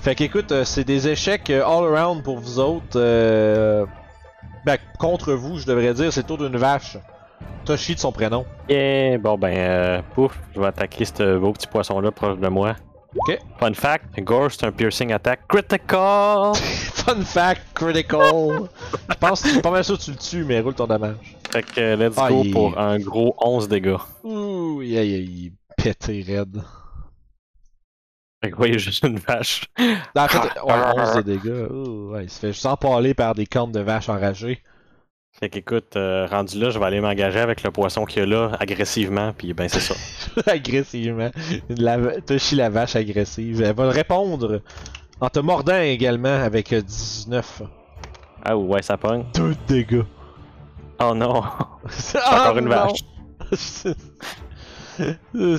A: Fait qu'écoute, euh, c'est des échecs euh, all around pour vous autres. euh, Ben, contre vous, je devrais dire, c'est le tour d'une vache. Toshi de son prénom.
E: Yeah, bon ben, euh, pouf, je vais attaquer ce beau petit poisson-là proche de moi.
A: Ok.
E: Fun fact, Gore, c'est un piercing attack critical!
A: Fun fact, critical. je pense, je suis pas mal sûr que tu le tues, mais roule ton dommage.
E: fait que euh, let's
A: Ah,
E: go
A: il-
E: pour un gros 11 dégâts.
A: Ouh, il a, pété raide.
E: Fait que voyez juste une vache.
A: Ben, En fait, ouais, 11 de dégâts. Ouh, ouais, il se fait juste empaler par des cornes de vache enragées.
E: Fait qu'écoute, euh, rendu là, je vais aller m'engager avec le poisson qu'il y a là, agressivement, puis ben c'est ça.
A: Agressivement. La, Toshi la vache agressive. Elle va répondre en te mordant également avec euh, 19.
E: Ah ouais, ça pogne.
A: 2 de dégâts.
E: Oh non!
A: Ah,
E: Encore une
A: non.
E: vache.
A: si euh,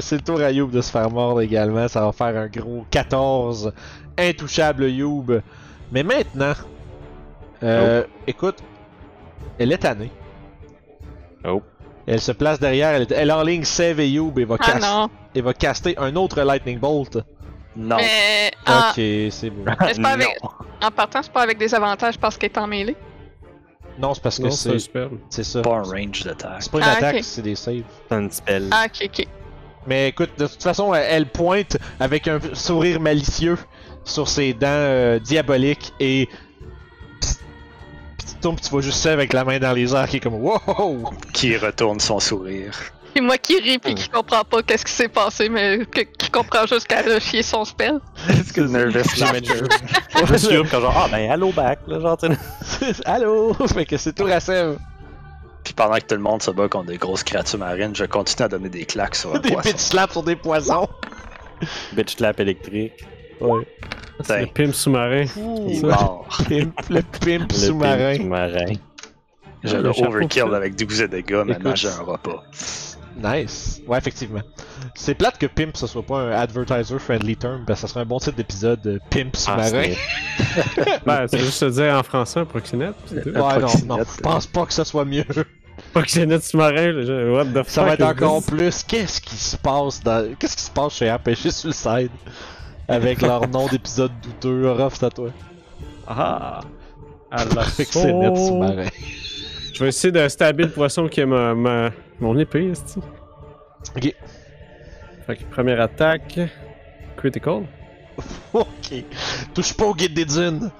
A: c'est le tour à Youb de se faire mordre également, ça va faire un gros 14. Intouchable Youb. Mais maintenant, euh, écoute, elle est tannée.
E: Oh.
A: Elle se place derrière, elle, est- elle est en ligne save et Youb et va,
C: Ah
A: cas-
C: non!
A: et va caster un autre Lightning Bolt.
B: Non.
C: Mais en,
A: Ok, c'est bon.
C: c'est pas
E: non.
C: avec- en partant, c'est pas avec des avantages parce qu'elle est en mêlée.
A: Non, c'est parce que
D: Non, c'est
A: c'est
D: un superbe.
A: c'est ça.
B: Pas un range d'attaque.
A: C'est pas une
C: Ah, ok.
A: attaque, c'est des saves.
E: C'est un spell.
C: Ah, ok, ok.
A: Mais écoute, de toute façon, elle- elle pointe avec un sourire malicieux sur ses dents euh, diaboliques et. Psst, pis tu tombes, pis tu vois juste ça avec la main dans les airs qui est comme Wow!
B: Qui retourne son sourire.
C: C'est moi qui ris puis
A: Hmm.
C: qui comprend pas qu'est-ce qui s'est passé, mais que- qui comprend juste qu'elle a chié son spell.
B: Nervous laughter.
E: J'imagine- Je suis comme genre, ah ben hello back, là, genre, tu sais.
A: Allô! Fait que c'est tout à Sèvres.
B: Puis pendant que tout le monde se bat contre des grosses créatures marines, je continue à donner des claques sur un
A: Des
B: poisson.
A: bitch slaps sur des poissons.
E: Bitch clap électrique.
D: C'est le pimp sous-marin.
B: Il est
D: ça.
B: mort.
A: Pimp- le pimp
E: Le pimp
A: sous-marin.
E: Sous-marin.
B: Je
D: Le
B: l'ai
D: chapeau,
B: overkill
D: ça.
B: avec 12 de dégâts, maintenant
A: Écoute.
B: j'ai un repas.
A: Nice. Ouais, effectivement. C'est plate que pimp ce soit pas un advertiser friendly term parce que ça serait un bon titre d'épisode euh, pimp
E: Ah,
A: sous-marin.
E: c'est-
D: Ben, c'est juste te dire en français, un proxénète. c'est tout.
A: ouais, non, non,
B: proxénète.
A: je pense pas que ça soit mieux.
D: Proxénète sous-marin, là, je- what the fuck.
A: Ça va être
D: is
A: encore
D: this?
A: plus. Qu'est-ce qui se passe dans... Qu'est-ce qui se passe chez RPG Suicide avec leur nom d'épisode douteux, Ruff, c'est à toi.
D: Ah! À la
A: Fait que c'est net
D: sauce.
A: sous-marin.
D: Je vais essayer de stabber le poisson qui est ma, ma- mon épée, est
A: Ok.
D: Fait que première attaque. Critical.
A: ok. Touche pas au guide des dunes.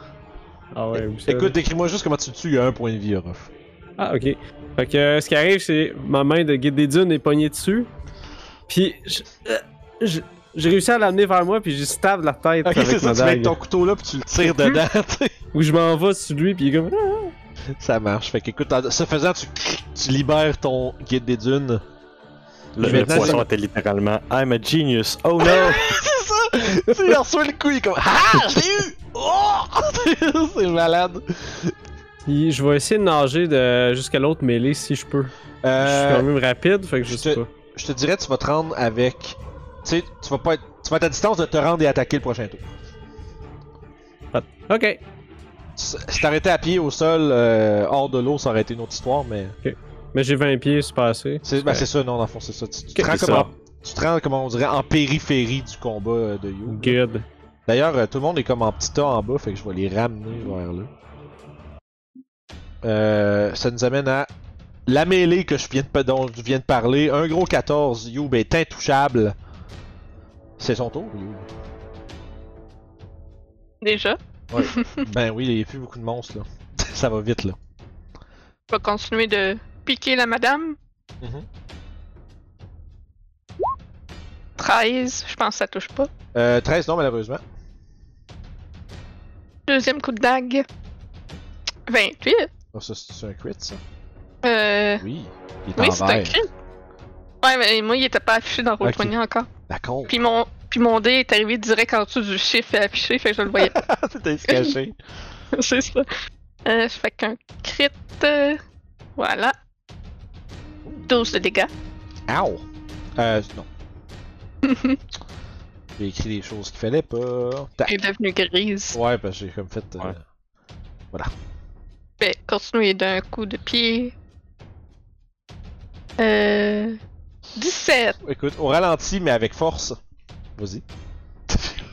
D: Ah ouais, vous savez.
A: Écoute, décris-moi juste comment tu le tues, il y a un point de vie, Ruff.
D: Ah ok. Fait que euh, ce qui arrive, c'est ma main de guide des dunes est pognée dessus. Puis je- euh, je- j'ai réussi à l'amener vers moi, puis j'ai stab la tête
A: Ok, c'est
D: avec
A: ça,
D: ma
A: tu mets
D: dague.
A: ton couteau là, puis tu le tires dedans, tu sais.
D: Ou je m'en vais sur lui, puis il est comme... Ah!
A: Ça marche. Fait qu'écoute, en ce faisant, tu, tu libères ton guide des dunes.
E: Le,
A: Mais
E: le
A: maintenant,
E: poisson
A: ça-
E: était littéralement I'm a genius. Oh no!
A: c'est ça! tu il reçoit le coup, il est comme Ah, je l'ai eu! Oh! c'est malade.
D: Puis je vais essayer de nager de... jusqu'à l'autre mêlée, si je peux. Je suis quand
A: Euh,
D: même rapide, fait que je
A: je
D: sais pas.
A: je te dirais, tu vas te rendre avec. Tu sais, tu vas pas être. Tu vas être à distance de te rendre et attaquer le prochain tour.
D: Ok.
A: Si si t'arrêtais à pied au sol, euh, hors de l'eau, ça aurait été une autre histoire, mais.
D: Mais j'ai 20 pieds, c'est pas assez.
A: C'est bah, c'est ça, non, dans le fond, c'est ça. Tu, tu te
D: Ok,
A: rends
D: c'est
A: comme
D: ça.
A: en- tu te rends, comment on dirait, en périphérie du combat euh, de You.
D: Good.
A: D'ailleurs, euh, tout le monde est comme en petit tas en bas, fait que je vais les ramener vers là. Euh, ça nous amène à la mêlée que je viens de, pa- dont je viens de parler. Un gros 14, Youb est intouchable. C'est son tour, Youb.
C: Déjà,
A: ben oui, il n'y a plus beaucoup de monstres là. ça va vite là.
C: je vais continuer de piquer la madame.
A: Mhm.
C: 13, je pense que ça touche pas.
A: Euh, 13, non, malheureusement.
C: Deuxième coup de dague. 28.
A: Oh, ça, c'est un crit, ça.
C: Euh.
A: Oui, il est
C: Oui,
A: en
C: c'est un
A: vert.
C: crit. Ouais, mais moi, il était pas affiché dans
A: Ok.
C: Roll20 encore.
A: La con.
C: Puis mon, puis mon dé est arrivé direct en dessous du chiffre affiché, fait que je le voyais.
A: T'es caché.
C: C'est ça. Euh, je fais qu'un crit. euh, Voilà. 12 de dégâts.
A: Ow! Euh, non. J'ai écrit des choses qu'il fallait pas. Tac.
C: Elle est devenue grise.
A: Ouais, parce que j'ai comme fait. euh,
E: Ouais.
C: Ben, continuer d'un coup de pied. Euh. 17.
A: Écoute, on ralentit, mais avec force. Vas-y.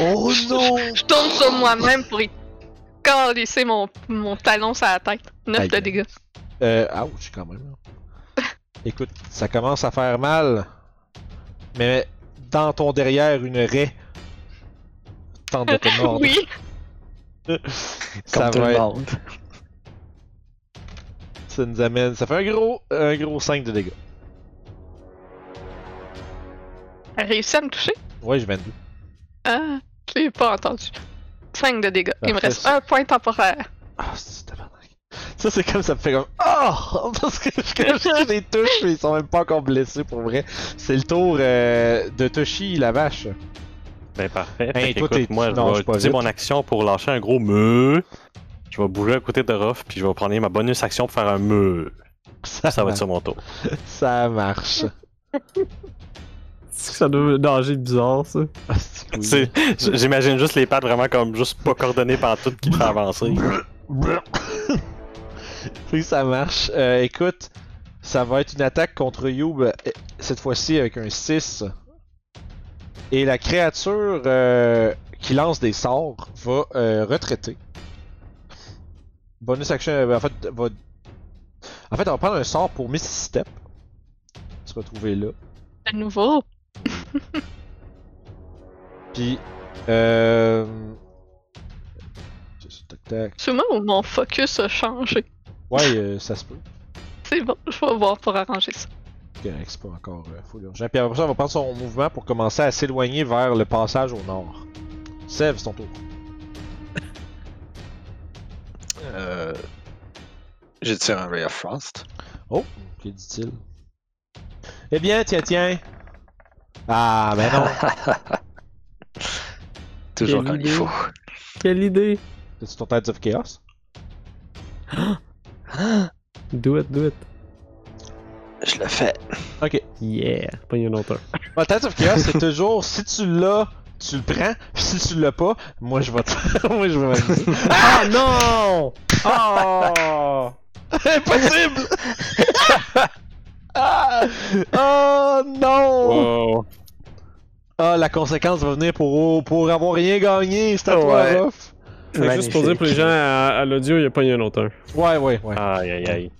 A: oh non!
C: Je tourne sur moi-même pour y calisser mon, mon talon sur la tête. 9
A: Aïe.
C: de dégâts.
A: Euh, ouch, quand même. Écoute, ça commence à faire mal. Mais dans ton derrière, une raie tente de te mordre.
C: Oui!
A: ça
B: tout
A: va
B: le
A: être-
B: monde.
A: Ça nous amène. Ça fait un gros, un gros 5 de dégâts.
C: Elle réussit à me toucher?
A: Ouais, j'ai 22.
C: Ah, je l'ai pas entendu. 5 de dégâts. Il me
A: Parfait,
C: reste
A: ça.
C: un point temporaire.
A: Ah, c'est du tabarnak. Ça, c'est comme ça me fait comme. Oh Parce que quand je les touche, mais ils sont même pas encore blessés pour vrai. C'est le tour euh, de Toshi, la vache.
E: Ben parfait.
A: Hey,
E: Fait que,
A: toi,
E: écoute,
A: t'es-
E: moi,
A: tu nages
E: je vais
A: pas
E: utiliser
A: vite.
E: mon action pour lâcher un gros meuh. Je vais bouger à côté de Ruff, puis je vais prendre ma bonus action pour faire un meuh. Ça va être
A: marche.
E: sur mon tour.
A: Ça marche.
D: C'est que ça doit nager bizarre, ça.
A: Ah, c'est cool.
E: C'est- j- J'imagine juste les pattes vraiment comme juste pas coordonnées par tout qui te fait avancer.
A: oui, ça marche. Euh, écoute, ça va être une attaque contre Youb, euh, cette fois-ci avec un 6. Et la créature euh, qui lance des sorts va euh, retraiter. Bonus action, euh, en fait, va... En fait, on va prendre un sort pour Misty Step. Se retrouver là.
C: À nouveau.
A: Puis, euh... Tac, tac.
C: Souvent, mon focus a changé.
A: Ouais, euh, ça se peut.
C: C'est bon, je vais voir pour arranger ça.
A: Correct, c'est pas encore euh, full urgent. Puis après ça, on va prendre son mouvement pour commencer à s'éloigner vers le passage au nord. Sève, c'est ton tour.
B: Euh, J'ai tiré un Ray of Frost.
A: Oh, que dit-il Eh bien, tiens, tiens Ah, mais non
B: Toujours
D: Quelle
B: comme il
D: idée.
B: faut.
D: Quelle idée!
A: C'est ton Tides of Chaos
D: Do it, do it.
B: Je le fais.
A: Ok.
D: Yeah! Pas une autre.
A: Bon, Tides of Chaos, c'est toujours si tu l'as, tu le prends, puis si tu l'as pas, moi je vais te. moi je vais m'amuser.
D: Ah non! Oh!
A: Impossible Ah! Oh non Ah, la conséquence va venir pour, pour avoir rien gagné, c'est à toi,
B: Ouais.
A: Ruff.
D: Fait que juste pour dire pour les gens à, à l'audio, il a pas une autre.
A: Ouais, ouais, ouais.
E: Aïe aïe aïe.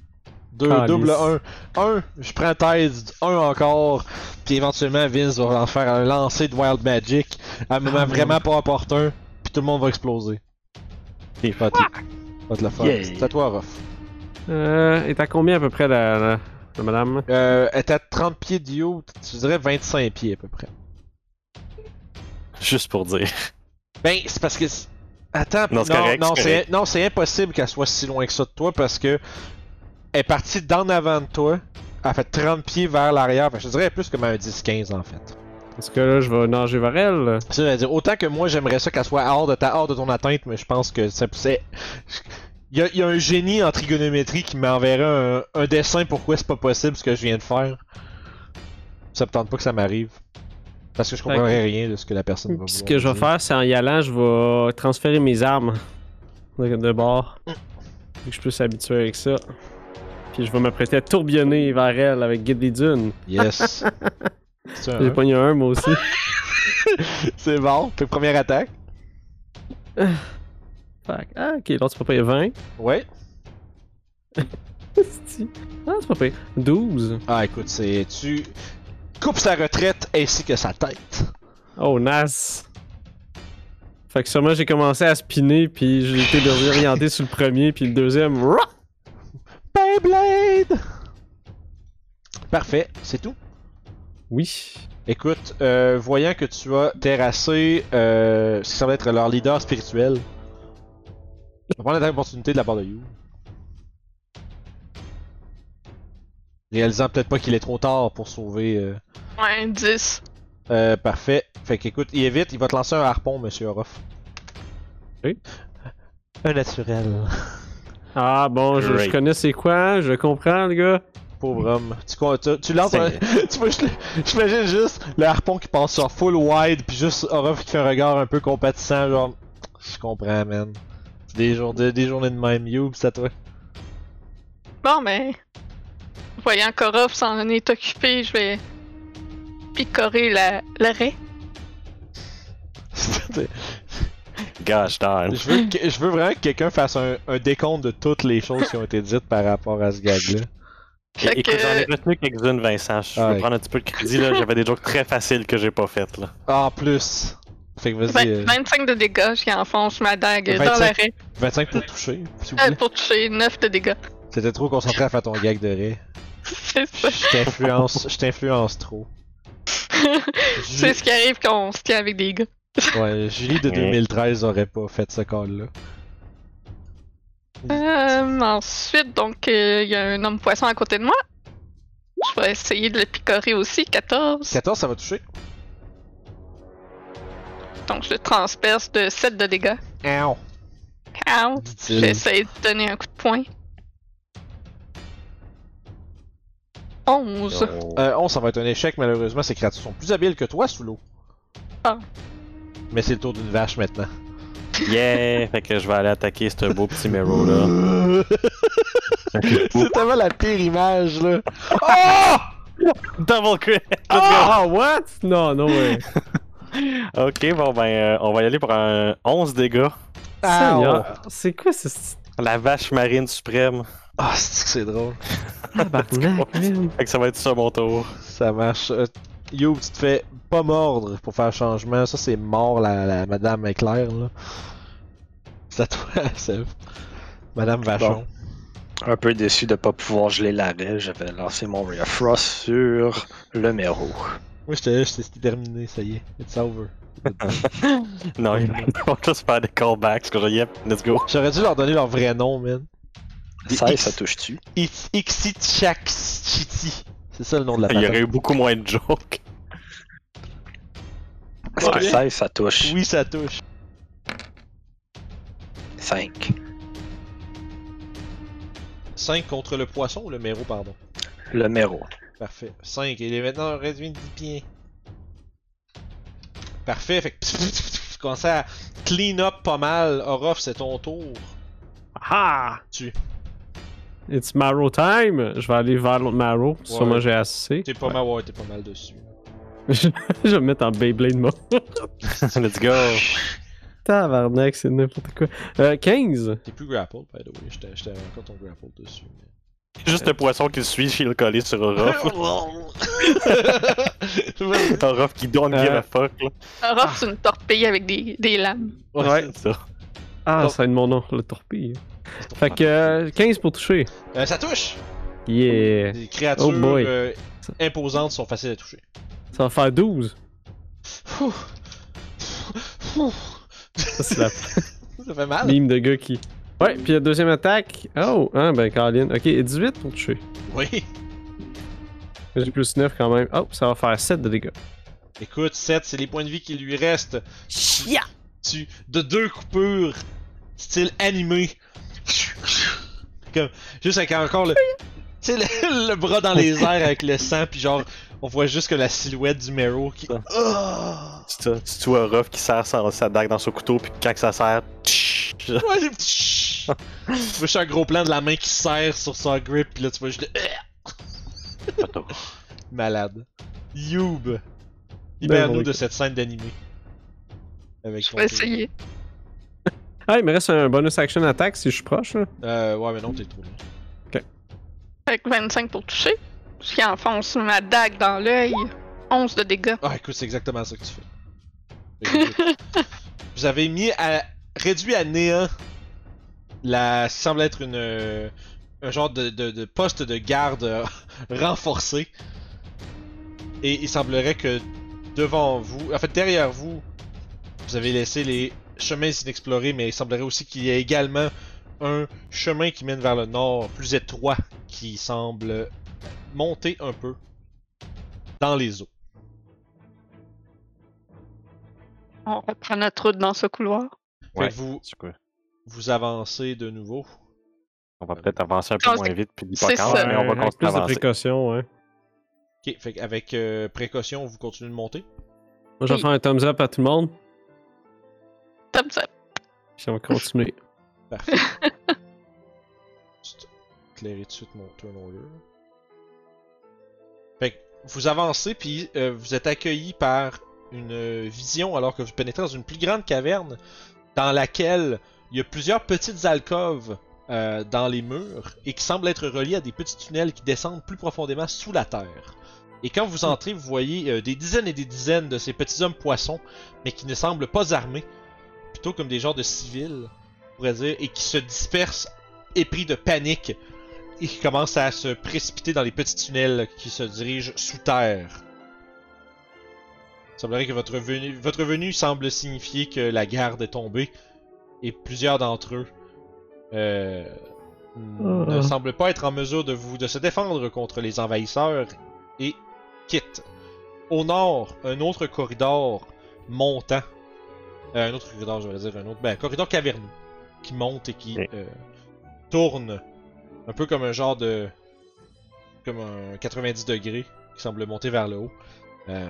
A: Deux,
D: Calice.
A: double, un. Un, je prends Thèse, un encore. Puis éventuellement, Vince va en faire un lancer de Wild Magic à un moment
D: Ah,
A: vraiment pas opportun. Puis tout le monde va exploser.
E: Et
A: Va te, va te le faire.
B: Yeah.
A: C'est à toi, Ruff.
D: Euh, et t'as combien à peu près la, la, la madame.
A: Euh, elle est à 30 pieds du haut, tu dirais 25 pieds à peu près.
E: Juste pour dire.
A: Ben, c'est parce que. c'est- Attends,
E: Non,
A: non,
E: c'est correct,
A: non,
E: c'est
A: c'est
E: correct.
A: non, c'est impossible qu'elle soit si loin que ça de toi parce que. Elle est partie d'en avant de toi. Elle fait 30 pieds vers l'arrière. Fait que je te dirais plus comme un 10-15 en fait.
D: Parce que là, je vais nager vers elle.
A: Ça veut dire, autant que moi j'aimerais ça qu'elle soit hors de ta hors de ton atteinte, mais je pense que ça c'est. Il y, a- il y a un génie en trigonométrie qui m'enverrait un, un dessin pourquoi c'est pas possible ce que je viens de faire. Ça me tente pas que ça m'arrive. Parce que je comprendrais rien de ce que la personne va
D: Puis ce
A: vouloir
D: que je vais
A: dire.
D: faire, c'est en y allant, je vais transférer mes armes de, de bord. Puis que je puisse s'habituer avec ça. Puis je vais m'apprêter à tourbillonner vers elle avec Guide des Dunes.
A: Yes. C'est un
D: J'ai pogné un, moi aussi.
A: C'est bon, Fait première attaque.
D: Fait que, ah, ok, l'autre, c'est pas pire. 20.
A: Ouais.
D: Esti. ah, c'est pas pire. 12.
A: Ah écoute, c'est. Tu coupes sa retraite ainsi que sa tête.
D: Oh, nice. Fait que sûrement, j'ai commencé à spinner, puis j'ai été désorienté sur le premier, puis le deuxième. rah!
A: Beyblade! Parfait, c'est tout.
D: Oui.
A: Écoute, euh, voyant que tu as terrassé euh, ce qui semble être leur leader spirituel, on va prendre l'attaque d'opportunité de la part de You. Réalisant peut-être pas qu'il est trop tard pour sauver. euh,
C: Ouais, 10.
A: euh, parfait. Fait qu'écoute, il évite, il va te lancer un harpon, monsieur Orof.
D: Oui.
A: Un naturel.
D: Ah, bon, je, je
E: Great.
D: connais c'est quoi, je comprends, le gars.
A: Pauvre homme. Tu, con- tu, tu lances un.
E: C'est-
A: tu vois, je- j'imagine juste le harpon qui passe sur full wide, puis juste Orof qui fait un regard un peu compatissant, genre. Je comprends, man. C'est Des, jour- des, des journées de même, you, pis c'est à toi.
C: Bon, mais. Voyant qu'Orof s'en est occupé, je vais picorer la- l'arrêt.
E: Gosh darn.
A: je, veux que- je veux vraiment que quelqu'un fasse un, un décompte de toutes les choses qui ont été dites par rapport à ce gag-là.
C: Fait
E: Écoute,
C: que-
E: j'en ai retenu quelques-unes, Vincent. Je
A: Ah
E: vais
A: ouais.
E: prendre un petit peu de crédit, là. J'avais des jokes très faciles que j'ai pas faites, là.
A: Ah, en plus. Fait que vas-y,
C: Vingt-
A: euh,
C: 25 de dégâts, j'y enfonce ma dague dans
A: 25.
C: l'arrêt
A: 25 pour toucher, s'il vous
C: euh,
A: plaît.
C: pour toucher 9 de dégâts.
A: T'étais trop concentré à faire ton gag de ré.
C: C'est ça.
A: Je t'influence, je t'influence trop. Ju-
C: C'est ce qui arrive quand on se tient avec des gars.
A: Ouais, Julie de 2013 aurait pas fait ce call-là.
C: Euh, ensuite, donc, euh, il y a un homme poisson à côté de moi. Je vais essayer de le picorer aussi, 14.
A: 14, ça va toucher.
C: Donc, je le transperce de 7 de dégâts.
A: Ow,
C: Ow!
A: dit-il.
C: J'essaie de donner un coup de poing. 11.
A: Euh, 11, ça va être un échec, malheureusement. Ces créatures sont plus habiles que toi sous l'eau.
C: Ah.
A: Mais c'est le tour d'une vache maintenant.
E: Yeah! fait que je vais aller attaquer ce beau petit Mero, Oh là.
A: c'est tellement la pire image, là. Oh!
E: Double crit!
D: Ah, what? Non, non, ouais.
E: Ok, bon, ben, euh, on va y aller pour un 11 dégâts.
A: Ow!
D: Seigneur, c'est quoi ce petit
E: La vache marine suprême.
A: Ah, c'est que c'est drôle.
D: tabarnak, man?
E: Fait que ça va être ça mon tour.
A: Ça marche. Euh, Youb, tu te fais pas mordre pour faire changement. Ça, c'est mort, la, la Madame Éclair, là. C'est à toi, Seb. Madame Vachon.
B: Un peu déçu de ne pas pouvoir geler l'arrêt, j'avais lancé mon Ray of Frost sur le méro.
A: Moi, j'étais là, c'était terminé, ça y est. It's over.
E: Non, ils vont juste faire des callbacks. Parce que je yep, let's go.
A: J'aurais dû leur donner leur vrai nom, man.
B: 16, ça touche-tu?
A: It's Ixichaxchiti. C'est ça le nom de la
E: Il y
A: patate.
E: aurait eu beaucoup moins de jokes.
B: Est-ce que
A: Ouais.
B: 16, ça touche?
A: Oui, ça touche.
B: 5.
A: 5 contre le poisson ou le méro, pardon.
B: Le méro.
A: Parfait. 5. Il est maintenant réduit de 10 pieds. Parfait. Fait que pff, pff, pff, pff, commence à clean up pas mal. Orof, c'est ton tour.
D: Ah!
A: Tu.
D: It's Marrow time! Je vais aller vers l'autre Marrow. Sûrement
A: ouais.
D: j'ai assez.
A: T'es pas mal, ouais, t'es pas mal dessus.
D: je vais me mettre en Beyblade mode.
E: let's go.
D: Tabarnak, c'est n'importe quoi. Euh, 15!
A: T'es plus grapple, by the way. J'étais j'étais encore ton grapple dessus. mais-
E: Juste le poisson qui le suit, je le collé sur Orof.
A: Vas-y.
E: Orof qui donne
D: Euh.
E: give a fuck, là.
C: Orof, c'est une torpille avec des, des lames.
A: Ouais.
E: C'est ça.
D: Ah,
A: Non.
D: ça aide mon nom, le torpille. Fait que euh, 15 pour toucher.
A: Euh, ça touche!
D: Yeah.
A: Les créatures
D: Oh boy.
A: euh, imposantes sont faciles à toucher.
D: Ça va faire 12.
A: Ouh. Ouh.
D: Ça, c'est la
A: Ça fait
C: Ah.
A: mal.
D: mime de gars qui. Ouais, puis la deuxième attaque. Oh, hein, ben, Caroline. Ok, 18 pour toucher.
A: Oui.
D: J'ai plus 9 quand même. Oh, ça va faire 7 de dégâts.
A: Écoute, 7, c'est les points de vie qui lui restent. Tu, de deux coupures, style animé. Comme, juste avec encore le, tu sais, le, le bras dans les airs avec le sang, puis genre, on voit juste que la silhouette du Mero qui.
E: Ça.
A: Ah!
E: C'est ça. C'est tout un rough qui serre sa, sa dague dans son couteau, puis quand que ça serre, tch, je-
A: Ouais, j'ai- Tu vois juste un gros plan de la main qui serre sur son grip, puis là tu vois juste le-
E: Attends.
A: Malade. Youb! Libère-nous
D: Ben, bon,
A: de
D: écoute.
A: cette scène d'animé. Avec
C: Je vais essayer.
D: Ah, il me reste un bonus action attaque si je suis proche. Là.
A: Euh, ouais, mais non, t'es trop loin.
C: Avec 25 pour toucher. J'y enfonce ma dague dans l'œil. 11 de dégâts.
A: Ah, écoute, c'est exactement ça que tu fais. Écoute, Vous avez mis à. réduit à néant la. semble être une. euh, un genre de, de- de poste de garde euh, renforcé. Et il semblerait que devant vous. en fait, derrière vous, vous avez laissé les chemins inexplorés, mais il semblerait aussi qu'il y ait également un chemin qui mène vers le nord, plus étroit, qui semble monter un peu dans les eaux.
C: On reprend notre route dans ce couloir.
A: Fait
E: Ouais.
A: que vous,
E: C'est quoi?
A: vous avancez de nouveau.
E: On va peut-être avancer un peu
C: Non,
E: moins
C: c'est-
E: vite, puis
C: c'est
E: l'hippocampe,
C: ça.
E: mais on va
D: avec
E: continuer
D: Euh, plus
E: à
D: de
E: avancer.
D: précaution, hein.
A: Ok, fait qu'avec euh, précaution, vous continuez de monter.
D: Moi, je vais
C: Oui.
D: faire un thumbs up à tout le monde.
C: Top, top.
D: Puis on va continuer.
A: Parfait. Juste éclairer tout de suite mon turn order. Fait que vous avancez, puis euh, vous êtes accueilli par une euh, vision alors que vous pénétrez dans une plus grande caverne dans laquelle il y a plusieurs petites alcôves euh, dans les murs et qui semblent être reliées à des petits tunnels qui descendent plus profondément sous la terre. Et quand vous entrez, vous voyez euh, des dizaines et des dizaines de ces petits hommes poissons, mais qui ne semblent pas armés, plutôt comme des genres de civils pourrait dire, et qui se dispersent épris de panique et qui commencent à se précipiter dans les petits tunnels qui se dirigent sous terre. Il semblerait que votre venue, votre venue semble signifier que la garde est tombée et plusieurs d'entre eux euh, ne
D: Ah.
A: semblent pas être en mesure de, vous, de se défendre contre les envahisseurs et quittent. Au nord, un autre corridor montant. euh, un autre corridor, je vais dire un autre. Ben, corridor caverneux qui monte et qui
E: Ok.
A: euh, tourne un peu comme un genre de comme un 90 degrés qui semble monter vers le haut. Euh,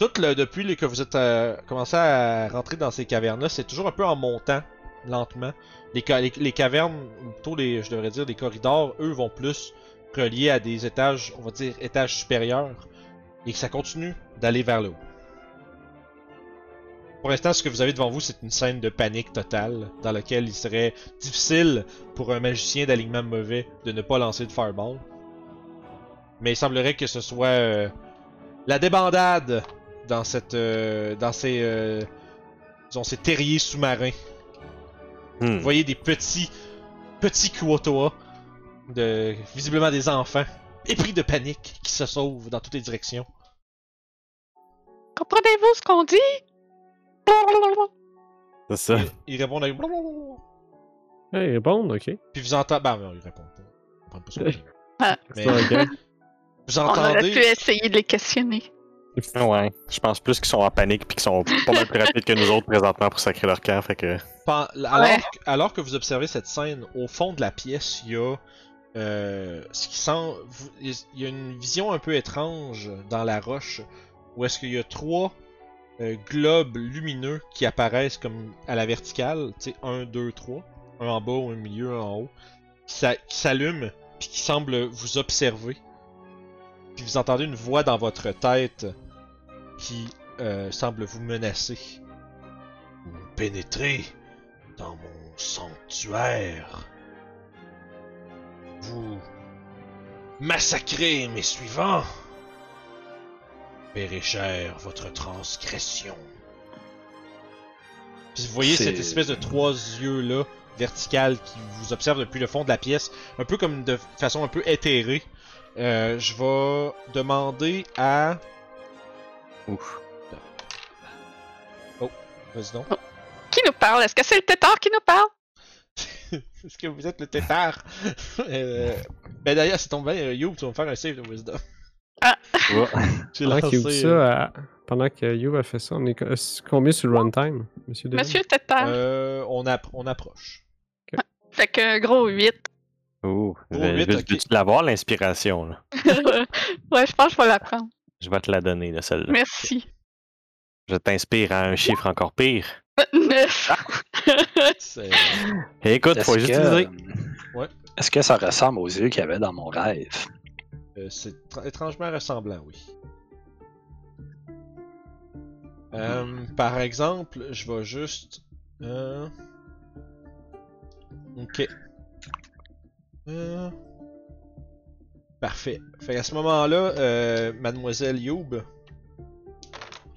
A: tout le depuis le- que vous êtes euh, commencé à rentrer dans ces cavernes là, c'est toujours un peu en montant lentement. Les, ca- les, les cavernes ou plutôt les je devrais dire les corridors, eux vont plus reliés à des étages, on va dire étages supérieurs et que ça continue d'aller vers le haut. Pour l'instant, ce que vous avez devant vous, c'est une scène de panique totale, dans laquelle il serait difficile pour un magicien d'alignement mauvais de ne pas lancer de fireball. Mais il semblerait que ce soit euh, la débandade dans cette, euh, dans ces, euh, disons, ces terriers sous-marins.
E: Hmm.
A: Vous voyez des petits, petits Kuotoa, de, visiblement des enfants, épris de panique, qui se sauvent dans toutes les directions.
C: Comprenez-vous ce qu'on dit? Blablabla.
E: C'est ça.
A: Ils répondent avec blablabla.
D: Hey, répondre, ok.
A: Puis vous entendez. Ben, non, ils répondent pas. Ils comprennent pas ce que je dis.
C: Ah.
A: Mais
D: C'est ok.
A: vous
C: On aurait pu
A: entendez.
C: essayer de les questionner.
E: Ouais. Je pense plus qu'ils sont en panique, puis qu'ils sont pas mal plus rapides que nous autres présentement pour sacrer leur camp, fait que.
A: pen- Alors, que- alors que vous observez cette scène, au fond de la pièce, il y a. euh, ce qui sent. vous- Il y a une vision un peu étrange dans la roche où est-ce qu'il y a trois euh, globes lumineux qui apparaissent comme à la verticale, tu sais, un, deux, trois, un en bas, un au milieu, un en haut, qui s'a- qui s'allument puis qui semblent vous observer. Puis vous entendez une voix dans votre tête qui euh, semble vous menacer. Vous pénétrez dans mon sanctuaire. Vous massacrez mes suivants. Paierez cher votre transgression. Puis vous voyez
B: C'est-
A: cette espèce de trois yeux là verticale qui vous observe depuis le fond de la pièce, un peu comme de façon un peu éthérée. Euh, je vais demander à.
E: Ouf.
A: Oh, vas-y donc.
C: Qui nous parle? Est-ce que c'est le tétard qui nous parle?
A: Est-ce que vous êtes le tétard? Euh, ben d'ailleurs, si tombe bien, euh, Youb, tu vas me faire un save de wisdom.
E: Ouais.
A: J'ai
D: Pendant
A: lancé,
D: qu'il Ah, ouvre
A: euh,
D: ça, à- pendant que You a fait ça, on est co- euh, c'est combien sur le runtime, monsieur Dylan?
C: Monsieur le tétard.
A: euh, on, appro- on approche.
C: Fait que gros 8.
E: Ouh.
A: Oh,
E: Veux-
A: huit,
E: veux-
A: ok.
E: Veux-tu l'avoir, l'inspiration, là?
C: ouais, je pense que je vais la prendre.
E: Je vais te la donner, là, celle-là.
C: Merci.
E: Je t'inspire à un chiffre encore pire.
C: 9.
A: Ah. C'est-
E: Et Eh, écoute, faut
B: Est-ce
E: juste utiliser.
B: que...
A: Ouais.
B: Est-ce que ça ressemble aux yeux qu'il y avait dans mon rêve?
A: Euh, c'est tra- étrangement ressemblant, oui. Euh, par exemple, je vais juste. euh, Ok. Euh, Parfait. Fait à ce moment-là, euh, Mademoiselle Youb.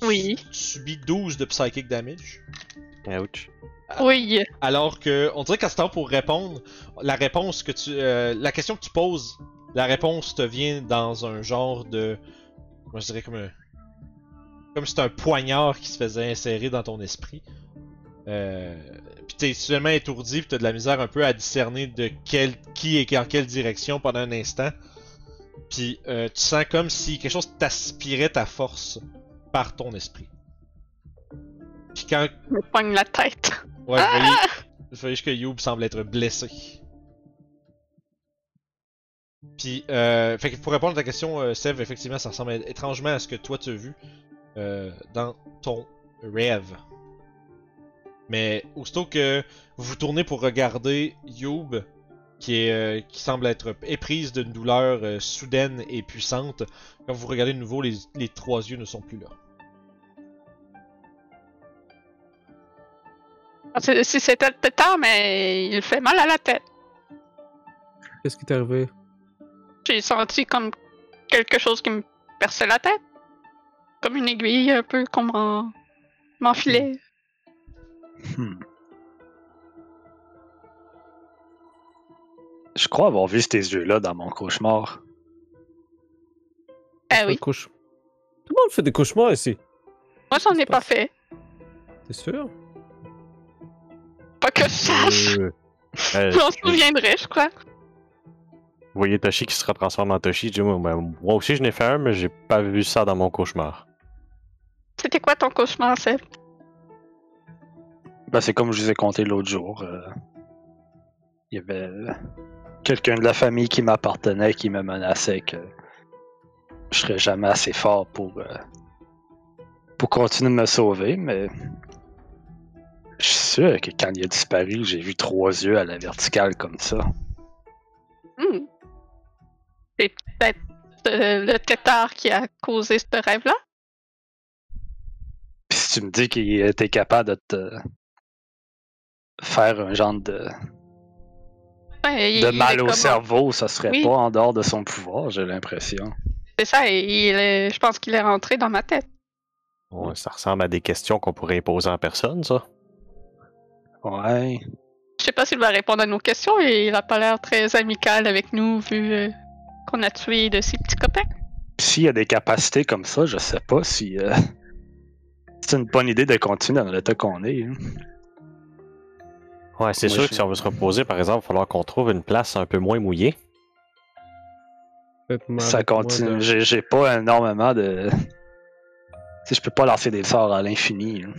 C: Oui.
A: tu subis 12 de psychic damage.
E: Ouch.
C: Oui.
A: Alors que, on dirait qu'à ce temps pour répondre, la réponse que tu, euh, la question que tu poses, la réponse te vient dans un genre de, moi je dirais comme un, comme si c'était un poignard qui se faisait insérer dans ton esprit. Euh, puis t'es seulement étourdi, puis t'as de la misère un peu à discerner de quel, qui est dans quelle direction pendant un instant. Puis euh, tu sens comme si quelque chose t'aspirait ta force par ton esprit. Puis quand
C: Je me pogne la tête.
A: Ouais, vous voyez, vous voyez que Youb semble être blessé. Puis, euh, fait que pour répondre à ta question, euh, Sev, effectivement, ça ressemble étrangement à ce que toi tu as vu euh, dans ton rêve. Mais aussitôt que vous vous tournez pour regarder Youb, qui, est, euh, qui semble être éprise d'une douleur euh, soudaine et puissante, quand vous regardez de nouveau, les, les trois yeux ne sont plus là.
C: Parce que Si c'était le tétard, mais il fait mal à la tête.
D: Qu'est-ce qui t'est arrivé?
C: J'ai senti comme quelque chose qui me perçait la tête. Comme une aiguille un peu qu'on m'en- m'enfilait.
B: Mm. Hmm. Je crois avoir vu ces yeux-là dans mon cauchemar.
C: Ah
D: Pas
C: oui.
D: de couche- Tout le monde fait des cauchemars ici.
C: Moi, j'en ai pas fait.
D: T'es sûr?
C: Pas que je sache.
E: Euh, euh,
C: Je m'en souviendrai, je crois.
E: Vous voyez Toshi qui se retransforme en Toshi. dis moi, ben, moi aussi, je n'ai fait un, mais j'ai pas vu ça dans mon cauchemar.
C: C'était quoi ton cauchemar, Seb?
B: Ben, c'est comme je vous ai conté l'autre jour. euh, Il y avait quelqu'un de la famille qui m'appartenait qui me menaçait que je serais jamais assez fort pour, euh, pour continuer de me sauver, mais je suis sûr que quand il a disparu, j'ai vu trois yeux à la verticale comme ça.
C: Hmm. C'est peut-être euh, le tétard qui a causé ce rêve-là.
B: Puis si tu me dis qu'il était capable de te faire un genre de,
C: Ben, il
B: de
C: est
B: mal au
C: comme-
B: cerveau, ça serait
C: Oui.
B: pas en dehors de son pouvoir, j'ai l'impression.
C: C'est ça, et il est- je pense qu'il est rentré dans ma tête.
E: Ouais, ça ressemble à des questions qu'on pourrait poser en personne, ça.
B: Ouais.
C: Je sais pas s'il va répondre à nos questions, et il a pas l'air très amical avec nous vu euh, qu'on a tué de ses petits copains.
B: S'il y a des capacités comme ça, je sais pas si euh, c'est une bonne idée de continuer dans l'état qu'on est. hein.
E: Ouais, c'est
B: Moi,
E: sûr
B: je-
E: que si on veut se reposer, par exemple, il va falloir qu'on trouve une place un peu moins mouillée.
D: Faites-moi
B: Ça
D: avec moi
B: continue.
D: de-
B: J'ai, j'ai pas énormément de. Tu sais, je peux pas lancer des sorts à l'infini. hein.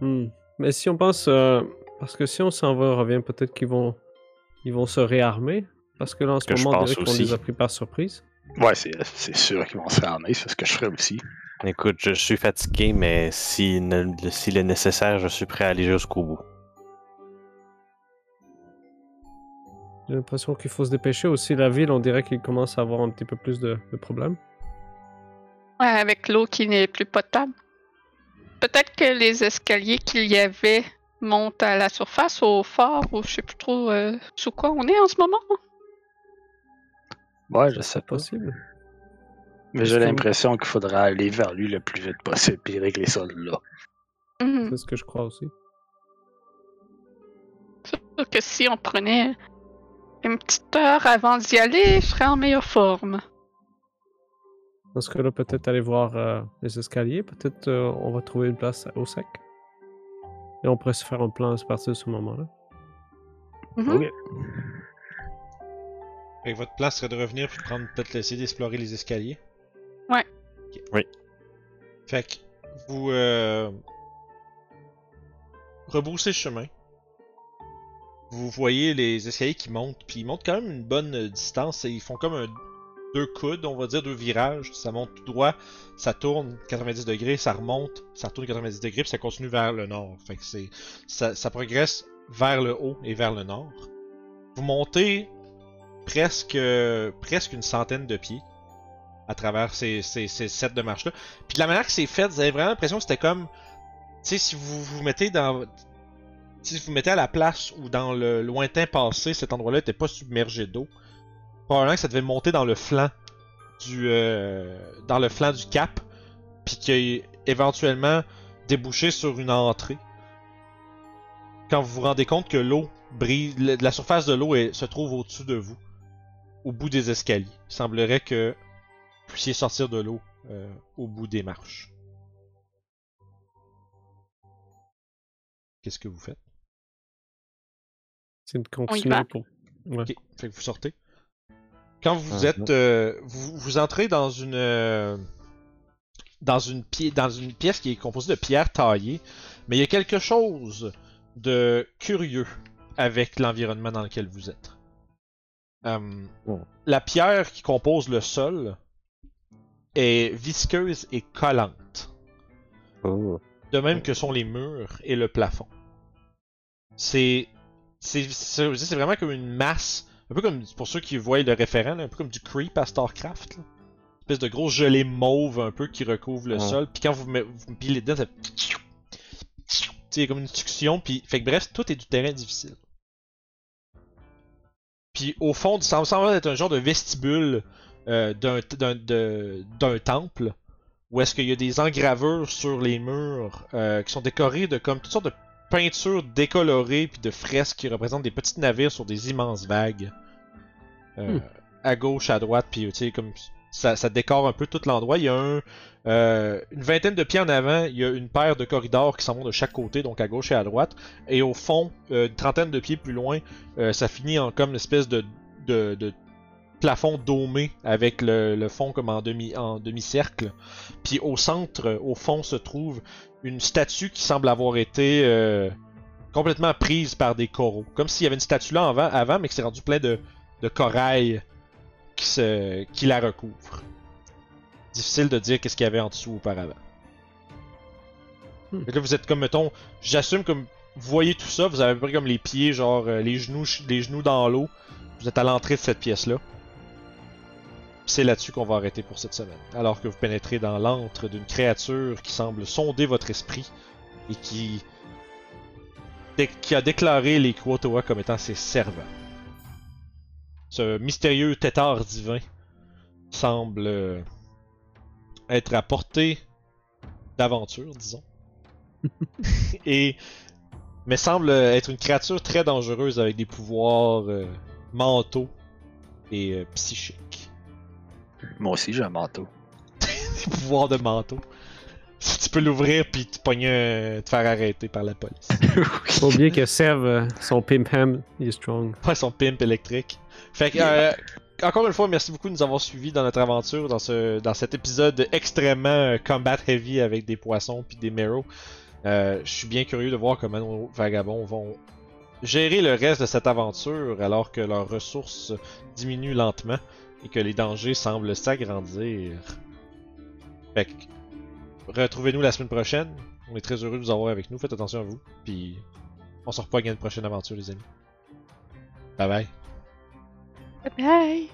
D: Hmm. Mais si on pense. euh, Parce que si on s'en va, on revient, peut-être qu'ils vont... Ils vont se réarmer. Parce que là, en ce
E: Que je
D: moment, on
E: pense
D: dirait qu'on
E: aussi.
D: les a pris par surprise.
B: Ouais, c'est, c'est sûr qu'ils vont se ramener, c'est ce que je ferais aussi.
E: Écoute, je suis fatigué, mais s'il ne- s'il est nécessaire, je suis prêt à aller jusqu'au bout.
D: J'ai l'impression qu'il faut se dépêcher. Aussi, la ville, on dirait qu'il commence à avoir un petit peu plus de, de problèmes.
C: Ouais, avec l'eau qui n'est plus potable. Peut-être que les escaliers qu'il y avait montent à la surface, au fort, ou je sais plus trop euh, sous quoi on est en ce moment.
B: Ouais, je sais pas.
D: Possible.
B: Mais j'ai
D: Est-ce que-
B: l'impression qu'il faudra aller vers lui le plus vite possible et régler ça là.
C: Mhm.
D: C'est ce que je crois aussi.
C: sûr que si on prenait une petite heure avant d'y aller, je serais en meilleure forme.
D: Dans ce cas-là, peut-être aller voir euh, les escaliers. Peut-être euh, on va trouver une place au sec. Et on pourrait se faire un plan à partir de ce moment-là.
C: Mhm.
B: Ok.
A: Fait que votre plan serait de revenir puis de prendre peut-être essayer d'explorer les escaliers.
C: Ouais.
A: Ok.
E: Oui.
A: Fait que vous euh, rebroussez chemin. Vous voyez les escaliers qui montent, puis ils montent quand même une bonne euh, distance et ils font comme un, deux coudes, on va dire deux virages. Ça monte tout droit, ça tourne 90 degrés, ça remonte, ça retourne 90 degrés, puis ça continue vers le nord. Fait que c'est ça, ça progresse vers le haut et vers le nord. Vous montez presque, euh, presque une centaine de pieds à travers ces, ces, ces sets de marches-là. Puis de la manière que c'est fait, vous avez vraiment l'impression que c'était comme, tu sais, si vous vous mettez dans, si vous mettez à la place ou dans le lointain passé, cet endroit-là n'était pas submergé d'eau. Probablement que ça devait monter dans le flanc du, euh, dans le flanc du cap, puis qu'éventuellement déboucher sur une entrée. Quand vous vous rendez compte que l'eau brise, le- la surface de l'eau est- se trouve au-dessus de vous, au bout des escaliers. Il semblerait que vous puissiez sortir de l'eau euh, au bout des marches. Qu'est-ce que vous faites
D: C'est de continuer
C: va.
D: pour. Ouais.
A: Ok, fait que vous sortez. Quand vous
E: Mhm.
A: êtes, euh, vous, vous entrez dans une euh, dans une pi- dans une pièce qui est composée de pierres taillées, mais il y a quelque chose de curieux avec l'environnement dans lequel vous êtes. Hum,
E: Oh.
A: La pierre qui compose le sol est visqueuse et collante
E: Oh.
A: de même que sont les murs et le plafond. C'est c'est c'est je dis, c'est vraiment comme une masse, un peu comme pour ceux qui voient le référent, là, un peu comme du creep à Starcraft, là. Une espèce de gros gelée mauve un peu qui recouvre le
E: Ouais.
A: sol, puis quand vous me- vous pilez dedans, ça tu sais, il y a comme une succion, puis fait que bref, tout est du terrain difficile. Puis au fond, ça me semble être un genre de vestibule euh, d'un d'un- de- d'un temple où est-ce qu'il y a des engravures sur les murs euh, qui sont décorées de comme toutes sortes de peintures décolorées puis de fresques qui représentent des petits navires sur des immenses vagues. Euh,
D: Hmm.
A: À gauche, à droite, puis tu sais, comme ça, ça décore un peu tout l'endroit. Il y a un, euh, une vingtaine de pieds en avant, il y a une paire de corridors qui s'en vont de chaque côté, donc à gauche et à droite. Et au fond, euh, une trentaine de pieds plus loin, euh, ça finit en comme une espèce de, de, de plafond dômé avec le, le fond comme en demi en demi-cercle. Puis au centre, euh, au fond, se trouve une statue qui semble avoir été euh, complètement prise par des coraux. Comme s'il y avait une statue là avant, avant mais qui s'est rendue plein de, de corail qui, se, qui la recouvre. Difficile de dire qu'est-ce qu'il y avait en dessous auparavant.
D: Hmm.
A: Fait que là, vous êtes comme, mettons, j'assume comme, vous voyez tout ça, vous avez à peu près comme les pieds, genre euh, les genoux, ch- les genoux dans l'eau. Vous êtes à l'entrée de cette pièce-là. C'est là-dessus qu'on va arrêter pour cette semaine. Alors que vous pénétrez dans l'antre d'une créature qui semble sonder votre esprit et qui, dé- qui a déclaré les Kuotoa comme étant ses servants. Ce mystérieux tétard divin semble euh, être à portée d'aventure, disons. et mais semble euh, être une créature très dangereuse avec des pouvoirs euh, mentaux et euh, psychiques.
B: Moi aussi, j'ai un manteau.
A: Des pouvoirs de manteau. Si tu peux l'ouvrir puis te pogner, un- te faire arrêter par la police.
D: Faut oublier que Sev, euh, son pimp ham, il est strong.
A: Ouais, son pimp électrique. Fait que, euh, encore une fois, merci beaucoup de nous avoir suivis dans notre aventure, dans, ce, dans cet épisode extrêmement euh, combat heavy avec des poissons puis des merrows. Euh, Je suis bien curieux de voir comment nos vagabonds vont gérer le reste de cette aventure alors que leurs ressources diminuent lentement et que les dangers semblent s'agrandir. Fait que, retrouvez-nous la semaine prochaine. On est très heureux de vous avoir avec nous. Faites attention à vous. Puis, on se repogne à une prochaine aventure, les amis. Bye bye.
C: Bye!